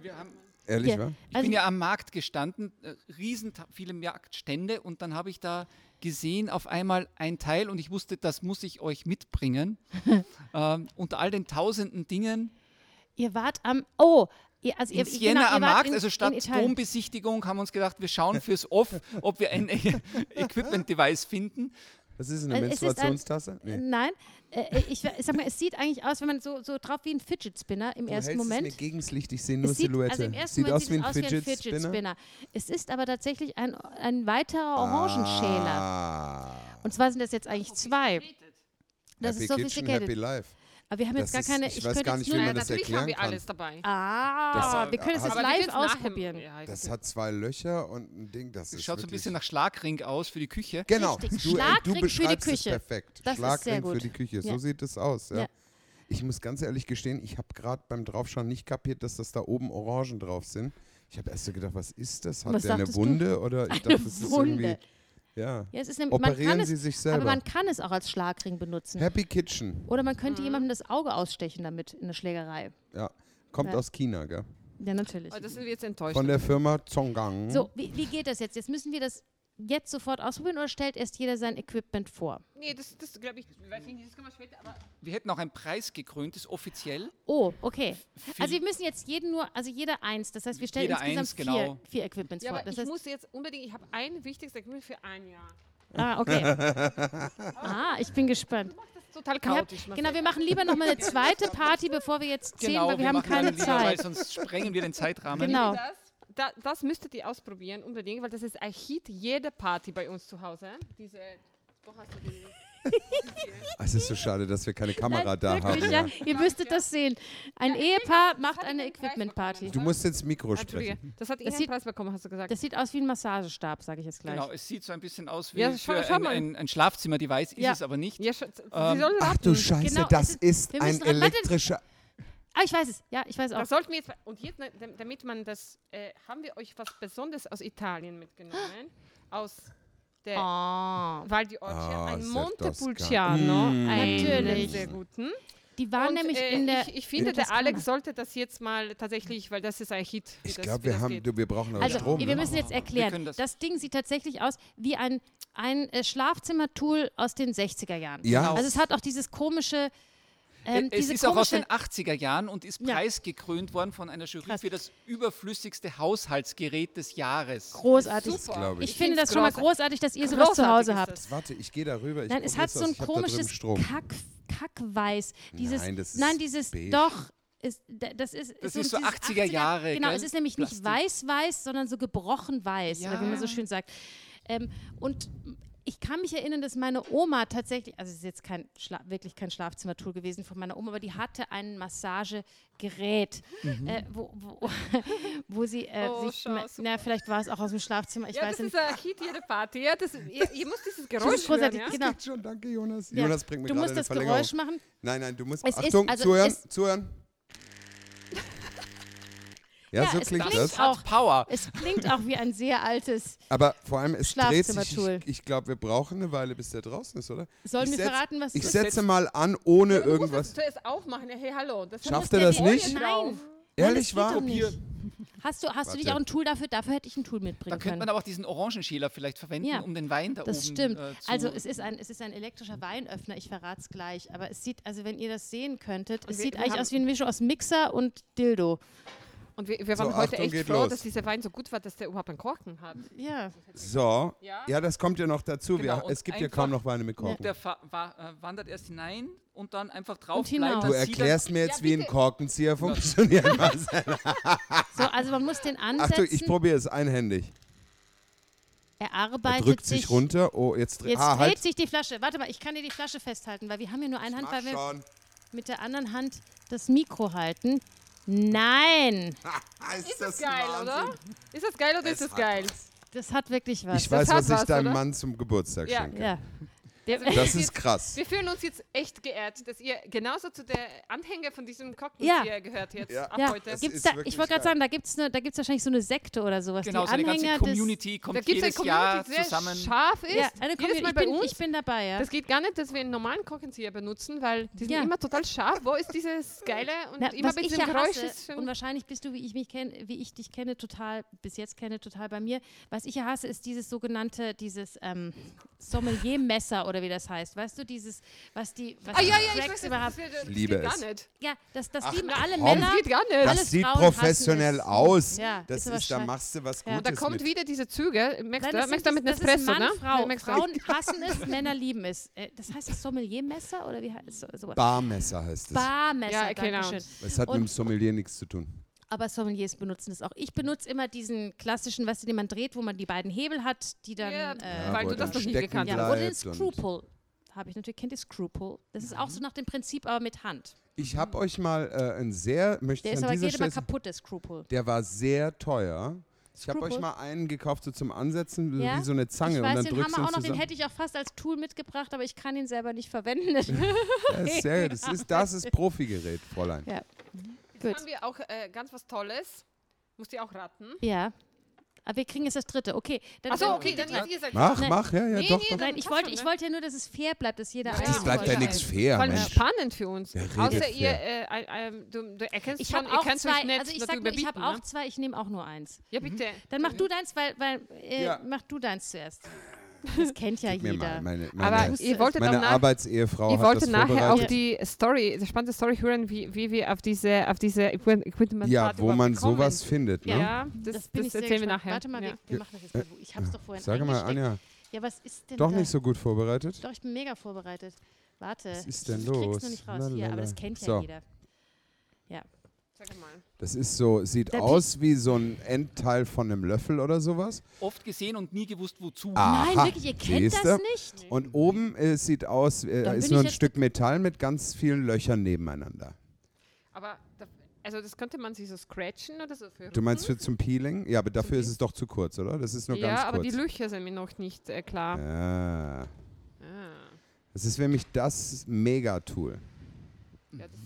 D: Wir haben,
A: Ehrlich,
B: Ja.
A: wa?
D: ich
B: Also
D: bin ja am Markt gestanden, äh, riesen ta- viele Marktstände und dann habe ich da gesehen auf einmal ein Teil und ich wusste, das muss ich euch mitbringen. ähm, unter all den tausenden Dingen
B: ihr wart am Oh, ihr, also
D: in
B: ihr,
D: Siena
B: genau, ihr
D: am
B: wart
D: Markt,
B: in,
D: also statt
B: in Italien.
D: Dombesichtigung, haben wir uns gedacht, wir schauen fürs Off, ob wir ein Equipment-Device finden.
A: Was ist eine
B: Äh, es ist ein-
A: Menstruationstasse? Nee.
B: Nein, äh, ich wa- sag mal, es sieht eigentlich aus, wenn man so, so drauf wie ein Fidget Spinner im
A: Du
B: ersten
A: hältst
B: Moment.
A: Es mir gegen das Licht, ich sehe nur
B: es sieht,
A: Silhouette.
B: also im ersten
A: sieht
B: Moment
A: aus wie ein Fidget,
B: Spinner.
A: Spinner.
B: Es ist aber tatsächlich ein, ein weiterer Orangenschäler.
A: Ah,
B: Und zwar sind das jetzt eigentlich zwei. Das
A: happy
B: ist
A: Kitchen, happy
B: sophisticated.
A: life.
B: Aber wir haben jetzt
A: Das
B: gar keine.
A: ist- ich weiß
B: könnte
A: gar
B: jetzt
A: nicht, wie man
B: nur,
C: Ja,
A: das
C: natürlich
A: erklären
C: haben wir
A: kann.
C: alles dabei.
B: Ah,
A: Das-
B: wir können es jetzt
A: Aber
C: wir
B: live
C: können's nachher-
B: ausprobieren.
C: Ja, ich-
A: Das hat zwei Löcher und ein Ding. Das
D: Es
A: ist
D: schaut so ein
A: wirklich-
D: bisschen nach Schlagring aus für die Küche.
A: Genau,
B: Richtig,
A: du, äh,
B: Schlagring
A: du
B: für die
A: beschreibst
B: Küche.
A: es perfekt.
B: Das ist sehr
A: Schlagring für
B: gut.
A: die Küche, so
B: Ja.
A: sieht es aus. Ja.
B: Ja.
A: Ich muss ganz ehrlich gestehen, ich habe gerade beim Draufschauen nicht kapiert, dass das da oben Orangen drauf sind. Ich habe erst so gedacht, was ist das? Hat
B: Was
A: der eine
B: dachtest du?
A: Wunde oder ich dachte, das ist
B: Wunde.
A: irgendwie ja.
B: Ja, es ist nämlich, man
A: Operieren
B: kann
A: Sie
B: es,
A: sich
B: aber
A: selber.
B: man kann es auch als Schlagring benutzen.
A: Happy Kitchen.
B: Oder man
C: Mhm.
B: könnte jemandem das Auge ausstechen damit in der Schlägerei.
A: Ja, kommt
B: Ja.
A: aus China, gell?
B: Ja, natürlich.
C: Oh, das sind wir jetzt enttäuscht.
A: Von der Firma
D: Hm?
A: Zhonggang.
B: So, wie, wie geht das jetzt? Jetzt müssen wir das jetzt sofort ausprobieren oder stellt erst jeder sein Equipment vor?
C: nee, das, das glaube ich, weiß ich nicht, das kann man später, aber
D: Wir hätten auch einen Preis gekrönt, das ist offiziell.
B: Oh, okay. Also wir müssen jetzt jeden nur, also jeder eins. Das heißt, wir stellen
D: Jeder
B: insgesamt
D: eins, genau.
B: vier, vier Equipments
C: Ja,
B: vor.
C: aber
B: Das
C: ich
B: heißt,
C: muss jetzt unbedingt, ich habe ein wichtiges Equipment für Anja.
B: ah, okay. ah, ich bin gespannt.
C: total
B: Wir haben-
C: chaotisch.
B: genau, wir machen lieber nochmal eine zweite Party, bevor wir jetzt zählen, weil wir, haben
D: Genau, machen eine
B: keine
D: Liga, Weil
B: Zeit.
D: sonst sprengen wir den Zeitrahmen.
B: Genau.
C: Das, da, das müsstet ihr ausprobieren unbedingt, weil das ist ein Hit jeder Party bei uns zu Hause. Diese, wo hast du die?
A: Ah, Es ist so schade, dass wir keine Kamera da haben.
B: Wirklich, ja.
A: Ja.
B: Ihr müsstet das sehen. Ein Ehepaar macht eine Equipment-Party.
A: Du musst ins Mikro sprechen.
C: Entschuldige, das hat
B: Das
C: Ihnen einen
B: sieht-
C: Preis bekommen, hast du gesagt.
B: Das sieht aus wie ein Massagestab, sage ich jetzt gleich.
D: Genau, es sieht so ein bisschen aus wie
C: Ja, schau-
D: für
C: schau
D: ein,
C: mal.
D: ein, ein Schlafzimmer, die weiß, ist
B: Ja.
D: es aber nicht.
C: ja, schon,
D: Ähm,
C: Sie sollen
A: Ach
C: raten.
A: du Scheiße,
B: Genau,
A: das
B: es ist-
A: ist
B: wir
A: ein
B: müssen- warte.
A: elektrischer.
B: Ah, ich weiß es. Ja, ich weiß auch.
C: Das sollten wir jetzt, und jetzt, ne, dam- damit man das, äh, haben wir euch was Besonderes aus Italien mitgenommen. Aus der
B: Oh.
C: Val di Orcia,
A: Ah,
C: ein
A: Sef
C: Montepulciano. einen
B: Mm. Natürlich.
C: Sehr guten.
B: Die waren
C: Und,
B: nämlich
C: äh,
B: in der.
C: ich, ich finde,
B: das
C: der
B: kann
C: Alex
B: man.
C: sollte das jetzt mal tatsächlich, weil das ist ein Hit. wie
A: Ich
C: das-
A: glaube,
C: wie
A: wir
C: das
A: haben,
C: geht.
A: du, wir brauchen aber
B: Also,
A: Strom.
B: wir
A: ne?
B: müssen jetzt erklären,
D: können
B: das,
D: das-
B: Ding sieht tatsächlich aus wie ein, ein äh, Schlafzimmer-Tool aus den 60er Jahren.
A: Ja.
B: Also es hat auch dieses komische, ähm,
D: Äh, es
B: diese
D: ist auch aus
B: komische
D: den 80er Jahren und ist
B: Ja.
D: preisgekrönt worden von einer Jury
B: Krass.
D: für das überflüssigste Haushaltsgerät des Jahres.
B: großartig.
C: Super.
A: glaub
B: Ich,
A: Ich
B: finde
C: find's
B: das schon mal
C: großartig.
B: großartig, dass ihr sowas zu
C: Großartig
B: Hause
C: ist
B: habt.
C: das.
A: Warte, ich gehe da rüber. Ich
B: Nein, es
A: probier's
B: hat so ein
A: aus. Ich hab da drüben
B: komisches
A: Strom.
B: Kack, Kackweiß. Dieses,
A: Nein, das ist
B: nein, dieses
A: beige.
B: doch. Ist, d- das ist,
D: Das
B: so
D: ist so
B: dieses
D: 80er Jahre,
B: Genau,
D: gell?
B: es ist nämlich nicht
D: Plastik.
B: weiß-weiß, sondern so gebrochen weiß, oder wie man so
D: Ja.
B: schön sagt. Ähm, und ich kann mich erinnern, dass meine Oma tatsächlich, also es ist jetzt kein Schla wirklich kein Schlafzimmertool gewesen von meiner Oma, aber die hatte ein Massagegerät, äh, wo, wo, wo sie äh,
C: Oh,
B: sich,
C: schau,
B: na,
C: super.
B: vielleicht war es auch aus dem Schlafzimmer, ich
C: Ja,
B: weiß
C: das
B: ja nicht.
C: ist ein Hit jeder Party. Ja, das, ihr, ihr müsst
B: Das
C: dieses Geräusch
B: ist
C: hören,
B: großartig,
C: ja?
B: genau.
A: Geht schon, danke, Jonas.
B: Ja.
A: Jonas bringt mir
B: du
A: gerade
B: musst
A: eine
B: das
A: Verlängerung.
B: Geräusch machen.
A: Nein, nein, du musst.
B: Es ist-
A: Achtung,
B: also
A: zuhören,
B: es-
A: zuhören. Ja,
B: Ja,
A: so
B: es
A: klingt,
B: klingt
A: das.
B: auch-
D: Hat Power.
B: Es klingt auch wie ein sehr altes
A: Aber vor allem, es dreht sich.
B: Schlafzimmertool.
A: Ich, ich glaube, wir brauchen eine Weile, bis der draußen ist, oder?
B: Sollen
A: ich
B: wir verraten, was
A: Ich
B: es ist?
A: setze mal an, ohne
C: Du musst
A: irgendwas.
C: das zuerst aufmachen. Ja, hey, hallo. Das
A: Schafft
C: muss
A: er
C: der
A: das
C: Folie
A: nicht?
C: drauf.
B: Nein.
A: Ehrlich
B: Nein, das
A: wahr?
B: geht doch nicht. Hast du, hast du nicht
A: Warte.
B: auch ein Tool dafür? Dafür hätte ich ein Tool
D: Da
B: mitbringen
D: könnte
B: können.
D: man aber auch diesen Orangenschäler vielleicht verwenden,
B: Ja,
D: um den Wein da
B: Das
D: oben
B: stimmt.
D: Äh, zu
B: also es ist, ein, es ist ein elektrischer Weinöffner, ich verrate es gleich. Aber es sieht, also wenn ihr das sehen könntet, es
C: wir-
B: sieht
C: wir
B: eigentlich
C: haben-
B: aus wie ein Mischung aus Mixer und Dildo.
C: Und wir, wir
A: So,
C: waren heute
A: Achtung,
C: echt
A: geht
C: froh,
A: los.
C: dass dieser Wein so gut war, dass der überhaupt einen Korken hat.
B: Ja.
A: So.
C: Ja.
A: Ja, das kommt ja noch dazu.
D: Genau,
A: wir,
D: und
A: es gibt ja kaum
D: einfach-
A: noch Weine mit
D: und
B: äh,
A: Korken.
D: der fa- wa- äh, wandert erst hinein und dann einfach drauf
B: hinaus.
D: bleibt.
A: Du erklärst mir jetzt,
C: Ja,
A: wie ein
C: bitte.
A: Korkenzieher funktioniert.
B: So, also man muss den ansetzen.
A: Achtung, ich probiere es einhändig.
B: er
A: Er
B: arbeitet
A: drückt sich runter. Oh, jetzt, dre-
B: Jetzt
A: ah,
B: dreht
A: halt.
B: sich die Flasche. Warte mal, ich kann dir die Flasche festhalten, weil wir haben ja nur eine Hand, weil
A: Mach
B: wir
A: schon.
B: mit der anderen Hand das Mikro halten. Nein,
A: Ah. Ist,
C: Ist das geil, oder? Ist das geil oder
A: Es
C: ist das
A: hat
C: geil?
B: das hat wirklich was.
A: Ich weiß,
C: hat
A: was ich
C: was,
A: deinem
C: oder?
A: Mann zum Geburtstag
C: Ja.
A: schenke.
B: ja. Der,
A: Das ist krass.
C: Wir fühlen uns jetzt echt geehrt, dass ihr genauso zu der Anhänger von diesem Cocktail
B: Ja.
C: hier gehört jetzt
A: Ja.
C: ab
B: Ja,
C: heute.
A: Das
B: gibt's
A: ist
B: da,
A: wirklich
B: ich wollte gerade
A: geil.
B: sagen, da gibt es ne, da gibt's wahrscheinlich so eine Sekte oder sowas.
D: Genau,
B: die
D: so eine
B: Anhänger
D: ganze Community
C: da
D: kommt
C: gibt es eine
D: jedes Jahr
C: Community, die sehr
D: zusammen.
C: scharf ist.
B: Des, ja, eine
C: Jedes
B: Community.
C: Mal
B: Ich
C: bei
B: bin,
C: uns.
B: ich bin dabei, ja.
C: das geht gar nicht, dass wir einen normalen Korkenzieher benutzen, weil die sind
B: Ja.
C: immer total scharf. Wo ist dieses Geile? Und
B: Na,
C: immer
B: was
C: bei
B: ich ja
C: diesem Geräusch
B: hasse,
C: ist schon...
B: und wahrscheinlich bist du, wie ich mich kenne, wie ich dich kenne, total, bis jetzt kenne, total bei mir. Was ich ja hasse, ist dieses sogenannte, dieses ähm, Sommelier-Messer oder wie das heißt. Weißt du, dieses, was die, was
C: Ah
B: die
C: ja, ja, ich
B: Cracks
C: weiß, das,
B: überhaupt.
C: das, das
A: Liebe
C: geht
A: es.
C: gar nicht.
B: Ja, das, das
A: Ach,
B: lieben
A: na
B: alle
A: komm.
B: Männer.
C: Das geht gar nicht.
B: Alles
A: Das sieht
B: Frauen hassen
A: professionell
B: es.
A: aus.
B: Ja,
A: das
B: ist aber
A: ist, da
B: schei-
A: machst du was
C: Und da
A: Gutes
C: kommen
A: mit.
C: wieder diese Züge. Merkst
B: Nein, das,
C: du merkst
B: sind
C: du
B: die-
C: mit
B: das
C: Nespresso,
B: ist Mann,
C: ne?
B: Frau.
C: Ja, merkst du.
B: Frauen hassen es, Männer lieben es. Äh, Das heißt das Sommelier-Messer oder wie heißt es? So,
A: Barmesser heißt es.
B: Barmesser,
C: Ja,
B: danke
C: genau.
B: schön.
A: es hat mit
B: Und-
A: dem Sommelier nichts zu tun.
B: Aber Sommeliers benutzen das auch. Ich benutze immer diesen klassischen, weißt du, den man dreht, wo man die beiden Hebel hat, die dann.
C: Ja,
B: äh,
C: weil
A: wo
C: du
A: er
C: das
A: dann
C: doch nie
A: stecken
C: gekannt hast.
B: ja, oder den
A: bleibt und-
B: Scruple. Habe ich natürlich, kennt ihr Scruple? Das ist auch so nach dem Prinzip, aber mit Hand.
A: Ich habe euch mal äh, ein sehr, möchte
B: Der
A: ich
B: ist
A: an
B: aber
A: dieser
B: jedes Mal
A: Stelle,
B: kaputt, der Scruple.
A: der war sehr teuer. Ich habe
B: Scrupel?
A: euch mal einen gekauft, so zum Ansetzen,
B: Ja?
A: wie so eine Zange.
B: ich
A: und
B: weiß,
A: dann
B: den
A: drückst du
B: haben wir
A: ihn
B: auch noch, den
A: zusammen.
B: hätte ich auch fast als Tool mitgebracht, aber ich kann ihn selber nicht verwenden.
A: Das ist, sehr, das, ist, das ist Profigerät, Fräulein.
B: Ja.
C: Jetzt
B: Gut.
C: haben wir auch äh, ganz was Tolles. Musst ihr auch raten.
B: ja. Aber wir kriegen jetzt das dritte. Okay. Dann
C: Achso, okay, dann ihr, ihr seid
A: Mach,
B: Nein.
A: mach, ja, ja,
C: Nee,
A: doch,
C: nee,
A: doch.
B: Nein, ich
C: Passt
B: wollte,
C: schon,
B: ich
C: ne?
B: wollte ja nur, dass es fair bleibt, dass jeder
C: Ja,
B: eine
A: Das bleibt ja
B: Folge
A: nichts
B: hat.
A: fair,
C: Voll
A: Mensch.
C: spannend für uns.
A: Ja, redet
C: Außer ihr, äh,
A: fair.
C: ein- du, du erkennst
B: Ich
C: schon,
B: habe
C: ihr
B: auch
C: könnt euch
B: zwei.
C: nicht
B: Also ich
C: dazu
B: sag nur, ich habe
C: überbieten,
B: auch
C: ne?
B: zwei, ich nehme auch nur eins.
C: Ja, bitte.
B: Dann mach du deins, weil, weil äh,
A: Ja.
B: mach du deins zuerst. Das kennt ja
A: Mir
B: jeder.
A: mal, meine, meine,
C: Aber
B: Meine-
C: ihr wolltet
A: meine
C: auch nach,
A: Arbeitsehefrau
C: ihr
A: hat das
C: wolltet nachher auch
A: vorbereitet.
C: die Story, die spannende Story hören, wie, wie wir auf diese, auf diese Equipment Equipment
A: ja,
C: Part
A: wo man
C: überhaupt gekommen
A: sowas
C: sind.
A: findet, ne?
C: Ja, das,
B: das bin ich sehr
C: erzählen wir
B: gespannt.
C: nachher.
B: Warte mal,
C: ja.
B: wir, wir machen das jetzt mal. Ich habe es doch vorhin
A: Sag mal,
B: eingesteckt.
A: Anja,
B: Ja, was ist denn
A: doch
B: da?
A: nicht so gut vorbereitet?
B: Doch, ich bin mega vorbereitet. Warte.
A: Was ist denn
B: ich krieg's
A: los?
B: Nur nicht raus.
A: La, la,
B: Hier, aber das
A: la.
B: kennt ja
A: So.
B: jeder.
C: Sag mal.
A: Das ist so, sieht
B: Der Pi-
A: aus wie so ein Endteil von einem Löffel oder sowas.
D: Oft gesehen und nie gewusst, wozu.
B: Nein,
A: Aha,
B: wirklich, ihr kennt
A: siehste?
B: das nicht?
A: Und oben äh, sieht aus,
B: Dann
A: äh,
B: bin
A: ist nur
B: ich
A: ein
B: jetzt-
A: Stück Metall mit ganz vielen Löchern nebeneinander.
C: Aber da, also das könnte man sich so scratchen oder so für
A: Du meinst für zum Peeling? Ja, aber dafür
C: Mhm. Zum
A: ist es doch zu kurz, oder? Das ist nur
C: Ja,
A: ganz
C: aber die
A: kurz.
C: Löcher sind mir noch nicht äh, klar.
A: ah,
C: Ah.
A: das ist nämlich das Megatool.
C: Ja, das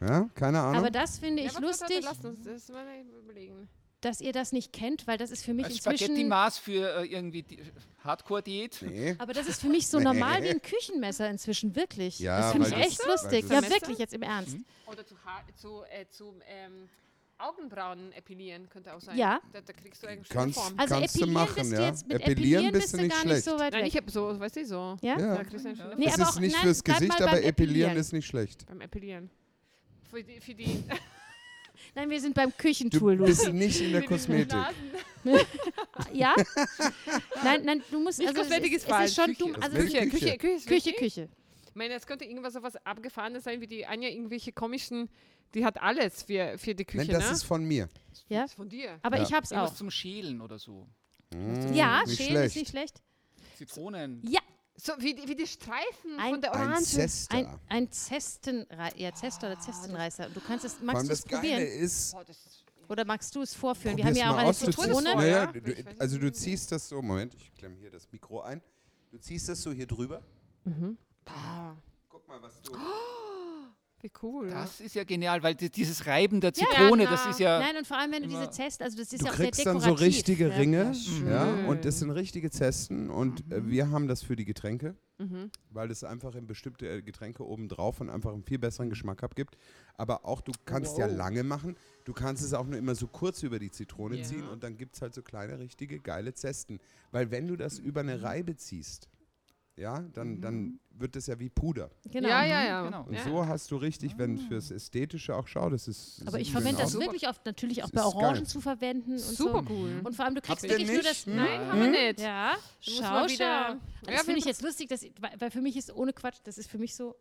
A: Ja, keine Ahnung.
B: Aber das finde
C: Ja,
B: Mhm. ich
C: warte, warte,
B: lustig,
C: Lass uns das mal überlegen.
B: dass ihr das nicht kennt, weil das ist für mich
D: Als
B: inzwischen.
D: Spaghetti-Maß für äh, irgendwie die- Hardcore-Diät.
A: nee.
B: Aber das ist für mich so normal wie ein Küchenmesser inzwischen, wirklich.
A: Ja,
B: das finde
A: weil
B: ich
A: das-
B: echt
A: weil
B: lustig.
A: das- Hm?
B: Ja,
C: Messer?
B: wirklich, jetzt im Ernst.
C: Oder zu, ha zu, äh, zu ähm, Augenbrauen epilieren könnte auch sein.
B: Ja.
C: Da, da kriegst du eigentlich schon
A: Kannst,
C: Form.
B: Also
A: kannst du
B: epilieren
A: machen,
B: bist du
A: ja.
B: jetzt mit
A: epilieren bist du nicht
B: gar
A: schlecht.
B: nicht so weit
C: Nein,
B: weg.
C: ich habe so, weißt du, so.
B: ja?
A: Ja.
C: Da kriegst du einen schon
B: Nee,
A: es
B: aber
A: ist
B: auch-
A: nicht
B: nein,
A: fürs
B: bleib mal
A: Gesicht,
B: beim
A: aber epilieren
B: Epilieren.
A: ist nicht schlecht.
C: beim Epilieren. Für die, für die,
B: Nein, wir sind beim Küchentool,
A: Du bist
B: Lucy.
A: nicht in
C: für
B: Genau.
A: der
C: die
A: Kosmetik.
B: Also
C: Nasen-
B: Ja? Nein, nein, du musst.
C: Nicht
B: Also, es
C: Kosmetik
B: ist,
C: ist
B: es ist
C: falsch,
B: schon
C: Küche.
B: dumm. Also, es ist
A: Kosmetik- Küche.
C: Küche, Küche, Küche. ist
B: Küche,
C: wichtig.
B: Küche.
C: Ich meine, es könnte irgendwas so was Abgefahrenes sein, wie die Anja irgendwelche komischen, die hat alles für, für die Küche,
A: Nein, das
C: ne?
A: ist von mir.
B: Ja.
C: Das ist von dir.
B: Aber
A: Ja. Hm,
B: ich hab's auch.
D: Irgendwas zum Schälen oder so.
B: Ja,
A: nicht
B: schälen
A: schlecht.
B: ist nicht schlecht.
D: Zitronen.
B: Ja,
C: So, wie, die- wie die
B: Ein-
C: Streifen Hm,
B: Ah.
C: von der
A: Ein
C: Orange. Ah,
A: Zester.
B: ein, ein Zestenreißer. Ja, Zester oder Zestenreißer. Du kannst es,
A: Vor
B: magst
A: allem
B: du es
A: das Geile
B: probieren?
A: ist,
C: Boah, Oh, das ist-
B: Oder magst du es vorführen? Wir haben
A: probier's
B: ja auch
A: mal
B: eine
A: aus, du ziehst-
B: Zitrone.
C: vor,
A: Naja,
C: ja?
A: du,
C: Ich weiß
A: also
C: nicht,
A: du
C: wie-
A: ziehst das so, Moment, ich klemme hier das Mikro ein. Du ziehst das so hier drüber.
B: Ah.
C: Bah,
A: Guck mal, was du...
C: wie cool.
D: Das ist ja genial, weil die, dieses Reiben der
B: Ja,
D: Zitrone,
C: na.
D: das ist ja.
B: Nein, und vor allem, wenn du diese
D: Immer-
B: Zest, also das ist
A: Du
B: ja auch sehr
A: kriegst
B: dekorativ.
A: dann so richtige
B: ne?
A: Ringe
C: schön.
A: ja, und das sind richtige Zesten und
B: Mhm.
A: äh, wir haben das für die Getränke, weil es einfach in bestimmte äh, Getränke obendrauf und einfach einen viel besseren Geschmack abgibt. Aber auch, du kannst ja lange machen, du kannst es auch nur immer so kurz über die Zitrone
C: Ja.
A: ziehen und dann gibt es halt so kleine, richtige, geile Zesten. Weil wenn du das über
B: Mhm.
A: eine Reibe ziehst, ja, dann, dann wird das ja wie Puder.
B: Genau.
C: Ja, ja, ja.
D: Genau.
A: Und
C: ja.
A: so hast du richtig, wenn fürs Ästhetische auch schau, das ist.
B: Ah.
A: genau
B: Aber ich
A: sieht
B: verwende
C: genau.
A: schön
B: das
A: aus.
B: wirklich oft, natürlich auch
A: Das
B: bei
A: ist
B: Orangen
A: geil.
B: zu verwenden. Und
C: Super
B: so. Mhm.
C: cool.
B: Und vor allem, du kriegst
A: ihr
B: wirklich nur
A: nicht?
B: das.
A: Hm?
C: Nein, haben wir nicht.
B: Ja,
C: muss
B: schau,
C: mal
B: schau.
C: wieder-
B: Also
C: Ja,
B: Das
C: wir-
B: finde ich jetzt lustig, dass, weil weil für mich ist ohne Quatsch, das ist für mich so,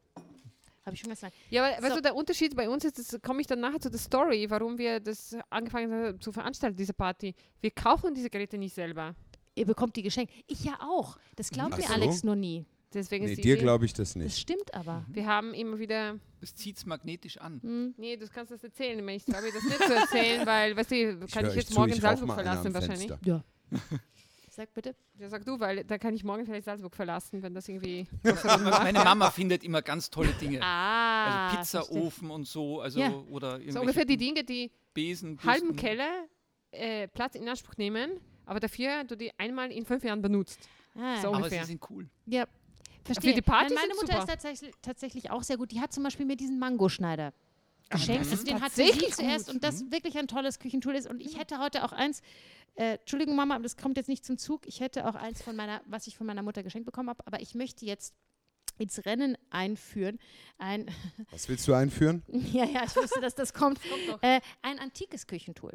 B: habe ich schon ganz lange.
C: Ja, aber weißt
B: So.
C: du, der Unterschied bei uns ist, das komme ich dann nachher zu der Story, warum wir das angefangen haben zu veranstalten, diese Party. Wir kaufen diese Geräte nicht selber.
B: Ihr bekommt die geschenkt. Ich ja auch. Das glaubt
A: Ach
B: mir
A: so.
B: Alex nur nie.
C: Deswegen
A: Nee,
C: ist die
A: dir
C: Idee-
A: glaube ich das
B: Das
A: nicht.
B: stimmt aber.
C: Wir haben immer wieder.
D: Das zieht es magnetisch an.
B: Hm.
C: Nee, du kannst das erzählen. Ich meine, Ich traue mir das nicht zu erzählen, weil, weißt du, kann ich,
A: hör euch
C: jetzt
A: zu,
C: morgen
A: ich rauch
C: Salzburg
A: mal einer
C: verlassen
A: am
C: wahrscheinlich.
A: Fenster.
B: Ja. Sag bitte.
C: Ja, sag du, weil da kann ich morgen vielleicht Salzburg verlassen, wenn das irgendwie.
D: Meine Mama findet immer ganz tolle Dinge.
B: Ah.
D: Also
B: verstehe.
D: Pizzaofen und so, also
B: Ja.
D: oder
C: So
D: irgendwelche
C: ungefähr die Dinge, die
D: Besen. Bürsten.
C: halben Keller äh, Platz in Anspruch nehmen, aber dafür du die einmal in fünf Jahren benutzt.
B: Ah.
C: So.
D: Aber
C: ungefähr.
D: sie sind cool.
B: Ja. Verstehe.
C: die Partys
B: Nein, meine
C: sind
B: Mutter
C: super.
B: ist tatsächlich, tatsächlich auch sehr gut. Die hat zum Beispiel mir diesen Mangoschneider geschenkt.
C: Ah, das ist
B: den hat sie
C: tatsächlich
B: nie zuerst
C: gut. Mhm.
B: und das wirklich ein tolles Küchentool ist. Und ich hätte heute auch eins, äh, Entschuldigung Mama, aber das kommt jetzt nicht zum Zug. Ich hätte auch eins von meiner, was ich von meiner Mutter geschenkt bekommen habe, aber ich möchte jetzt ins Rennen einführen. Ein,
A: Was willst du einführen?
B: ja, ja, ich wusste, dass das kommt. äh, ein antikes Küchentool.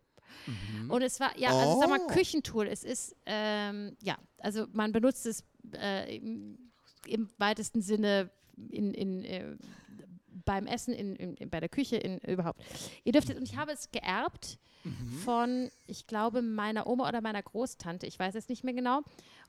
B: Und es war, ja, also sag mal,
A: Oh.
B: Küchentool, es ist, ähm, ja, also man benutzt es äh, im, im weitesten Sinne in, in, äh, beim Essen, in, in, in, bei der Küche, in, überhaupt. Ihr dürft es, und ich habe es geerbt von, ich glaube, meiner Oma oder meiner Großtante, ich weiß es nicht mehr genau.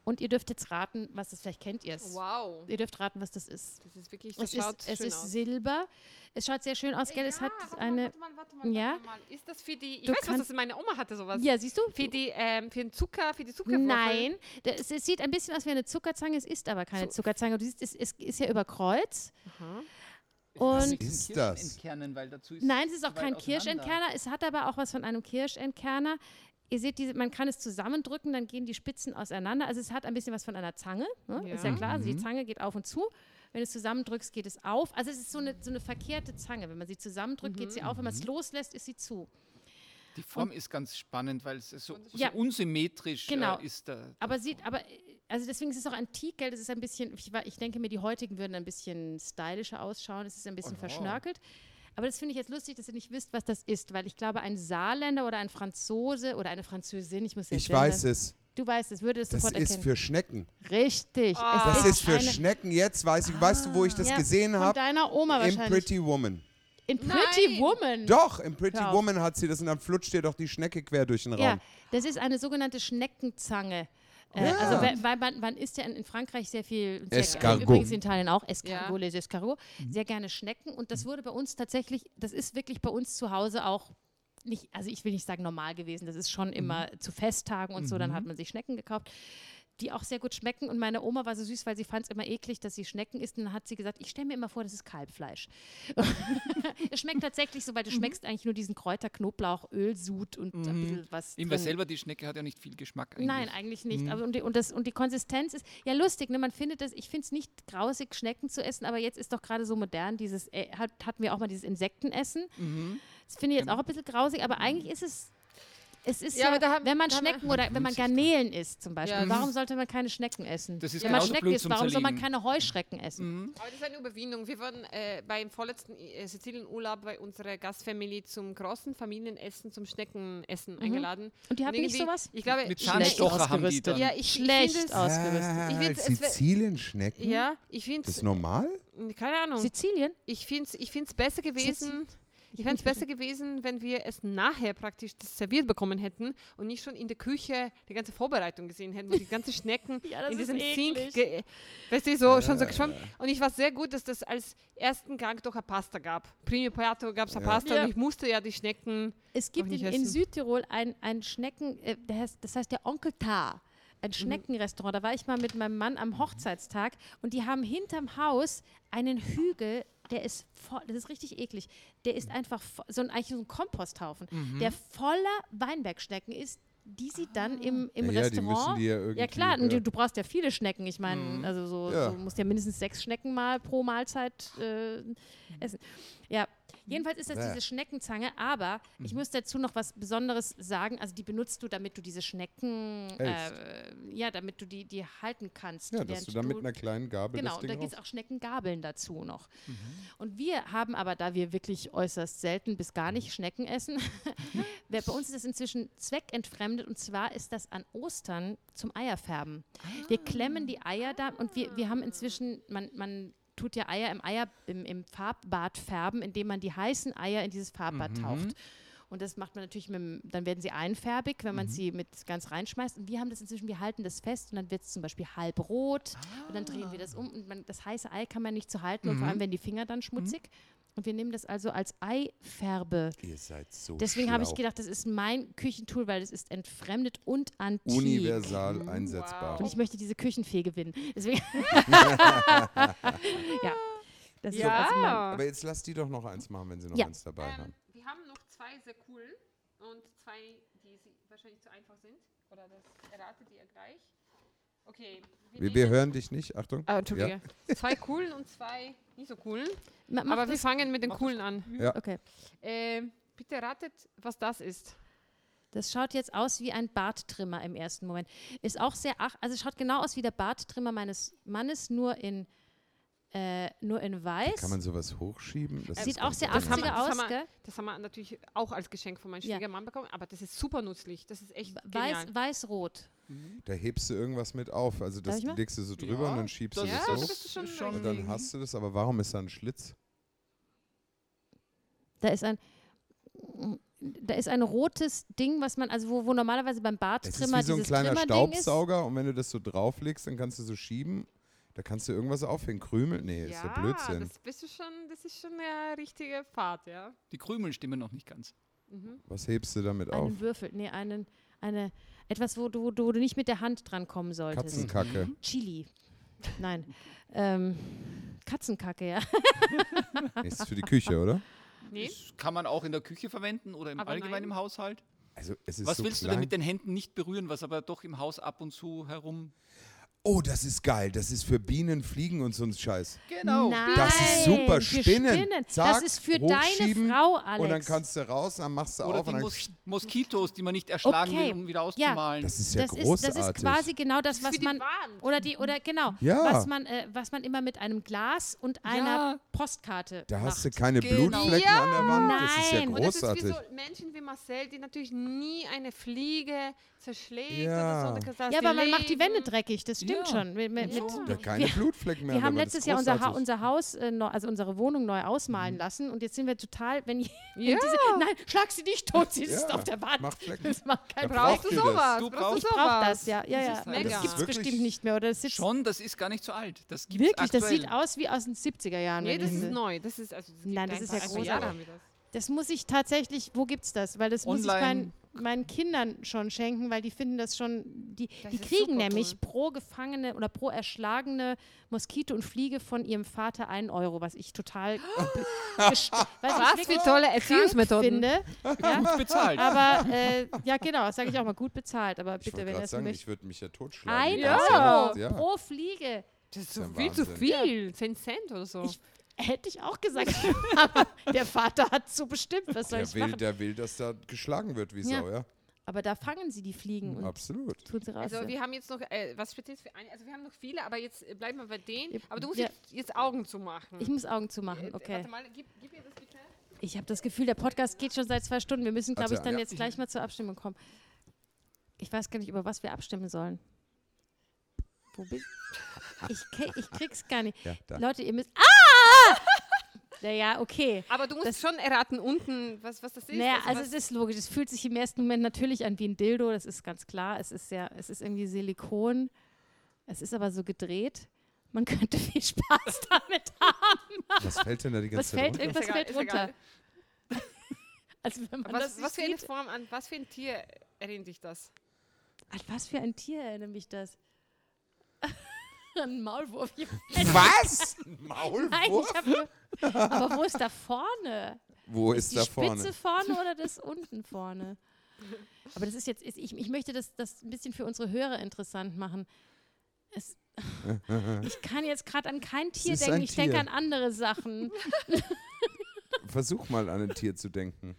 B: Und ihr dürft jetzt raten, was das, vielleicht kennt ihr es.
C: Wow.
B: Ihr dürft raten, was das ist.
C: Das ist wirklich, das
B: Es
C: schaut
B: ist, es
C: schön
B: ist
C: aus.
B: Silber. Es schaut sehr schön aus, gell? Es hat eine.
C: Warte mal, warte mal,
B: mal, Ja?
C: warte
B: warte
C: mal. Ist das für die. Ich
B: Du
C: weiß, was
B: kann-
C: das meine Oma hatte, sowas.
B: Ja, siehst du?
C: Für, die, ähm, für den Zucker, für die Zuckerwürfel.
B: Nein, da- es, es sieht ein bisschen aus wie eine Zuckerzange, es ist aber keine
C: So.
B: Zuckerzange. Du siehst, es, es ist ja über Kreuz.
C: Aha.
B: Und
A: nichts ist das?
D: Entkernen, weil dazu ist
B: nein, es ist
D: zu
B: auch
D: weit
B: kein
D: auseinander.
B: Kirschentkerner, es hat aber auch was von einem Kirschentkerner. Ihr seht, diese, man kann es zusammendrücken, dann gehen die Spitzen auseinander. Also es hat ein bisschen was von einer Zange, ne? ist ja
C: Ja.
B: klar. Also die Zange geht auf und zu. Wenn du es zusammendrückst, geht es auf. Also es ist so eine, so eine verkehrte Zange. Wenn man sie zusammendrückt, geht
C: Mhm.
B: sie auf. Wenn man es loslässt, ist sie zu.
D: Die Form ist ganz spannend, weil es so, so
B: Ja.
D: unsymmetrisch
B: Genau.
D: äh, ist. Da.
B: Aber sieht, aber, äh, also deswegen ist es auch antik, gell? Das ist ein bisschen, ich, wa- ich denke mir, die heutigen würden ein bisschen stylischer ausschauen. Es ist ein bisschen
D: Oho.
B: verschnörkelt. Aber das finde ich jetzt lustig, dass ihr nicht wisst, was das ist, weil ich glaube, ein Saarländer oder ein Franzose oder eine Französin, ich muss jetzt
A: Ich weiß es.
B: Du weißt es, würde es
A: Das
B: sofort
A: ist
B: erkennen.
A: für Schnecken.
B: Richtig. es
A: Das ist für
B: eine-
A: Schnecken. Jetzt weiß ich, weißt du, wo ich das
B: ja,
A: gesehen
B: Von
A: habe?
B: deiner Oma
A: Im
B: wahrscheinlich.
A: Pretty Woman.
B: In Pretty
C: Nein.
B: Woman.
A: Doch, im Pretty
B: Hör auf.
A: Woman hat sie das und dann flutscht ihr doch die Schnecke quer durch den Raum.
B: Ja, das ist eine sogenannte Schneckenzange. Äh,
A: Ja.
B: Also we- weil man, man isst ja in, in Frankreich sehr viel sehr,
A: Escargot. Mhm.
B: übrigens in Italien auch Escargot,
C: Ja.
B: les Escargot, sehr gerne Schnecken und das wurde bei uns tatsächlich, das ist wirklich bei uns zu Hause auch nicht, also ich will nicht sagen normal gewesen, das ist
A: Mhm.
B: schon immer zu Festtagen und so, dann hat man sich Schnecken gekauft, die auch sehr gut schmecken und meine Oma war so süß, weil sie fand es immer eklig, dass sie Schnecken isst und dann hat sie gesagt, ich stelle mir immer vor, das ist Kalbfleisch. es schmeckt tatsächlich so, weil
D: Mhm.
B: du schmeckst eigentlich nur diesen Kräuter, Knoblauch, Ölsud und ein bisschen was
D: Ihm war
B: drin.
D: selber, die Schnecke hat ja nicht viel Geschmack eigentlich.
B: Nein, eigentlich nicht.
C: Hm.
B: Aber und, die, und, das, und die Konsistenz ist ja lustig. Ne? Man findet das, ich finde es nicht grausig, Schnecken zu essen, aber jetzt ist doch gerade so modern, dieses, äh, hat, hatten wir auch mal dieses Insektenessen.
C: Mhm.
B: Das finde ich jetzt auch ein bisschen grausig, aber eigentlich ist es. Es ist
C: Genau. Ja,
B: ja,
C: aber da haben-
B: wenn man
C: da haben wir- Hm,
B: Schnecken oder wenn man Garnelen isst zum Beispiel,
C: Ja, das
B: warum sollte man keine Schnecken essen?
D: Das ist
B: wenn man
D: genauso
B: Schnecken
D: blöd
B: isst,
D: zum
B: warum soll man
D: Zerlegen.
B: keine Heuschrecken essen?
C: Aber das ist eine Überwindung. Wir waren äh, beim vorletzten äh, Sizilien-Urlaub bei unserer Gastfamilie zum großen Familienessen, zum Schneckenessen eingeladen.
B: Und die hatten Mhm. nicht
C: irgendwie-
B: sowas?
C: Ich glaube,
D: Mit
C: ich-
D: Zahnstocher haben die
B: ausgerüstet.
D: dann.
C: Ja, ich, ich
B: Schlecht Oh.
C: finde
B: aus.
C: es,
A: Ah,
C: Ich will's- es wär-
A: Sizilien-Schnecken?
C: ja,
A: Das
C: ich
A: ist
C: find's,
A: normal?
C: keine Ahnung.
B: Sizilien?
C: Ich finde es ich find's besser gewesen. Ich fände es besser gewesen, wenn wir es nachher praktisch das serviert bekommen hätten und nicht schon in der Küche die ganze Vorbereitung gesehen hätten, wo die ganzen Schnecken
B: Ja, das ist
C: in diesem
B: eklig.
C: Sink, ge- weißt du, so, schon so geschwommen. Und ich war sehr gut, dass das als ersten Gang doch eine Pasta gab. Primo Piatto gab es eine Pasta
B: Ja.
C: und ich musste ja die Schnecken.
B: Es gibt
C: Noch
B: in,
C: nicht
B: in
C: essen.
B: Südtirol ein, ein Schnecken, äh, der heißt, das heißt der Onkel Tar.
A: Mhm.
B: Ein Schneckenrestaurant. Da war ich mal mit meinem Mann am Hochzeitstag und die haben hinterm Haus einen Hügel, der ist voll, das ist richtig eklig. Der ist einfach vo- so ein, eigentlich so ein Komposthaufen,
A: Mhm.
B: der voller Weinbergschnecken ist, die sie dann im, im
A: Ah. Ja, ja, die müssen
B: Restaurant.
A: die ja irgendwie,
B: ja, klar, und
A: ja. Mhm.
B: Du, du brauchst ja viele Schnecken. Ich meine, also so,
A: Ja.
B: so musst ja mindestens sechs Schnecken mal pro Mahlzeit äh, essen. Ja, jedenfalls ist das
A: Bäh.
B: diese Schneckenzange, aber ich
A: Mhm.
B: muss dazu noch was Besonderes sagen. Also die benutzt du, damit du diese Schnecken,
A: Hältst.
B: äh, ja, damit du die, die halten kannst.
A: Ja, dass
B: während
A: du dann mit einer kleinen Gabel
B: Genau,
A: das
B: und da
A: Ding Mhm.
B: gibt es auch Schneckengabeln dazu noch. Und wir haben aber, da wir wirklich äußerst selten bis gar
A: Mhm.
B: nicht Schnecken essen, wer- bei uns ist das inzwischen zweckentfremdet und zwar ist das an Ostern zum Eierfärben. Wir
A: Ah.
B: klemmen die Eier da und wir, wir haben inzwischen, man, man tut ja Eier im Eier im, im Farbbad färben, indem man die heißen Eier in dieses Farbbad
A: Mhm.
B: taucht. Und das macht man natürlich mit, dem- dann werden sie einfärbig, wenn man sie mit ganz reinschmeißt. Und wir haben das inzwischen, wir halten das fest und dann wird es zum Beispiel halb rot und dann drehen wir das um. Und man, das heiße Ei kann man nicht zu halten und vor allem werden die Finger dann schmutzig. Und wir nehmen das also als Eifärbe.
A: Ihr seid so
B: Deswegen habe ich
A: schlau.
B: gedacht, das ist mein Küchentool, weil das ist entfremdet und antik.
A: Universal einsetzbar.
B: Und ich möchte diese Küchenfee gewinnen. Deswegen. ja. Das ist also mein-
A: Aber jetzt lass die doch noch eins machen, wenn sie noch
B: Ja.
A: eins dabei haben.
C: Ähm, wir haben noch zwei sehr coolen und zwei, die wahrscheinlich zu einfach sind. Oder das erratet ihr gleich. Okay.
A: Wir, wir hören dich nicht, Achtung.
C: Ah, Entschuldige. Zwei coolen und zwei nicht so coolen.
B: Ma- mach
C: Aber wir
B: das-
C: fangen mit den coolen an.
B: Okay.
C: Ähm, bitte ratet, was das ist.
B: Das schaut jetzt aus wie ein Barttrimmer im ersten Moment. Ist auch sehr, ach, also schaut genau aus wie der Barttrimmer meines Mannes, nur in, äh, nur in weiß.
A: Kann man sowas hochschieben? Das
B: Sieht
A: ist
B: auch
A: ganz
B: sehr
A: geil.
C: haben
B: 80er
C: wir- das
B: aus,
C: haben wir-
B: gell?
C: Das haben wir natürlich auch als Geschenk von meinem
B: Ja.
C: Schwiegermann bekommen, aber das ist super nützlich. Das ist echt genial.
B: Weiß- Weiß-rot.
A: Da hebst du irgendwas mit auf. Also
B: Darf
A: das
B: ich mal?
A: legst du so drüber und dann schiebst du
D: das
C: Ja,
A: das
D: ist
C: das
A: hoch.
C: bist du schon
A: Und dann hast du das, aber warum ist da ein Schlitz?
B: da ist ein. Da ist ein rotes Ding, was man, also wo, wo normalerweise beim
A: Es ist
B: Barttrimmer
A: wie so ein
B: dieses
A: kleiner
B: Trimmerding ist.
A: Staubsauger und wenn du das so drauflegst, dann kannst du so schieben. Da kannst du irgendwas aufhängen. Krümel? Nee, ist ja Blödsinn.
C: Das, bist du schon, das ist schon eine richtige Fahrt, ja.
D: Die Krümeln stimmen noch nicht ganz.
A: Was hebst du damit auf?
B: Einen Würfel, nee, einen, eine, etwas, wo du, wo du nicht mit der Hand dran kommen solltest.
A: Katzenkacke.
B: Mhm. Chili. Nein. ähm, Katzenkacke, ja.
A: Nee, Ist für die Küche, oder?
C: Nee?
D: Das kann man auch in der Küche verwenden oder im
C: Aber
D: allgemeinen
C: nein.
D: im Haushalt.
A: Also es ist
D: Was
A: so
D: willst du
A: klein.
D: denn mit den Händen nicht berühren, was aber doch im Haus ab und zu herum
A: oh, das ist geil, das ist für Bienen, Fliegen und so ein Scheiß.
D: Genau.
B: Nein,
A: Oh, Das ist super,
B: für
A: Spinnen. Zack,
B: das ist für deine
A: hochschieben
B: Frau, Alex.
A: Und dann kannst du raus, dann machst du
D: Oder
A: auf
D: die
A: und dann,
D: Mos Moskitos, die man nicht erschlagen
B: Okay.
D: will, um wieder
B: Ja.
D: auszumalen.
A: das ist ja
B: das ist,
A: großartig.
B: das ist quasi genau das,
C: ist für
B: was
C: die
B: man
C: Wand.
B: oder die oder genau
A: Ja.
B: was man äh, was man immer mit einem Glas und einer Postkarte
A: da
B: macht.
A: hast du keine
D: Genau.
A: Blutflecken an der Wand. Das ist ja
B: Nein.
C: Und das ist wie
A: großartig.
C: so Menschen wie Marcel, die natürlich nie eine Fliege zerschlägt
A: Ja.
C: oder so. dass
B: ja,
C: die
B: aber man macht die
C: leben.
B: Wände dreckig. Das stimmt
D: Ja.
B: schon. Mit, mit,
C: Ja.
B: mit,
A: Da keine Blutflecken mehr.
B: Wir haben
A: aber das
B: letztes
A: ist
B: Jahr unser, ha
A: großartig. Mhm.
B: unser Haus, äh, neu, also unsere Wohnung neu ausmalen lassen und jetzt sind wir total, wenn, je- wenn
C: Ja.
B: diese, nein, schlag sie nicht tot, sie sitzt
A: Ja,
B: auf der Wand.
A: macht Flecken.
B: Das macht keinen
A: Da
B: Brauch.
A: braucht
C: Brauchst du
A: ihr das?
C: sowas?
D: Du
C: brauchst
D: brauchst-
C: du
B: Ich
C: sowas?
B: brauch das, ja, ja, ja.
D: Das ist
B: Aber
D: mega.
B: Das gibt es
A: Wirklich-
B: bestimmt nicht mehr, oder? Das sitzt
D: Schon, das ist gar nicht so alt. Das gibt's
B: wirklich, das
D: aktuell.
B: sieht aus wie aus den 70er Jahren.
C: Nee,
B: wenn
C: das
B: ich
C: ist
B: so-
C: neu. Das ist, also, das gibt
B: Nein,
C: ein
B: das ist
C: paar-
B: ja
C: ein paar Jahre
B: großartig.
C: haben wir das.
B: Das muss ich tatsächlich, wo gibt's das? Weil das muss ich
D: Online.
B: meinen, meinen Kindern schon schenken, weil die finden das schon, die,
C: Das
B: die
C: ist
B: kriegen
C: super
B: nämlich
C: toll.
B: pro gefangene oder pro erschlagene Moskito und Fliege von ihrem Vater einen Euro, was ich total was
C: Was für tolle Erziehungsmethoden.
B: finde.
D: Gut bezahlt.
B: Aber äh, ja genau, sage ich auch mal, gut bezahlt, aber
A: Ich
B: bitte,
A: wollte
B: wenn
A: gerade
B: das
A: sagen,
B: möchte.
A: ich würde mich ja totschlagen.
B: Ein
A: die
C: Ja.
A: ganze
B: Euro
A: Nacht, ja.
B: pro Fliege.
C: Das ist
A: ja
C: so viel zu
A: Wahnsinn.
C: viel. 10 Cent oder so.
B: Ich- Hätte ich auch gesagt. aber der Vater hat so bestimmt, was soll
A: Der
B: ich
A: will,
B: machen?
A: der will, dass da geschlagen wird wie
B: Ja.
A: Sau, ja?
B: Aber da fangen sie die Fliegen und
A: Absolut.
B: tun sie raus.
C: Also wir haben jetzt noch, äh, was steht jetzt für eine? Also wir haben noch viele, aber jetzt äh, bleiben wir bei denen.
B: Ja,
C: Aber du musst
B: ja.
C: jetzt, jetzt Augen zu machen.
B: Ich muss Augen zu
C: Äh,
B: machen, okay.
C: Warte mal, gib, gib mir das bitte.
B: Ich habe das Gefühl, der Podcast geht schon seit zwei Stunden. Wir müssen, glaube ich,
A: Also,
B: dann
A: ja.
B: jetzt gleich mal zur Abstimmung kommen. Ich weiß gar nicht, über was wir abstimmen sollen. Wo bin ich? ke- Ich krieg's gar nicht.
A: Ja, da.
B: Leute, ihr müsst. Ah! Naja, okay.
C: Aber du musst schon erraten unten, was, was das ist.
B: Naja, also
C: was,
B: es ist logisch. Es fühlt sich im ersten Moment natürlich an wie ein Dildo, das ist ganz klar. Es ist ja, es ist irgendwie Silikon. Es ist aber so gedreht. Man könnte viel Spaß damit haben.
A: Was fällt denn da die ganze
B: Was
A: Zeit
B: fällt,
A: runter?
B: irgendwas
C: Ist egal,
B: fällt
C: ist egal.
B: runter. Also wenn man das
C: was,
B: nicht
C: was für
B: sieht.
C: eine Form an, was für ein Tier erinnert dich das?
B: An was für ein Tier erinnert mich das? Ein Maulwurf. Ich
A: Was?
B: Nein, ich
A: Maulwurf?
B: hab nur, aber wo ist da vorne?
A: Wo ist
B: die
A: da
B: Spitze
A: vorne?
B: vorne oder das unten vorne? Aber das ist jetzt, ist, ich, ich möchte das, das ein bisschen für unsere Hörer interessant machen. Es, ich kann jetzt gerade an kein Tier
A: ist
B: denken,
A: ein
B: ich denke
A: Tier.
B: an andere Sachen.
A: Versuch mal an ein Tier zu denken.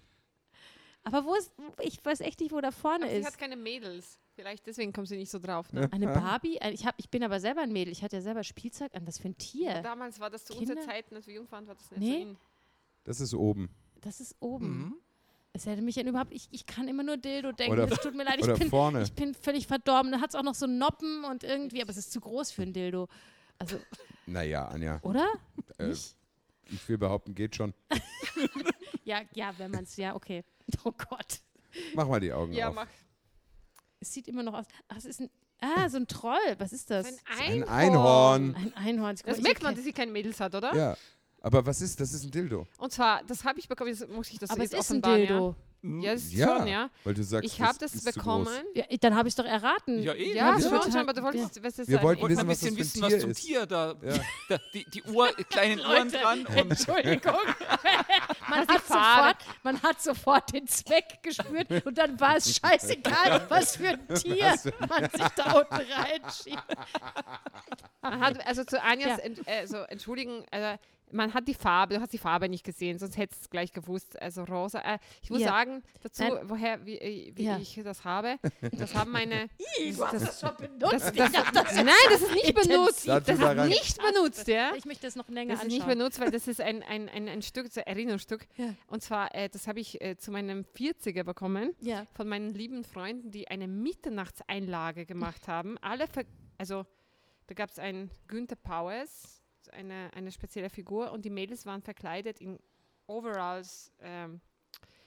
B: Aber wo ist, ich weiß echt nicht, wo da vorne
C: Aber Also, sie hat
B: ist.
C: keine Mädels. Vielleicht deswegen kommt sie nicht so drauf. Ne?
B: Eine Barbie? Ein- Ich, hab, ich bin aber selber ein Mädel, ich hatte ja selber Spielzeug an. Was für ein Tier?
C: Damals war das zu unserer
B: Kinder?
C: Zeit, als wir jung waren, war das nicht
B: Nee.
C: so in.
A: Das ist oben.
B: Das ist oben. Es hätte mich an überhaupt, ich, ich kann immer nur Dildo denken.
A: Oder-
B: es tut mir leid, ich
A: oder
B: bin,
A: vorne.
B: ich bin völlig verdorben. Dann hat es auch noch so Noppen und irgendwie, aber es ist zu groß für ein Dildo. Also,
A: Naja, Anja,
B: oder?
A: Äh.
B: Nicht?
A: ich will behaupten, geht schon.
B: Ja, ja, wenn man es, ja, okay. Oh Gott.
A: Mach mal die Augen
C: Ja,
A: auf.
C: mach.
B: Es sieht immer noch aus. Ach, es ist ein, ah, so ein Troll. Was ist das?
C: Ein
A: Ein
C: Einhorn.
A: Einhorn.
B: Ein Einhorn. Guck mal,
C: Das
B: ich
C: merkt man,
B: erkenn-
C: dass sie keine Mädels hat, oder?
A: Ja. Aber was ist, das ist ein Dildo.
C: Und zwar, das habe ich bekommen, jetzt muss ich das
B: Aber es
C: jetzt
B: ist ein
C: offenbaren,
B: Dildo.
C: Ja, ja das ist
A: Ja,
C: schon, ja.
A: weil du sagst,
C: Ich habe das
A: ist zu groß.
C: bekommen.
B: Ja, ich- dann habe ich es doch erraten.
D: Ja,
C: Ja,
D: eh.
B: Ja,
C: schon,
B: total.
C: schon, aber du wolltest, was ist
A: Wir
C: das?
A: wollten
D: Wollten
A: wissen,
D: ein
A: was das
D: bisschen
A: für ein
D: wissen,
A: Tier
D: was zum
A: ist.
D: Tier da.
A: Ja.
D: da die, die Ohr, kleinen Ohren dran. Und
B: Entschuldigung. Man hat,
C: Farbe.
B: sofort, man hat sofort den Zweck gespürt und dann war es scheißegal, was für ein Tier man sich da unten reinschiebt.
C: Man hat, also zu Anjas,
B: Ja.
C: ent, äh, so, entschuldigen, äh, man hat die Farbe, du hast die Farbe nicht gesehen, sonst hättest du es gleich gewusst, also rosa. Äh, ich muss
B: Ja.
C: sagen, dazu,
B: Nein.
C: woher, wie, äh, wie
B: Ja.
C: ich das habe, das haben meine...
B: Du hast das schon benutzt.
C: Das, das, nein, das ist nicht benutzt.
A: Lass
C: Das
A: uns mal
C: habe
A: rein.
C: nicht benutzt, ja.
B: Ich möchte das noch länger
C: Das ist
B: anschauen.
C: nicht benutzt, weil das ist ein, ein, ein, ein Stück, so ein Erinnerungsstück.
B: Ja.
C: Und zwar, äh, das habe ich äh, zu meinem 40er bekommen
B: ja.
C: von meinen lieben Freunden, die eine Mitternachtseinlage gemacht haben. Alle, ver also da gab es einen Günther Powers, eine, eine spezielle Figur, und die Mädels waren verkleidet in Overalls, ähm,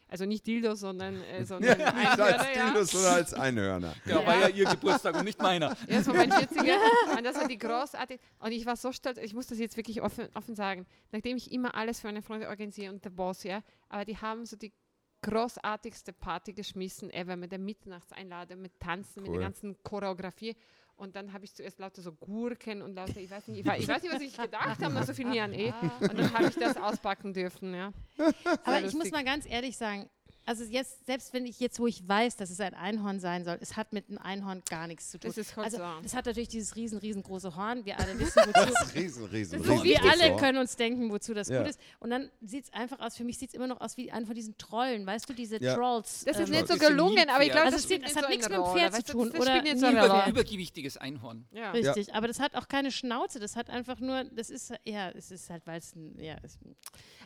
C: also nicht Dildos, sondern, äh, sondern
A: Ja, nicht
C: Einhörner,
A: als Dildos oder als Einhörner.
D: ja, war ja ihr Geburtstag und nicht meiner.
C: ja, das war mein 40er. Und das war die großartige. Und ich war so stolz, ich muss das jetzt wirklich offen, offen sagen, nachdem ich immer alles für meine Freunde organisiere und der Boss, ja, aber die haben so die großartigste Party geschmissen ever mit der Mitternachtseinladung, mit Tanzen, mit
A: Cool.
C: der ganzen Choreografie. Und dann habe ich zuerst lauter so Gurken und lauter, ich weiß nicht, ich, wa- ich weiß nicht, was ich gedacht habe nach so vielen Jahren eh. Und dann habe ich das auspacken dürfen, ja.
B: Aber
C: Sehr
B: ich muss
C: lustig.
B: mal ganz ehrlich sagen, also jetzt, selbst wenn ich jetzt, wo ich weiß, dass es ein Einhorn sein soll, es hat mit einem Einhorn gar nichts zu tun.
C: Das ist halt
B: also,
C: so.
B: es hat natürlich dieses riesen, riesengroße Horn. Wir alle wissen, wozu,
A: Riesen, riesen,
C: ist so
A: riesen.
C: wie
B: wir
C: Richtig
B: alle können uns denken, wozu das
A: Ja.
B: gut ist. Und dann sieht es einfach aus, für mich sieht es immer noch aus wie einer von diesen Trollen, weißt du, diese
A: Ja.
B: Trolls.
C: Das ist
B: ähm,
C: nicht so
D: Das ist ein
C: gelungen, aber ich glaube,
D: Nilpferd.
B: Also es steht-
C: spielt
B: es
C: in
B: hat
C: so
B: nichts
C: eine
B: mit dem
C: Rolle,
B: Pferd zu
C: weißt du,
B: tun
C: das
B: oder
C: spielt nicht so eine
B: Nilpferd.
D: Über,
C: Rolle.
D: übergewichtiges Einhorn.
C: Ja.
B: Richtig, aber das hat auch keine Schnauze, das hat einfach nur, das ist, ja, es ist halt, weil es, ein- ja, es,
A: Es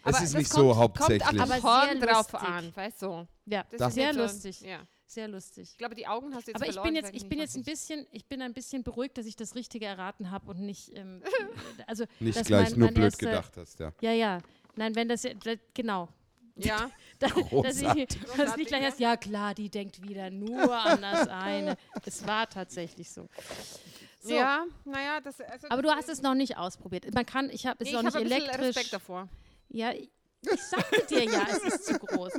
C: Aber
A: ist
C: das
A: nicht so
C: kommt-
A: hauptsächlich.
C: Kommt
B: Aber
C: am Horn
B: sehr
C: drauf
B: lustig.
C: an, weißt du.
B: ja,
C: Das
A: Das-
C: ist
B: sehr
C: nicht so-
B: lustig,
C: Ja.
B: sehr lustig.
C: Ich glaube, die Augen hast du jetzt
B: Aber ich
C: verloren.
B: bin jetzt,
C: weiß
B: ich bin
C: nicht,
B: jetzt ein bisschen, ich bin ein bisschen beruhigt, dass ich das Richtige erraten habe und nicht, ähm, also
A: Nicht
B: dass
A: gleich
B: mein,
A: nur
B: mein
A: blöd
B: erster-
A: gedacht hast, ja.
B: Ja, ja. Nein, wenn das, das genau.
C: was- Ja,
B: Da, dass ich,
A: Großartig.
B: dass ich nicht gleich
C: Großartig,
B: erst, ja klar, die denkt wieder nur an das eine. Es war tatsächlich so. so
C: ja, naja, das. Also
B: Aber du hast es noch nicht ausprobiert. Man kann, ich habe es
C: nee,
B: ist
C: ich
B: noch
C: habe
B: nicht
C: ein bisschen
B: elektrisch.
C: Respekt davor.
B: Ja, ich, ich sagte dir ja, es ist zu groß.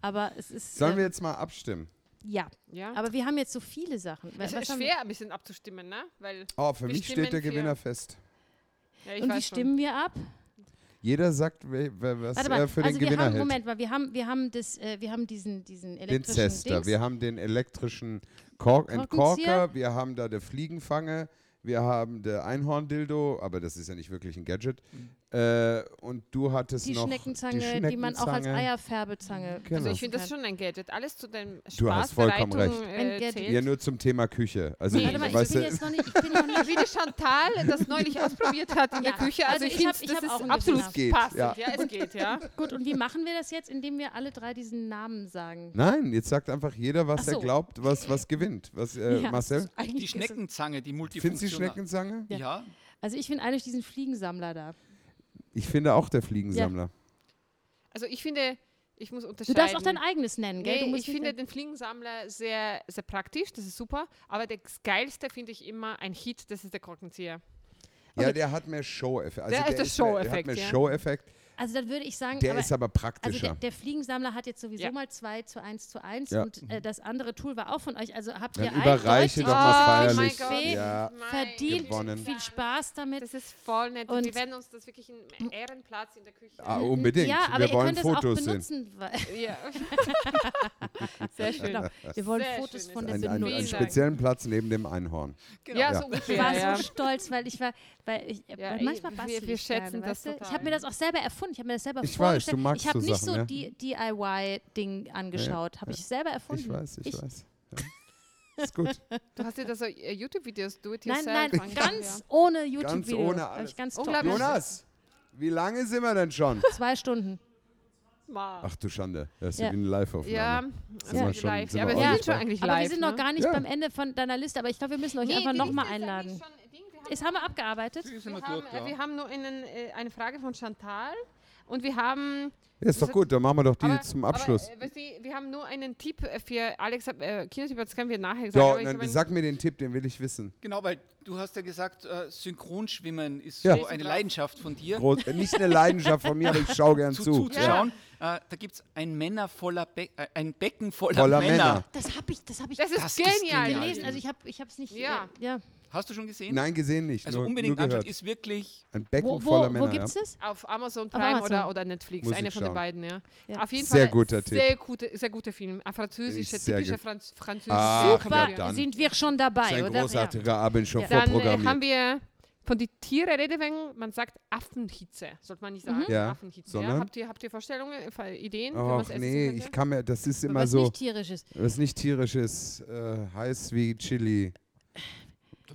B: Aber es ist.
A: Sollen wir
B: ähm,
A: jetzt mal abstimmen?
B: ja.
C: Ja.
B: Aber wir haben jetzt so viele Sachen.
C: es
B: Was
C: ist
B: haben wir-
C: schwer, ein bisschen abzustimmen, ne? Weil,
A: Oh, für
C: Wir
A: mich
C: stimmen
A: steht der
C: für-
A: Gewinner fest.
C: ja, ich
B: Und wie
C: weiß schon.
B: stimmen wir ab?
A: Jeder sagt, we- we- was
B: Warte mal,
A: er für
B: also
A: den
B: wir
A: Gewinner
B: haben,
A: hält.
B: Moment mal, wir haben, wir haben, das, äh, wir haben diesen, diesen
A: den
B: elektrischen
A: Zester,
B: Dings.
A: wir haben den elektrischen Kork
B: Korkenzieher.
A: Entkorker, wir haben da der Fliegenfange, wir haben der Einhorn-Dildo, aber das ist ja nicht wirklich ein Gadget. Äh, und du hattest
B: Mhm. die
A: noch
B: Schneckenzange, die man auch als
A: Schneckenzange.
B: Eierfärbezange.
A: Genau.
C: Also ich finde das schon ein Gadget. Alles zu deinem Spaß,
A: vollkommen
C: Bereitung,
A: recht.
B: Ein
C: Äh,
B: Gadget.
A: ja,
C: zählt.
A: nur zum Thema Küche. Also,
B: Warte mal, ich
A: weißt
B: bin
A: du,
B: jetzt noch nicht, ich bin noch nicht
C: Wie die Chantal das neulich ausprobiert hat in der
B: Ja,
C: Küche. Also,
B: also
C: ich
B: ich hab-
C: finde,
B: ich
C: das
B: hab auch
C: ist
B: einen
C: absolut
A: Gewinner. Geht,
C: passend.
A: ja.
C: Ja. es geht, ja.
B: gut. Und wie machen wir das jetzt, indem wir alle drei diesen Namen sagen?
A: nein, jetzt sagt einfach jeder, was
B: Ach
A: er
B: so.
A: glaubt, was, was gewinnt. Was, äh,
B: Ja, das
A: Marcel,
B: ist eigentlich
D: Die Schneckenzange, die
A: findest du die
D: Multifunktion.
A: Schneckenzange?
D: Ja.
B: Also ich finde eigentlich diesen Fliegensammler da.
A: Ich finde auch der Fliegensammler.
C: Also ich finde, ich muss
B: Du
C: unterscheiden.
B: darfst auch dein eigenes nennen, gell? du
C: Nee,
B: musst
C: ich
B: nicht
C: finde
B: dein-
C: den Fliegensammler sehr, sehr praktisch, das ist super. Aber das Geilste finde ich immer ein Hit, das ist der Korkenzieher.
A: Ja, der hat mehr Show-Effekt. Also
C: Der hat das
A: ist mehr- Der hat
C: Show-Effekt,
A: mehr
C: ja.
A: Show-Effekt.
B: also dann würde ich sagen,
A: Der
B: aber,
A: ist aber
B: also
A: praktischer.
B: der, der Fliegensammler hat jetzt sowieso
C: Ja.
B: mal 2 zu 1 zu 1
A: Ja.
B: und äh, das andere Tool war auch von euch. Also habt ihr
A: Dann überreiche
B: eindeutig
A: doch mal
C: Oh mein
A: feierlich.
C: Gott.
A: Ja.
C: Mein
B: verdient.
A: gewonnen.
B: Viel Spaß damit.
C: Das ist voll nett. Und
B: Und-
C: wir werden uns das wirklich einen Ehrenplatz in der Küche.
A: Ah, unbedingt.
B: Ja, aber
A: wir
B: ihr
A: wollen
B: könnt
A: Fotos
B: das auch
A: sehen.
B: benutzen. weil-
C: Ja. Sehr schön.
B: Genau. Wir wollen
C: Sehr
B: Fotos
C: schön
B: von
C: ist
B: der
A: Ein, ein,
B: Benutzer.
A: einen
C: Vielen Dank.
A: speziellen Platz neben dem Einhorn.
D: Genau.
C: Ja,
A: Ja.
C: so ungefähr.
B: Ich war
C: ja.
B: so stolz, weil ich war, weil ich, weil
C: ich-
B: manchmal
C: wir-
B: bastel
C: wir
B: ich
C: schätzen
B: gerne,
C: das
B: weißt du? Ich
C: total.
B: habe mir das auch selber erfunden, ich habe mir das selber
A: Ich weiß, du
B: vorgestellt.
A: magst
B: ich habe
A: so
B: nicht
A: Sachen, ja.
B: so die DIY-Ding angeschaut, habe ich selber erfunden.
A: Ich weiß, ich, weiß. Ja. Ist gut.
C: Du hast dir da so äh, YouTube-Videos do it
B: Nein,
C: yourself
B: nein,
C: angeschaut,
B: ganz ohne YouTube-Video.
A: ohne
B: Hab
A: alles.
B: ich ganz
C: Unglaublich.
B: toll.
A: Jonas, wie lange sind wir denn schon?
B: Zwei Stunden.
C: ja. Mal.
A: Ach du Schande, das ist
B: Ja.
A: wie eine
C: Ja,
A: Live-Aufnahme. Sind wir
C: ja,
A: schon-
C: live.
A: sind
C: ja, aber
A: wir
C: wir
A: auch
C: sind schon
A: live?
C: eigentlich
B: Aber
C: live.
B: wir sind noch
C: ne?
B: gar nicht
A: Ja.
B: beim Ende von deiner Liste, aber ich glaube, wir müssen euch
C: Nee,
B: einfach
C: die
B: nochmal
C: Liste ist eigentlich
B: einladen.
C: schon- Ding, wir haben
B: Ist, haben wir abgearbeitet?
D: Die sind
C: Wir
D: wir
C: haben,
D: durch,
C: äh,
D: ja.
C: wir haben nur einen, äh, eine Frage von Chantal und wir haben.
A: Ja, ist doch gut, dann machen wir doch die
C: aber-
A: zum Abschluss.
C: Aber, äh, weißt du, wir haben nur einen Tipp äh, für Alex. Äh, Kinotipp, das können wir nachher sagen.
A: ja,
C: aber ich
A: dann
C: mein-
A: sag mir den Tipp, den will ich wissen.
D: Genau, weil du hast ja gesagt, äh, Synchronschwimmen ist
A: Ja.
D: so eine Leidenschaft von dir.
A: Groß, äh, nicht eine Leidenschaft von mir, aber ich schaue gern
D: zu,
A: zu.
D: zu, zu
A: ja.
D: schauen. Äh, da gibt es ein Männer voller Be äh, ein Becken voller,
A: Voller
D: Männer.
A: Männer.
B: Das habe ich, das habe ich
C: das ist
D: Das ist
C: genial.
D: genial.
B: gelesen. Also ich habe ich es nicht.
C: Ja.
B: Äh, ja.
D: Hast du schon gesehen?
A: Nein, gesehen nicht.
D: Also
A: nur,
D: unbedingt
A: nur gehört.
D: anschauen, ist wirklich
A: Ein Becken
B: Wo,
A: voller
B: wo,
A: Männer.
B: wo gibt's
A: ja.
B: es?
C: Auf Amazon
B: Auf
C: Prime Oder,
B: Amazon.
C: oder Netflix,
A: Muss
C: eine
A: ich
C: von
A: schauen.
C: den beiden, ja.
B: Ja.
C: Auf jeden
A: Sehr
C: Fall
A: guter Tipp.
C: Sehr, gute, sehr guter Film. Ein französischer,
A: Ist sehr
C: typischer
A: gut.
C: Franz französischer
A: Ah,
B: Super,
A: verdammt. dann.
B: sind wir schon
A: Das ist
B: dabei,
A: ein
B: oder?
A: großartiger Abend schon
B: Ja.
C: Dann äh,
A: vorprogrammiert.
C: haben wir von den Tieren reden, wenn man sagt Affenhitze. Sollte man nicht sagen,
A: Ja,
C: Affenhitze. Ja.
A: sondern?
C: Habt, ihr, habt ihr Vorstellungen, Ver- Ideen? wie man's
A: Och
C: essen
A: nee,
C: könnte?
A: ich kann mir, das ist immer
B: Was
A: so,
B: nicht tierisch ist.
A: was nicht tierisch ist, äh, heiß wie Chili.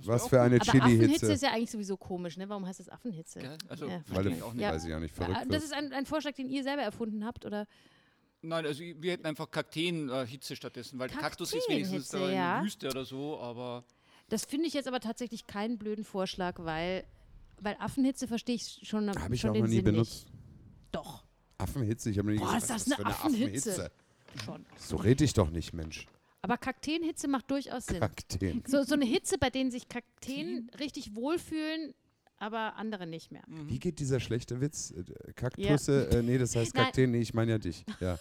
A: Was für eine
B: Aber Affenhitze
A: Chili-Hitze.
B: ist ja eigentlich sowieso komisch, ne? Warum heißt das Affenhitze?
D: Gell? Also
B: Ja.
A: Weil,
D: verstehe ich auch nicht.
B: Ja.
A: Weiß ich auch nicht, verrückt.
B: Ja,
A: wird.
B: das ist ein, ein Vorschlag, den ihr selber erfunden habt, oder?
D: Nein, also wir hätten einfach Kakteen-Hitze stattdessen, weil Kaktus ist wenigstens da
B: Kakteenhitze,
D: in
B: ja.
D: der Wüste oder so, aber
B: Das finde ich jetzt aber tatsächlich keinen blöden Vorschlag, weil, weil Affenhitze verstehe ich schon.
A: Habe ich
B: schon
A: auch
B: den
A: noch nie
B: Sinn
A: benutzt.
B: Nicht. Doch,
A: Affenhitze, ich habe noch nie
B: Boah,
A: gesagt,
B: ist
A: was
B: das eine
A: für
B: Affenhitze? schon.
A: So rede ich doch nicht, Mensch.
B: Aber Kakteenhitze macht durchaus Sinn.
A: Kakteen.
B: So, so eine Hitze, bei denen sich Kakteen richtig wohlfühlen, aber andere nicht mehr.
A: Wie geht dieser schlechte Witz? Äh, Kaktusse, äh, nee, das heißt
B: Nein.
A: Kakteen, nee, ich meine ja dich. Ja.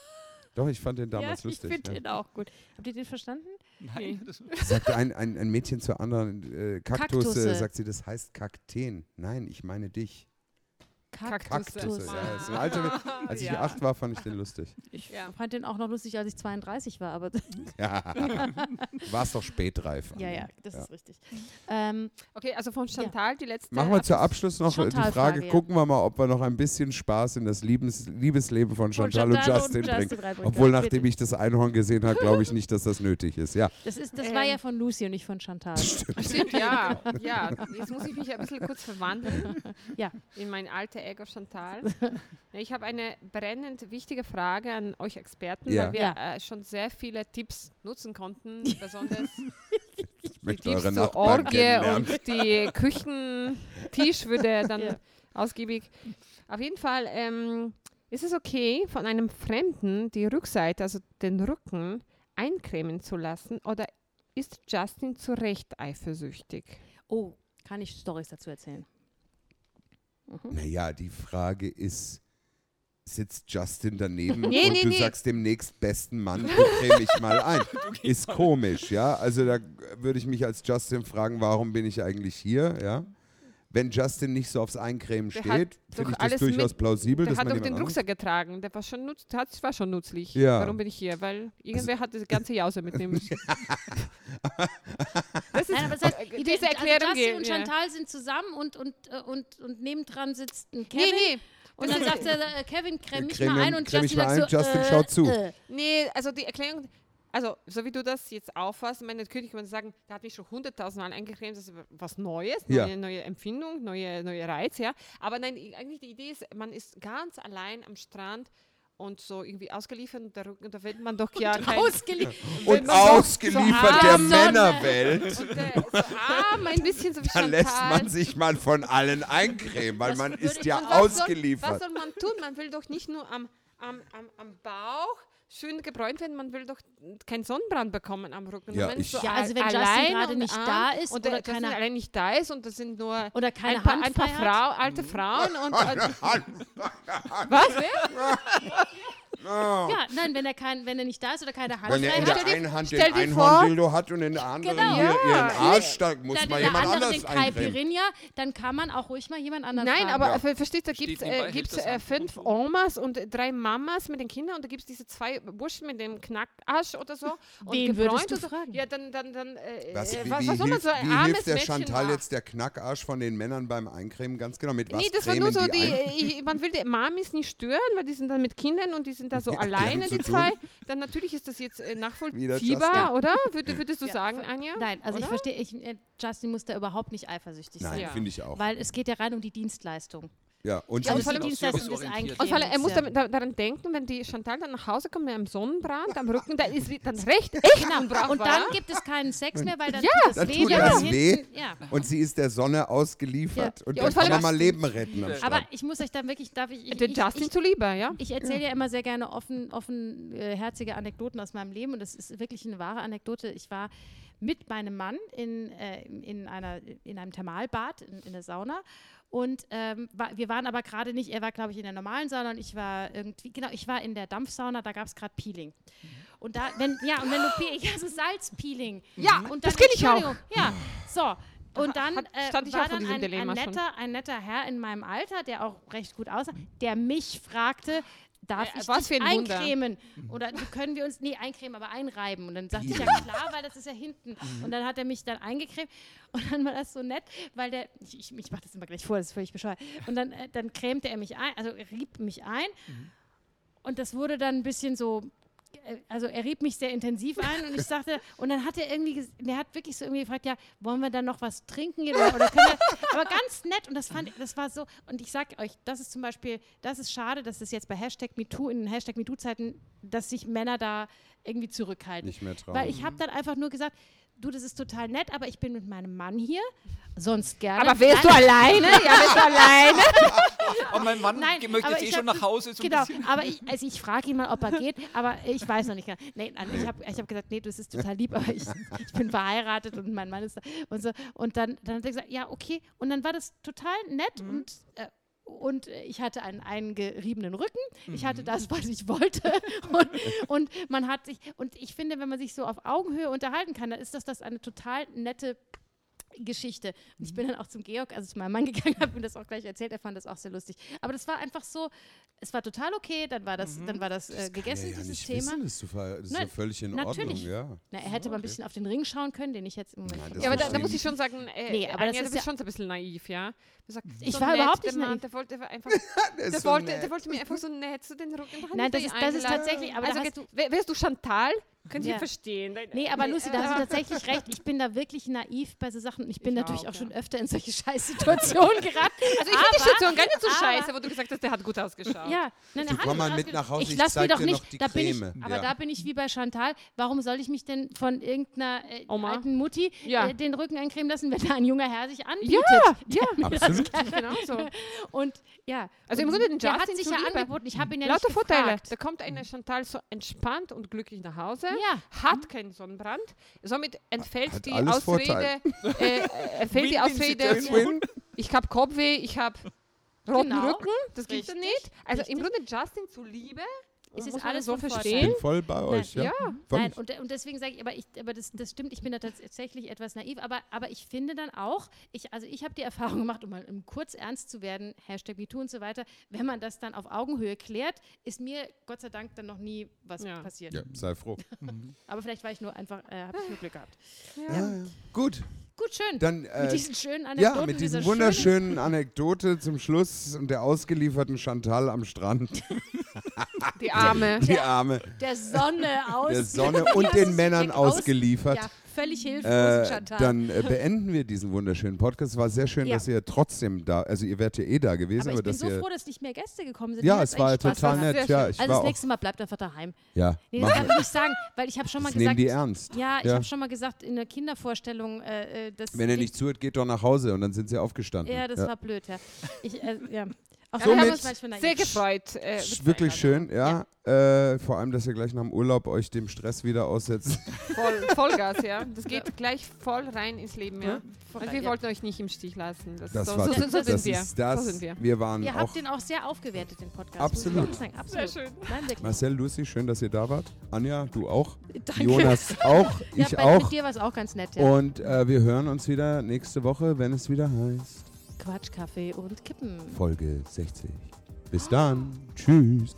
A: Doch, ich fand den damals
B: ja,
A: lustig.
B: Ich finde
A: ja.
B: den auch gut. Habt ihr den verstanden? Hm.
D: nein. Das,
A: Sagt ein, ein, ein Mädchen zur anderen, äh, Kaktusse,
B: Kaktusse.
A: sagt sie, das heißt Kakteen. Nein, ich meine dich.
B: Kaktusse.
A: Kaktus.
B: Kaktus.
A: Ja, ist ein alter, als ich
C: Ja.
A: acht war, fand ich den lustig.
B: Ich
C: Ja.
B: fand den auch noch lustig, als ich 32 war, aber
A: Ja. War es doch spätreif.
B: ja, ja, das
A: Ja.
B: ist richtig. Ähm,
C: Okay, also von Chantal die letzte.
A: Machen wir
C: Ab-
A: zum Abschluss noch die
B: Chantal-Frage,
A: Frage,
B: ja.
A: gucken wir mal, ob wir noch ein bisschen Spaß in das Liebes Liebesleben von Chantal, und,
B: Chantal und
A: Justin
B: Justin
A: bringen.
B: reinbringen,
A: Obwohl,
B: ja,
A: nachdem
B: bitte.
A: ich das Einhorn gesehen habe, glaube ich nicht, dass das nötig ist. Ja,
B: das ist, das war
C: Ähm.
B: ja von Lucy und nicht von Chantal.
C: Stimmt, ja, ja. Jetzt muss ich mich ein bisschen kurz verwandeln
B: Ja.
C: in mein alter Ego Chantal. Ich habe eine brennend wichtige Frage an euch Experten,
A: Ja.
C: weil wir
B: Ja.
C: äh, schon sehr viele Tipps nutzen konnten, besonders
A: ich möchte
C: die
A: eure
C: Tipps zur
A: Nachbarn
C: Orgie
A: kennenlernen.
C: und die Küchentisch würde dann
B: Ja.
C: ausgiebig. Auf jeden Fall ähm, ist es okay, von einem Fremden die Rückseite, also den Rücken, eincremen zu lassen oder ist Justin zu Recht eifersüchtig?
B: Oh, kann ich Stories dazu erzählen?
A: Naja, die Frage ist, sitzt Justin daneben
C: Nee,
A: und
C: nee,
A: du
C: nee.
A: sagst dem nächstbesten Mann, du creme ich mal ein. Ist komisch, ja. Also da würde ich mich als Justin fragen, warum bin ich eigentlich hier, ja. Wenn Justin nicht so aufs Eincremen
C: Der hat
A: steht,
C: doch
A: finde ich das
C: alles
A: durchaus
C: mit-
A: plausibel,
C: Der
A: dass man
C: hat doch
A: jemand
C: den
A: anderes-
C: Rucksack getragen, der war schon, nutz, der hat, war schon nützlich.
A: Ja. Also
C: Warum bin ich hier? Weil irgendwer hat diese ganze Jause mitnehmen müssen. das ist
B: Nein, aber das heißt,
C: Diese
B: Idee-
C: Erklärung
B: also Justin
C: geht-
B: und
C: ja.
B: Chantal sind zusammen und, und, äh, und, und nebendran sitzt ein
C: Nee,
B: Kevin.
C: nee.
B: Und dann sagt er, äh, Kevin, creme mich
A: Creme-
B: mal ein und
A: creme
B: Justin
A: ich mal
B: sagt
A: ein,
B: so,
A: Justin
B: äh,
A: schaut zu.
B: Äh.
C: Nee, also die Erklärung, also so wie du das jetzt auffasst, meine König kann man sagen, der hat mich schon hunderttausend Mal eingecremt, das ist was Neues,
A: Ja.
C: neue, neue Empfindung, neue, neue Reiz, ja. Aber nein, i- eigentlich die Idee ist, man ist ganz allein am Strand und so irgendwie ausgeliefert und da, rück- und da wird man doch ja kein...
B: Ausgeliefert.
C: wird
A: Und
C: man doch
A: ausgeliefert
C: so
A: der
C: arm-
A: Männerwelt,
C: Und, äh, so arm, ein bisschen so wie
A: da
C: Chantal.
A: lässt man sich mal von allen eincremen, weil man ist ja
C: Und Soll, was
A: ausgeliefert.
C: soll man tun? Man will doch nicht nur am, am, am, am Bauch schön gebräunt werden, man will doch keinen Sonnenbrand bekommen am Rücken.
A: Ja,
C: man ist
A: ich-
B: Ja, also wenn
C: al-
B: Justin
C: alleine
B: gerade
C: und
B: nicht
C: arm
B: da ist
C: und
B: oder
C: der,
B: keine-
C: Justin allein nicht da ist und das sind nur
B: Oder keine
C: ein paar, ein
B: Handfrei
C: paar
B: hat.
C: Frau,
A: Mhm.
C: Äh, alte Frauen und, und
A: Was?
B: Ja, nein, wenn er, kein, wenn er nicht da ist oder keine Hand
A: Wenn er in
B: frei
A: der
B: hat,
A: einen Hand den
C: stell dir vor-
A: Einhorn-Dildo hat und in der anderen
B: Genau.
A: hier
C: Ja.
A: ihren Arsch, da muss
B: dann
A: mal
B: in der
A: jemand
B: anderen den
A: anders
B: Kai
A: eincremen.
B: Pirinha, dann kann man auch ruhig mal jemand anderen
C: Nein,
B: fragen.
C: aber
A: Ja.
C: ver- verstehst du, da gibt es
D: nebenbei,
C: äh,
D: hält
C: gibt's,
D: das
C: äh,
D: Handtuch
C: fünf
D: so.
C: Omas und äh, drei Mamas mit den Kindern und da gibt es diese zwei Burschen mit dem Knackarsch oder so. Und
B: Wen würdest
C: gebräunt
B: du
C: und so.
B: fragen?
C: Ja, dann, dann, dann, äh,
A: Was,
C: äh,
A: wie,
C: was,
A: wie,
C: was soll man
A: hilft,
C: so ein
A: wie
C: armes
A: hilft der
C: Mädchen
A: Chantal
C: machen?
A: jetzt der Knackarsch von den Männern beim Eincremen? Ganz genau, mit was
C: Nee, das war nur
A: cremen
C: so,
A: die,
C: die,
A: ein?
C: ich, man will die Mamis nicht stören, weil die sind dann mit Kindern und die sind da so
A: Die haben
C: alleine,
A: zu
C: die
A: tun.
C: zwei. Dann natürlich ist das jetzt äh, nachvollziehbar,
A: Justin.
C: oder? Würd, würdest du sagen, Anja?
B: Nein, also
C: oder?
B: ich verstehe, ich, äh, Justin muss da überhaupt nicht eifersüchtig
A: Nein,
B: sein.
C: Ja.
A: finde ich auch.
B: Weil es geht ja rein um die Dienstleistung.
A: Ja, und
B: Also
A: Justin-
B: die Dienstleistung ist
D: serviceorientiert.
B: eigentlich.
C: Und vor allem, er muss
B: Ja.
C: damit- da, daran denken, wenn die Chantal dann nach Hause kommt mit einem Sonnenbrand am Rücken, dann ist sie dann recht echt unbrauchbar.
B: Genau. Und dann gibt es keinen Sex mehr, weil dann
C: Ja,
B: tut das
A: dann
B: weh.
A: tut
B: wenn
A: das
B: man hinten-
A: weh.
B: Ja.
A: und sie ist der Sonne ausgeliefert. Und
C: Ja,
A: dann
C: und vor
A: kann man mal
C: allem-
A: Leben retten am
B: Aber
A: Strand.
B: ich muss euch dann wirklich, darf ich, ich,
C: den
B: ich,
C: Justin
B: ich,
C: zuliebe, ja?
B: ich erzähle ja immer sehr gerne offen, offen äh, herzige Anekdoten aus meinem Leben und das ist wirklich eine wahre Anekdote. Ich war mit meinem Mann in, äh, in, einer, in einem Thermalbad, in, in der Sauna. Und ähm, wa- wir waren aber gerade nicht, er war, glaube ich, in der normalen Sauna und ich war irgendwie, genau, ich war in der Dampfsauna, da gab es gerade Peeling. Und da, wenn, ja, und wenn du, Pe- ja, so Salzpeeling.
C: Ja,
B: und
C: das kenn ich auch.
B: Entschuldigung, Ja, so. Und dann
C: Hat-
B: äh,
C: stand ich auch
B: war
C: vor
B: dann
C: diesem
B: ein, ein,
C: Dilemma schon.
B: netter, ein netter Herr in meinem Alter, der auch recht gut aussah, der mich fragte, darf
C: Äh,
B: ich
C: was
B: dich
C: für ein Wunder.
B: eincremen? Oder können wir uns, nee, eincremen, aber einreiben. Und dann sagte ich, ja klar, weil das ist ja hinten.
C: Mhm.
B: Und dann hat er mich dann eingecremt und dann war das so nett, weil der, ich, ich, ich mache das immer gleich vor, das ist völlig bescheuert. Und dann, äh, dann cremte er mich ein, also er rieb mich ein
C: Mhm.
B: und das wurde dann ein bisschen so, äh, also er rieb mich sehr intensiv ein und ich sagte, und dann hat er irgendwie, ges- der hat wirklich so irgendwie gefragt, ja, wollen wir dann noch was trinken gehen oder, oder können wir, aber ganz nett und das fand, das war so, und ich sag euch, das ist zum Beispiel, das ist schade, dass es jetzt bei Hashtag MeToo, in den Hashtag MeToo-Zeiten, dass sich Männer da irgendwie zurückhalten.
A: Nicht mehr trauen.
B: Weil ich habe dann einfach nur gesagt, du, das ist total nett, aber ich bin mit meinem Mann hier, sonst gerne.
C: Aber wärst du alleine? Ja, wärst du alleine?
D: Aber mein Mann
B: Nein,
D: ge- möchte
B: aber
D: jetzt eh
B: ich
D: schon
B: hab-
D: nach Hause. So ein
B: genau,
D: bisschen.
B: aber ich, also ich frage ihn mal, ob er geht, aber ich weiß noch nicht genau. Nee, also ich habe ich hab gesagt, nee, du, es ist total lieb, aber ich, ich bin verheiratet und mein Mann ist da und so. Und dann, dann hat er gesagt, ja, okay. Und dann war das total nett
D: Mhm.
B: und, äh, und äh, ich hatte einen eingeriebenen Rücken. Ich hatte das, was ich wollte. Und, und man hat sich, und ich finde, wenn man sich so auf Augenhöhe unterhalten kann, dann ist das, das eine total nette Geschichte. Und ich bin dann auch zum Georg, also zu meinem Mann gegangen, habe ihm das auch gleich erzählt. Er fand das auch sehr lustig. Aber das war einfach so, es war total okay. Dann war das, dann war das, äh, gegessen,
A: ja, ja,
B: dieses
A: nicht
B: Thema.
A: Wissen, das ist, so ver- das ist
B: Nein,
A: so völlig in
B: natürlich.
A: Ordnung,
B: Na, er hätte mal ein bisschen auf den Ring schauen können, den ich jetzt im Moment.
A: Nein,
B: nicht-
A: das
C: Ja, aber da, da
A: verstehen.
C: muss ich schon sagen, äh,
B: Nee, aber das
C: Anja,
B: ist
C: du bist
B: ja-
C: schon so ein bisschen naiv, ja? Du sagst,
B: Ich
C: so
B: war
C: nett,
B: überhaupt
C: der
B: nicht
C: Mann,
B: naiv.
C: Der wollte einfach,
A: ja. Der ist
C: der
A: so
C: wollte,
A: nett.
C: der wollte mir einfach so nett so den Rücken dran.
B: Nein, das ist, das ist tatsächlich, aber
C: also,
B: da hast,
C: geht- wär- wärst du Chantal, könnte ich
B: Ja.
C: ja verstehen. Dein-
B: Nee, aber Lucy, da
C: äh,
B: hast du tatsächlich recht. Ich bin da wirklich naiv bei so Sachen. und Ich bin
C: Ich
B: natürlich
C: auch,
B: auch schon
C: ja.
B: öfter in solche Scheißsituationen geraten.
C: Also ich finde die
B: Aber-
C: Station gar nicht so
B: aber-
C: scheiße, wo du gesagt hast, der hat gut ausgeschaut.
B: Ja, nein,
A: Du,
B: er hat
A: komm
B: es
A: mal mit
B: ausge-
A: nach Hause, ich
B: lass mir
A: zeig
B: doch
A: dir
B: nicht.
A: noch die
B: da bin ich,
A: Creme.
B: aber
A: Ja.
B: da bin ich wie bei Chantal. Warum soll ich mich denn von irgendeiner äh,
C: Oma?
B: alten Mutti
C: Ja.
B: äh, den Rücken eincremen lassen, wenn da ein junger Herr sich anbietet?
C: ja.
A: Absolut.
C: Genau so.
B: Und ja,
C: Also
B: und
C: im Grunde den
B: der hat
C: Justin
B: sich ja
C: zuliebe.
B: angeboten. Ich habe ihn ja
C: Lauter
B: nicht
C: Vorteile.
B: gefragt.
C: Da kommt eine Chantal so entspannt und glücklich nach Hause,
B: Ja.
C: hat keinen Sonnenbrand, somit entfällt
A: Hat
C: die
A: alles
C: Ausrede,
A: Vorteil.
C: äh, äh, entfällt die Ausrede,
A: Win-win-Situation.
C: ich habe Kopfweh, ich habe roten
B: Genau.
C: Rücken, das gibt es
B: Richtig,
C: nicht. Also im
B: richtig.
C: Grunde Justin zuliebe,
B: Es ist
C: muss man
B: alles
C: so
B: von Vorteil.
A: Ich bin
C: verstehen.
A: voll bei euch.
C: Ja,
A: Ja.
B: Nein,
A: Völlig.
B: und, äh, und deswegen sage ich, aber, ich, aber das, das stimmt, ich bin da tats- tatsächlich etwas naiv, aber, aber ich finde dann auch, ich, also ich habe die Erfahrung gemacht, um mal um kurz ernst zu werden, Hashtag MeToo und so weiter, wenn man das dann auf Augenhöhe klärt, ist mir Gott sei Dank dann noch nie was
C: Ja.
B: passiert.
A: ja, sei froh.
B: Aber vielleicht war ich nur einfach, äh, habe ich nur Glück gehabt.
A: Ja, ja. Gut,
B: Gut, schön.
A: dann
B: mit
A: äh,
B: diesen schönen Anekdoten.
A: ja, mit diesen
B: dieser schönen-
A: wunderschönen Anekdote zum Schluss und der ausgelieferten Chantal am Strand,
C: die Arme.
A: die Arme
B: Der Sonne aus.
A: der Sonne und den Männern ausgeliefert.
B: Ja, völlig hilflos,
A: Äh,
B: Chantal.
A: dann äh, beenden wir diesen wunderschönen Podcast. Es war sehr schön,
B: Ja.
A: dass ihr trotzdem da, also ihr wärt ja eh da gewesen,
B: aber ich
A: aber,
B: bin
A: dass
B: so
A: ihr,
B: froh, dass nicht mehr Gäste gekommen sind. Mir
A: ja,
B: hat's
A: es war
B: eigentlich Spaß
A: total
C: gemacht.
A: nett.
C: Sehr
A: Ja,
C: schön.
A: ich
B: Also
A: war
B: das
A: auch,
B: nächste Mal bleibt einfach daheim.
A: ja,
B: Nee,
A: machen
B: das darf
A: wir.
B: ich nicht sagen, weil ich habe schon mal
A: das nehmen die
B: gesagt.
A: ernst.
B: Ja, ich
A: Ja.
B: habe schon mal gesagt in der Kindervorstellung, äh, äh, das.
A: Wenn ihr
B: ging-
A: nicht zuhört, geht doch nach Hause und dann sind sie aufgestanden.
B: Ja, das war blöd, ja. Ich, äh, ja. Auch
C: Aber wir haben
A: Somit-
B: uns manchmal
C: Sehr
B: naiv.
C: gefreut. äh, mit
A: Sch-
C: der
A: Wirklich
C: Einladung.
A: schön, ja. Äh, vor allem, dass ihr gleich nach dem Urlaub euch dem Stress wieder aussetzt.
C: Voll, Vollgas, ja. Das geht gleich voll rein ins Leben, ja. Und wir
B: ja.
C: wollten euch nicht im Stich lassen. Das,
A: Das
C: so,
A: war
C: so, so, so
A: das
C: sind wir.
A: ist das.
C: So sind wir.
A: waren
B: Ihr
A: auch
B: habt den auch sehr aufgewertet, den Podcast.
A: Absolut.
B: Muss ich wirklich sagen. Absolut.
C: Sehr schön.
B: Nein, wirklich.
A: Marcel, Lucy, schön, dass ihr da wart. Anja, du auch.
B: Danke.
A: Jonas auch.
B: Ja,
A: ich
B: bei,
A: auch.
B: Mit dir war es auch ganz nett, ja.
A: Und äh, wir hören uns wieder nächste Woche, wenn es wieder heißt.
B: Quatsch, Kaffee und Kippen.
A: Folge 60. Bis dann. Tschüss.